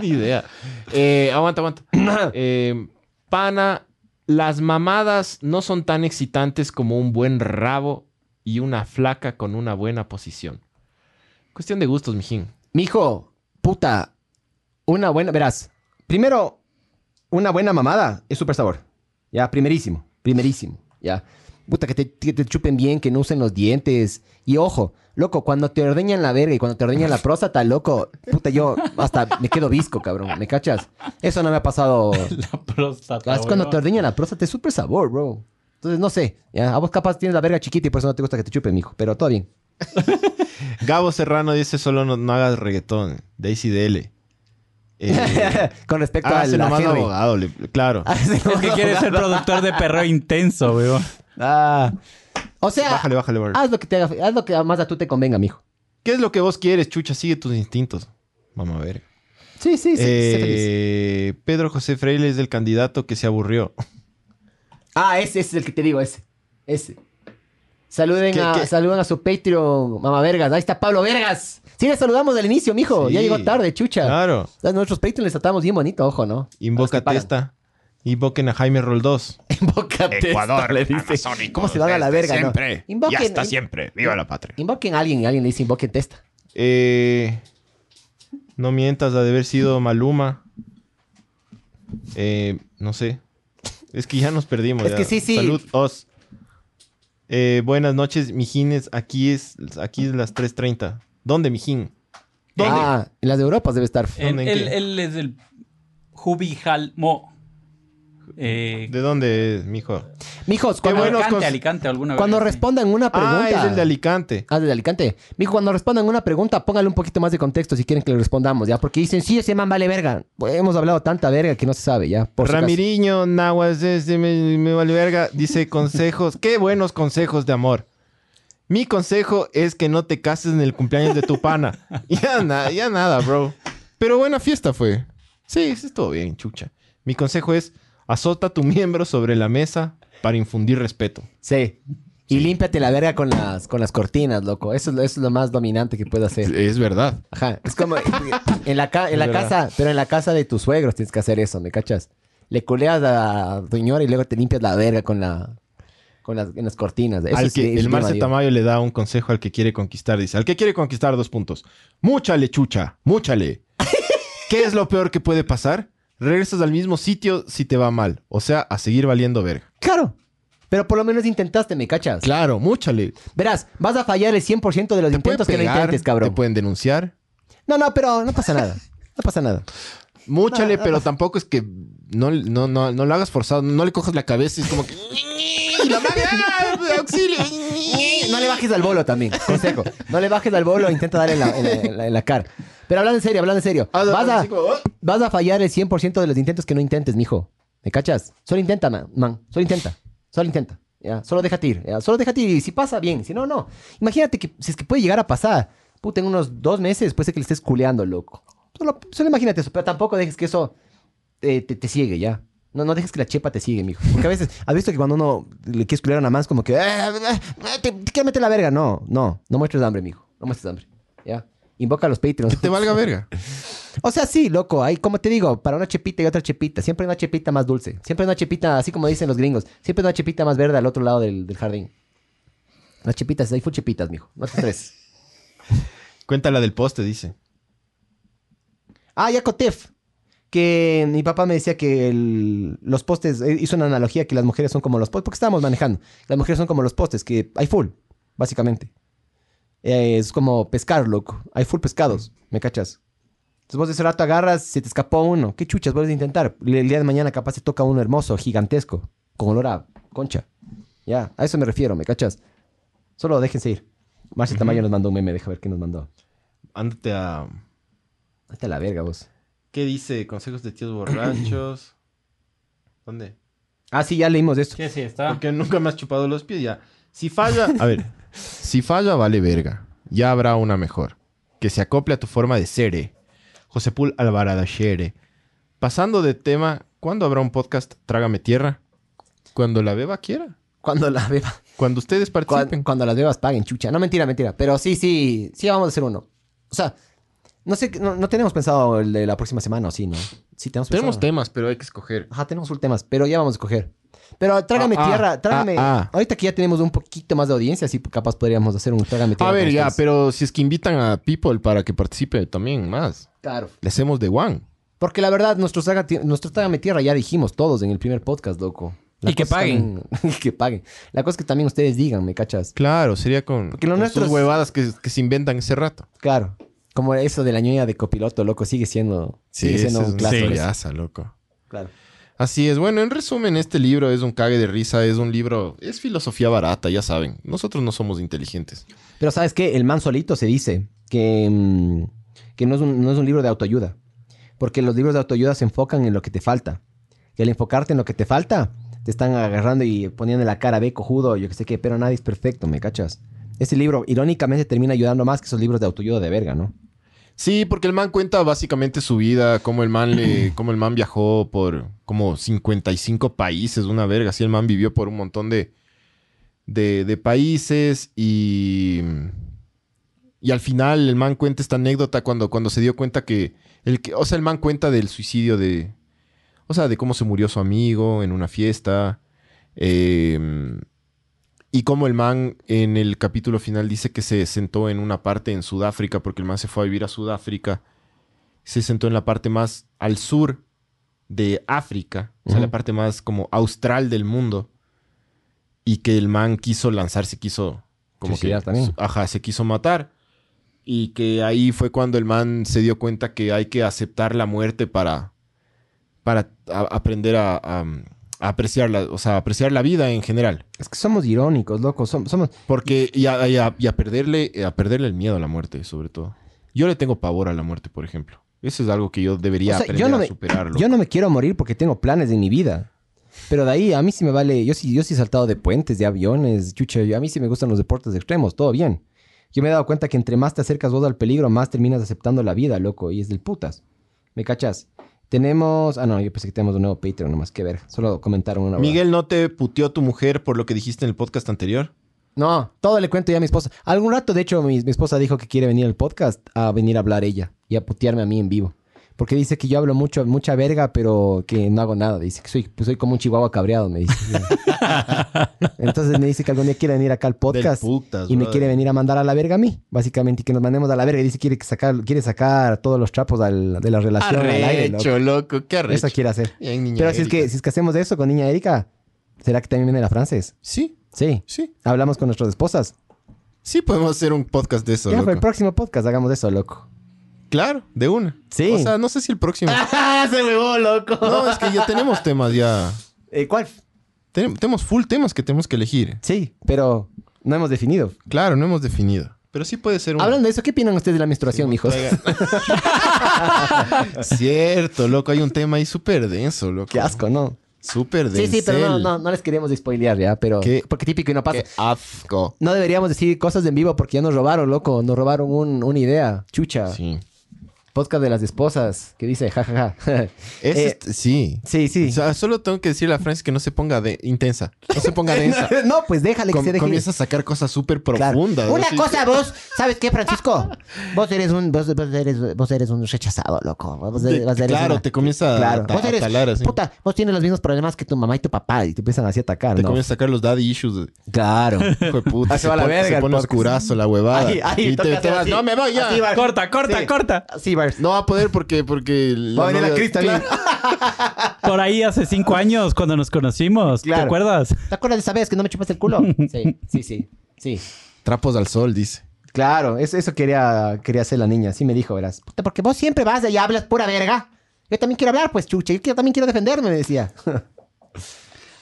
Ni idea. Eh, aguanta,
[clears throat]
aguanta. Eh, pana, las mamadas no son tan excitantes como un buen rabo y una flaca con una buena posición. Cuestión de gustos, mijín.
Pues
Mijo, puta, una buena, verás. Primero, una buena mamada es súper sabor. Ya, primerísimo, primerísimo. Ya. Puta, que te, que te chupen bien, que no usen los dientes. Y ojo, loco, cuando te ordeñan la verga y cuando te ordeñan la próstata, loco, puta, yo hasta me quedo visco, cabrón. ¿Me cachas? Eso no me ha pasado.
[laughs] La próstata.
Es cuando
weón.
te ordeñan la próstata, es súper sabor, bro. Entonces, no sé. Ya, a vos capaz tienes la verga chiquita y por eso no te gusta que te chupen, mijo. Pero todo bien.
Gabo Serrano dice, solo no, no hagas reggaetón. Daisy DL. [laughs] Eh,
[laughs] Con respecto a
Ah,
hágase
la
nomás
Henry. [laughs] Ah,
abogado, le- claro.
Hágase
Es que
nomás
quiere ser productor de perro intenso, weón.
Ah. O sea,
Bájale, bájale, bájale.
haz lo que te haga, haz lo que más a tú te convenga, mijo.
¿Qué es lo que vos quieres, chucha? Sigue tus instintos. Vamos a ver.
Sí, sí, sí. sé feliz.
Eh, Pedro José Freire es el candidato que
[laughs]
se aburrió.
Ah, ese, ese es el que te digo, ese. Ese. Saluden,
¿Qué,
a,
qué?
saluden a su Patreon, mamá Vergas. Ahí está Pablo Vergas. Sí, le saludamos al inicio, mijo. Ya
Sí. Ah.
llegó tarde, chucha.
Claro.
A nuestros Patreon les tratamos bien bonito, ojo, ¿no?
Invoca
A los que pagan.
testa. Invoquen a Jaime Roldós.
[laughs] Invoca testa,
[laughs]
le dice. ¿Cómo se van a la verga, no? Invoquen,
siempre. Viva la patria.
invoquen a alguien y alguien le dice invoquen testa.
Eh, no mientas ha de haber sido Maluma. Eh, no sé. Es que ya nos perdimos.
Es
ya.
que sí, sí.
Salud, os. Eh, buenas noches, mijines. Aquí es, aquí es las 3.30. ¿Dónde, mijín? ¿Dónde?
Ah, en las de Europas debe estar.
Él,
¿en
él-
qué?
él es del Jubijalmo. Eh,
¿De dónde es, mijo?
Mijos, cuando,
bueno,
Alicante,
cons-
Alicante, alguna vez.
cuando respondan una pregunta.
Ah, es el de Alicante.
Ah, del Alicante. Mijo, cuando respondan una pregunta, póngale un poquito más de contexto si quieren que le respondamos, ¿ya? Porque dicen, sí, ese man vale verga. Pues, hemos hablado tanta verga que no se sabe, ¿ya? Por si acaso.
Ramiriño, Nahuas, desde me, me vale verga,
[laughs]
dice consejos. Qué buenos consejos de amor. Mi consejo es que no te cases en el cumpleaños de tu pana. [laughs] ya, na- ya nada, bro. Pero buena fiesta fue. Sí, sí, estuvo bien, chucha. Mi consejo es, azota tu miembro sobre la mesa para infundir respeto.
Sí. Y límpiate la verga con las, con las cortinas, loco. Eso, es lo- eso es lo más dominante que puedo hacer.
Es verdad.
Ajá. Es
[laughs]
como en la, ca- en la
Es verdad.
casa, pero en la casa de tus suegros tienes que hacer eso, ¿me cachas? Le culeas a tu señora y luego te limpias la verga con la con las, en las cortinas. Eso
Al
es-
que,
es
el
bien
Marce
válido.
Tamayo le da un consejo al que quiere conquistar. Dice, al que quiere conquistar dos puntos. Múchale, chucha, [laughs] múchale. ¿Qué es lo peor que puede pasar? Regresas al mismo sitio si te va mal. O sea, a seguir valiendo verga.
Claro. Pero por lo menos intentaste, ¿me cachas?
Claro, múchale.
Verás, vas a fallar el 100% de los
Pueden
intentos que no
pegar,
intentes,
Te
cabrón.
pueden denunciar.
No, no, pero no pasa nada. No pasa nada.
Múchale, pero tampoco es que no, no, no, no lo hagas forzado. No le cojas la cabeza y es como que... Y la madre, ¡ah! [laughs] ¡Auxilio!
No le bajes al bolo también, consejo. No le bajes al bolo, intenta darle en la, en la- en la- en la cara. Pero hablando en serio, hablando en serio.
Ah, no,
Vas a,
así como, ¡ah!
vas a fallar el 100% de los intentos que no intentes, mijo. ¿Me cachas? Solo intenta, man. man. Solo intenta. Solo intenta. Ya, Solo déjate ir. ya. Solo déjate ir. Y si pasa, bien. Si no, no. Imagínate que si es que puede llegar a pasar. Puta, en unos dos meses puede ser que le estés culeando, loco. Solo, solo imagínate eso. Pero tampoco dejes que eso eh, te, te sigue, ya. No, no dejes que la chepa te sigue, mijo. Porque a veces, [laughs] ¿has visto que cuando uno le quieres culear a una más como que... "Eh, eh, eh, te, te quiero meter la verga. No, no. No muestres hambre, mijo. No muestres hambre. Ya. Invoca a los Patreons. [laughs]
Te valga verga.
O sea, sí, loco. Hay, como te digo, para una chepita y otra chepita. Siempre hay una chepita más dulce. Siempre hay una chepita, así como dicen los gringos. Siempre hay una chepita más verde al otro lado del, del jardín. Las chepitas, hay full chepitas, mijo. No te estreses.
Cuéntala del poste, dice.
ah, ya Cotef. Que mi papá me decía que el- los postes... eh, Hizo una analogía que las mujeres son como los postes. Porque estábamos manejando. Las mujeres son como los postes, que hay full, básicamente. Eh, es como pescar, loco. Hay full pescados. ¿Me cachas? Entonces vos de ese rato agarras, se te escapó uno. ¿Qué chuchas vuelves a intentar? El el día de mañana capaz te toca uno hermoso, gigantesco, con olor a concha. Ya, a eso me refiero, ¿me cachas? Solo déjense ir. Marcia Tamayo nos mandó un meme, deja ver qué nos mandó.
Ándate a...
Hasta la verga vos.
¿Qué dice? Consejos de tíos [clears throat] borrachos. ¿Dónde?
Ah, sí, ya leímos de esto.
Sí, sí, está.
Porque nunca me has chupado los pies, ya. Si falla. Ah. [laughs] A ver. Si falla, vale verga. Ya habrá una mejor. Que se acople a tu forma de ser. eh. José Pul Alvaradachere. Pasando de tema, ¿cuándo habrá un podcast Trágame Tierra? Cuando la beba quiera.
Cuando la beba,
Cuando ustedes
cuan-
participen.
cuando las bebas paguen, chucha. No, mentira, mentira. Pero sí, sí, sí vamos a hacer uno. O sea, no sé, no, no tenemos pensado el de la próxima semana, ¿o sí, no? Sí, tenemos pensado.
Tenemos temas, pero hay que escoger.
Ajá, tenemos full temas, pero ya vamos a escoger. Pero trágame
Ah, ah,
tierra, trágame.
ah, ah.
Ahorita que ya tenemos un poquito más de audiencia, así capaz podríamos hacer un trágame tierra.
A ver,
con
ya,
ustedes.
pero si es que invitan a People para que participe también más.
Claro.
Le hacemos de one.
Porque la verdad, nuestro, traga- nuestro trágame tierra ya dijimos todos en el primer podcast, loco. La
Y que
cosa es
paguen.
también- [laughs] y que paguen. La cosa es que también ustedes digan, ¿me cachas?
Claro, sería con,
Porque lo
con
nuestro
sus
es-
huevadas que, que se inventan ese rato.
Claro. Como eso de la ñoña de copiloto, loco, sigue siendo, sigue siendo
ese
un
es
clásico.
un
eso.
sellaza, loco.
Claro.
Así es. Bueno, en resumen, este libro es un cague de risa, es un libro, es filosofía barata, ya saben. Nosotros no somos inteligentes.
Pero ¿sabes qué? El man solito se dice que, mm, que no, es un, no es un libro de autoayuda. Porque los libros de autoayuda se enfocan en lo que te falta. Y al enfocarte en lo que te falta, te están agarrando y poniendo la cara, ve, cojudo, yo que sé qué, pero nadie es perfecto, ¿me cachas? Ese libro, irónicamente, termina ayudando más que esos libros de autoayuda de verga, ¿no?
Sí, porque el man cuenta básicamente su vida, cómo el
[clears throat]
man le, cómo el man viajó por como 55 países, una verga. Así el man vivió por un montón de, de, de países y. Y al final el man cuenta esta anécdota cuando, cuando se dio cuenta que, el que. O sea, el man cuenta del suicidio de. O sea, de cómo se murió su amigo en una fiesta. eh, y como el man en el capítulo final dice que se sentó en una parte en Sudáfrica, porque el man se fue a vivir a Sudáfrica, se sentó en la parte más al sur de África, o sea,
Ujú.
la parte más como austral del mundo, y que el man quiso lanzarse, quiso como que,
Suicidar también.
ajá, se quiso matar. Y que ahí fue cuando el man se dio cuenta que hay que aceptar la muerte para, para a- aprender a, a- a apreciar la, o sea, apreciar la vida en general.
Es que somos irónicos, loco. som- Somos,
Porque y a, y a- y a perderle eh, a perderle el miedo a la muerte, sobre todo. Yo le tengo pavor a la muerte, por ejemplo. Eso es algo que yo debería
O sea,
aprender
yo no
a
me-
superarlo.
Yo no me quiero morir porque tengo planes en mi vida. Pero de ahí a mí sí me vale. Yo sí, yo sí he saltado de puentes, de aviones, chucha. yo- a mí sí me gustan los deportes extremos, todo bien. Yo me he dado cuenta que entre más te acercas vos al peligro, más terminas aceptando la vida, loco. Y es del putas. ¿Me cachas? Tenemos. Ah, no, yo pensé que tenemos un nuevo Patreon nomás. Qué ver. Solo comentaron una. huevada.
Miguel, ¿no te puteó tu mujer por lo que dijiste en el podcast anterior?
No, todo le cuento ya a mi esposa. Algún rato, de hecho, mi, mi esposa dijo que quiere venir al podcast a venir a hablar ella y a putearme a mí en vivo. Porque dice que yo hablo mucho, mucha verga, pero que no hago nada. Dice que soy, pues, soy como un chihuahua cabreado,
[laughs]
me dice. Entonces me dice que algún día quiere venir acá al podcast
Del putas,
y me
brother.
quiere venir a mandar a la verga a mí, básicamente, y que nos mandemos a la verga. Y dice que quiere que sacar, quiere sacar todos los trapos al- de la relación al aire. loco.
Arrecho, loco, qué arrecho.
Eso quiere hacer.
Bien, niña
Pero si es,
Erika.
que, si es que hacemos eso con niña Erika, ¿será que también viene la Frances?
Sí,
Sí.
sí.
Hablamos con nuestras esposas.
Sí podemos hacer un podcast de eso,
Ya, para el
loco.
próximo podcast hagamos eso, loco.
Claro, de una.
Sí. Ah,
O sea, no sé si
[laughs]
el próximo.
¡Se huevó, loco!
No, es que ya tenemos temas ya.
Eh, ¿Cuál?
Ten- tenemos full temas que tenemos que elegir.
Sí, pero no hemos definido.
Claro, no hemos definido. Pero sí puede ser un...
Hablando de eso, ¿qué opinan ustedes de la menstruación, mijos?
[laughs] Cierto, loco. Hay un tema ahí súper denso, loco.
[laughs] Qué asco, ¿no?
Súper denso.
Sí, sí, pero no, no, no les queríamos spoilear ya, pero...
¿Qué?
Porque típico y no pasa.
Qué asco.
No deberíamos decir cosas en vivo porque ya nos robaron, loco. Nos robaron un- una idea. Chucha.
Sí.
Podcast de las esposas que dice jajaja.
[laughs] Es
Eh,
este- sí.
sí, sí.
O sea, solo tengo que decirle a Francis que no se ponga de intensa. No se
[laughs]
ponga densa.
no, pues déjale que
Com-
se deje.
comienza a sacar cosas
[laughs]
súper
Claro.
profundas.
Una
así.
cosa, vos, ¿sabes qué, Francisco? Vos eres un, vos, vos eres, vos eres un rechazado, loco. Vos
Te-
eres- vos eres
claro,
una-
te comienza a
Claro.
ta-
Vos eres-
a talar así.
Puta, vos tienes los mismos problemas que tu mamá y tu papá y te empiezan así a atacar,
Te
¿no?
comienza a sacar los daddy issues. [laughs]
Claro.
Hijo de puta.
Ah, se va a la
pone-
verga
Se
el
pone
podcast.
oscurazo la huevada.
Ay, ay,
y
toca
te, te
hacer
vas,
así.
no me voy ya.
Así va.
Corta, corta,
Sí.
corta.
Sí, Bars.
No va a poder porque. porque
Va a venir la Cris también.
Por ahí hace cinco años cuando nos conocimos.
Claro.
¿Te acuerdas?
¿Te acuerdas de esa vez que no me chupaste el
[laughs]
culo? Sí, sí, sí. Sí.
Trapos al sol, dice.
Claro, eso, eso quería, quería hacer la niña. Sí me dijo, verás. Puta, porque vos siempre vas y hablas pura verga. Yo también quiero hablar, pues, chucha. Yo quiero- también quiero defenderme, me
[laughs]
decía.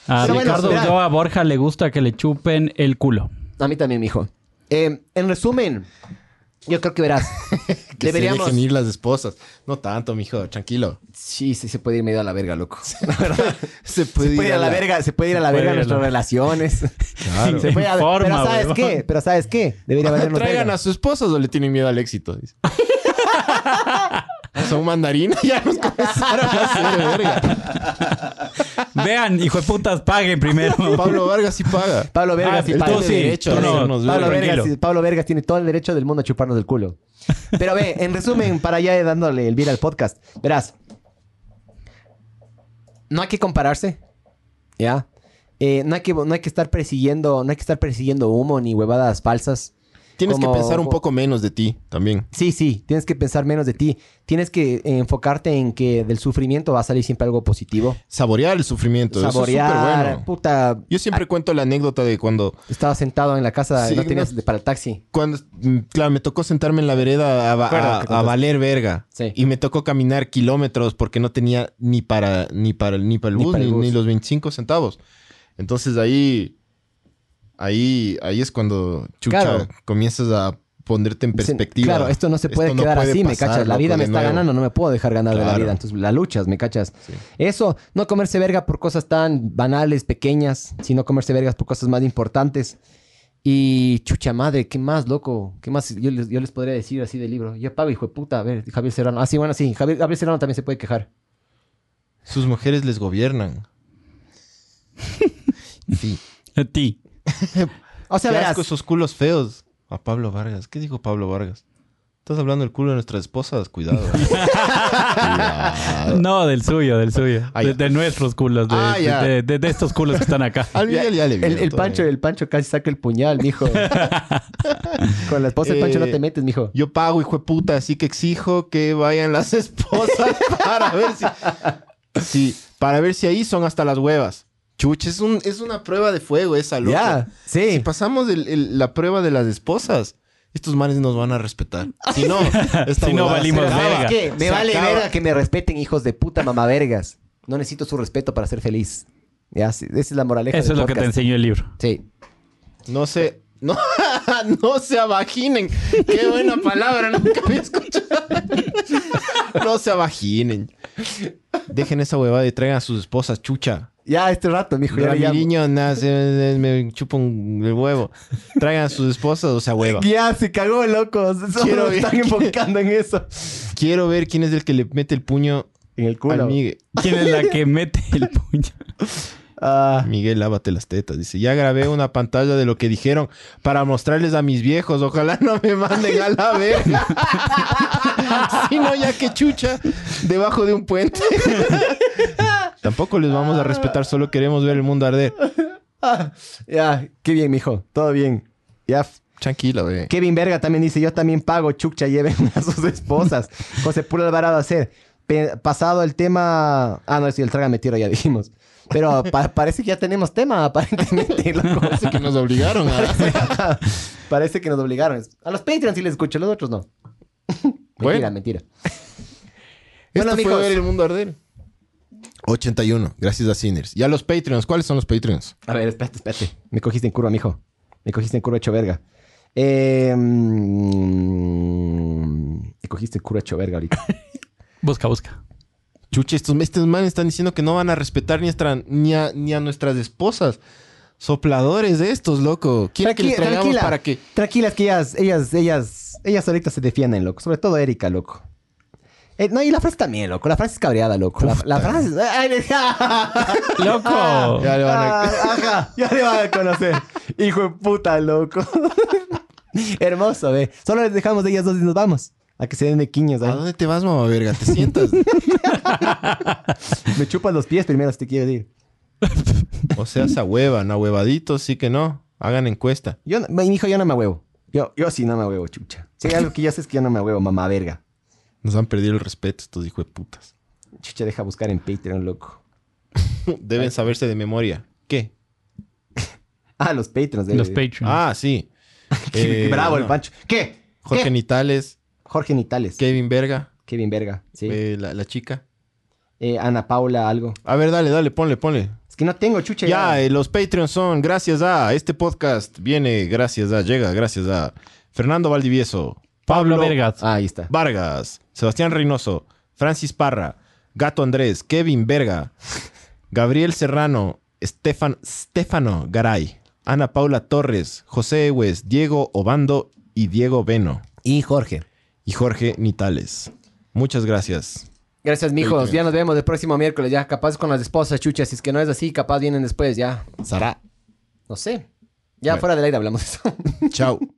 A
Pero bueno,
Ricardo
espera.
Ulloa a Borja le gusta que le chupen el culo.
A mí también, mijo. Eh, en resumen, yo creo que verás.
[laughs] Que
deberíamos.
se dejen ir las esposas. No tanto, mijo, tranquilo.
Sí, sí, se puede ir medio a la verga,
[laughs]
loco.
Se puede,
puede ir a la verga, se puede ir a la verga
ir a
nuestras
la-
relaciones. [laughs]
Claro.
Se puede a-
Informa,
Pero ¿sabes
huevón.
qué? Pero ¿sabes qué? Debería [laughs] valernos
Traigan
verga.
a sus esposas o le tienen miedo al éxito. dice.
[laughs]
Son mandarinas, [laughs] ya nos
[laughs]
comenzaron a hacer verga.
Vean, hijo de putas, paguen
[laughs]
primero.
Pablo Vargas sí paga.
Pablo Vergas
Ah,
y
tú
Pablo
sí,
derecho.
tú
de-
no,
Pablo,
tranquilo.
Vergas, sí, Pablo Vergas tiene todo el derecho del mundo a chuparnos el culo. Pero ve, en resumen, para ya dándole el vir al podcast, verás, no hay que compararse, ¿ya? Eh, no, hay que, no hay que estar persiguiendo, no hay que estar persiguiendo humo ni huevadas falsas.
Tienes
Como-
que pensar un poco menos de ti también.
Sí, sí, tienes que pensar menos de ti. Tienes que eh, enfocarte en que del sufrimiento va a salir siempre algo positivo.
Saborear el sufrimiento. Saborear. Eso es
Saborear,
súper bueno.
puta,
Yo siempre cuento la anécdota de cuando
estaba sentado en la casa,
Sí,
no tenías
no-
para el taxi.
cuando, mm, claro, me tocó sentarme en la vereda a, va-
Recuerdo
a-
que
a
contaste.
valer verga.
Sí.
Y me tocó caminar kilómetros porque no tenía ni para, ni para, ni para el
Ni
bus,
para
ni,
el bus.
ni los 25 centavos. Entonces ahí, ahí, ahí es cuando, chucha,
Claro.
comienzas a ponerte en
Sí,
perspectiva.
Claro, esto no se puede
Esto no
quedar
puede
así, me
pasar,
cachas. La
loco,
vida me
de
está
nuevo.
ganando, no me puedo dejar ganar de la
Claro.
vida. Entonces la luchas, me cachas. Eso, no comerse verga por cosas tan banales, pequeñas, sino comerse vergas por cosas más importantes. Y chucha madre, ¿qué más, loco? ¿Qué más yo les, yo les podría decir así del libro? Yo pago, hijo de puta. A ver, Javier Serrano. Ah, sí, bueno, sí. Javier, Javier Serrano también se puede quejar.
Sus mujeres les gobiernan. sí.
A ti.
O sea,
Qué
verás,
asco esos culos feos. A Pablo Vargas. ¿Qué dijo Pablo Vargas? Estás hablando del culo de nuestras
[laughs]
esposas. [laughs] Cuidado. Cuidado.
No, del suyo, del suyo.
Ah, ya.
de, de nuestros culos, de,
Ah, ya.
de- de- de estos culos que están acá.
Al Miguel ya le
el,
vio,
el
todo
Pancho,
bien.
el Pancho casi saca el puñal,
[laughs]
mijo. Con la esposa del Pancho no
Eh,
te metes, mijo.
Yo pago, hijo de puta, así que exijo que vayan las [laughs] esposas para ver si... Sí, para ver si ahí son hasta las huevas. Chuch, es, un, es una prueba de fuego esa,
Ya,
loca.
sí.
Si pasamos el- el- la prueba de las esposas, estos manes nos van a respetar. Si
[laughs]
no, esta
Si no,
huevada se
valimos
acaba.
verga.
¿Sabes qué? Me
Se
vale
acaba.
verga que me respeten, hijos de puta mamavergas. No necesito su respeto para ser feliz. Ya, sí, esa es la moraleja
Eso es
del
lo que te
podcast.
enseñó el libro.
Sí.
No se... No, [laughs] no se abajinen. Qué buena palabra, nunca había escuchado. [laughs] no se abajinen. Dejen esa huevada y traigan a sus esposas, chucha.
Ya, este rato, mijo, ya
Ya
le
mi
llamo.
niño nace, me chupa un el huevo. Traigan a sus esposas o sea hueva.
Ya, se cagó, locos. Solo
Quiero ver
están
que-
enfocando en eso.
Quiero ver quién es el que le mete el puño
En el
al Miguel.
[laughs] ¿Quién es la que mete el puño?
Ah,
Miguel, lávate las tetas. Dice, ya grabé una pantalla de lo que dijeron para mostrarles a mis viejos. Ojalá no me manden a la verga. [laughs] si no, ya que chucha debajo de un puente. [laughs] Tampoco les vamos a respetar, solo queremos ver el mundo arder.
ah, ya, qué bien, mijo. Todo bien. Ya. f-
Tranquila, güey.
Kevin Verga también dice, yo también pago, chucha, lleven a sus esposas. José Puro Alvarado hacer. Pe- pasado el tema... Ah, no, sí, el trágame tiro ya dijimos. Pero pa- parece que ya tenemos tema, aparentemente, [laughs] loco.
Parece que nos obligaron a...
Parece que nos obligaron. A los Patreons sí les escucho, a los otros no. mentira,
Bueno.
mentira.
Esto
Bueno,
fue
amigos.
ver el mundo arder. 81, gracias a Sinners. Y a los Patreons, ¿cuáles son los Patreons?
A ver, espérate, espérate. Me cogiste en curva, mijo. Me cogiste en curva hecho verga. Eh, mm, me cogiste en curva hecho verga ahorita.
Busca, busca.
Chuche, estos, estos manes están diciendo que no van a respetar ni, a, ni, a, ni a nuestras esposas. Sopladores de estos, loco. Quieren que les
Tranquila,
traigamos
tranquila.
para que...
Tranquilas que ellas, ellas, ellas, ellas ahorita se defienden, loco. Sobre todo Erika, loco. Eh, no, y la frase también, loco. La frase es cabreada, loco. La, la frase... Ay, le-
¡Loco!
Ya le van a-
Ah, [laughs] ajá, ya le van a conocer. Hijo de puta, loco. [laughs] Hermoso, ve. Solo les dejamos de ellas dos y nos vamos. A que se den de quiños,
¿A
¿eh?
dónde te vas, mamá verga? ¿Te sientas?
Me chupas los pies primero si te quiero ir.
o sea, esa hueva, no huevadito, sí que no. Hagan encuesta.
Yo, no- mi hijo, yo no me huevo. Yo, yo sí no me huevo, chucha. Si hay algo que yo sé es que yo no me huevo, mamá verga.
Nos han perdido el respeto estos hijos de putas.
Chucha, deja buscar en Patreon, loco.
Deben saberse de memoria. ¿Qué?
Ah, los Patreons.
Los
Patreons.
Patreons.
Ah,
[laughs]
sí. Eh,
Bravo, el
bueno,
Pancho. ¿Qué?
Jorge
¿Qué?
Nitales,
Jorge Nitales.
Kevin Verga,
Kevin Verga, sí.
eh, la- la chica.
Eh, Ana Paula, algo.
A ver, dale, dale, ponle, ponle.
Es que no tengo, chucha.
Ya, eh, los Patreons son gracias a este podcast. Viene gracias a, llega gracias a Fernando Valdivieso,
Pablo Vergas.
Ah, ahí está.
Vargas, Sebastián Reynoso, Francis Parra, Gato Andrés, Kevin Verga, Gabriel Serrano, Estefan, Stefano Garay, Ana Paula Torres, José Egues, Diego Obando y Diego Beno.
Y Jorge.
Y Jorge Nitales. Muchas gracias.
Gracias, mijos. Ya nos vemos el próximo miércoles. Ya, capaz con las esposas, chucha. Si es que no es así, capaz vienen después, ya.
Sara.
No sé. Ya fuera del aire hablamos de eso.
Chao.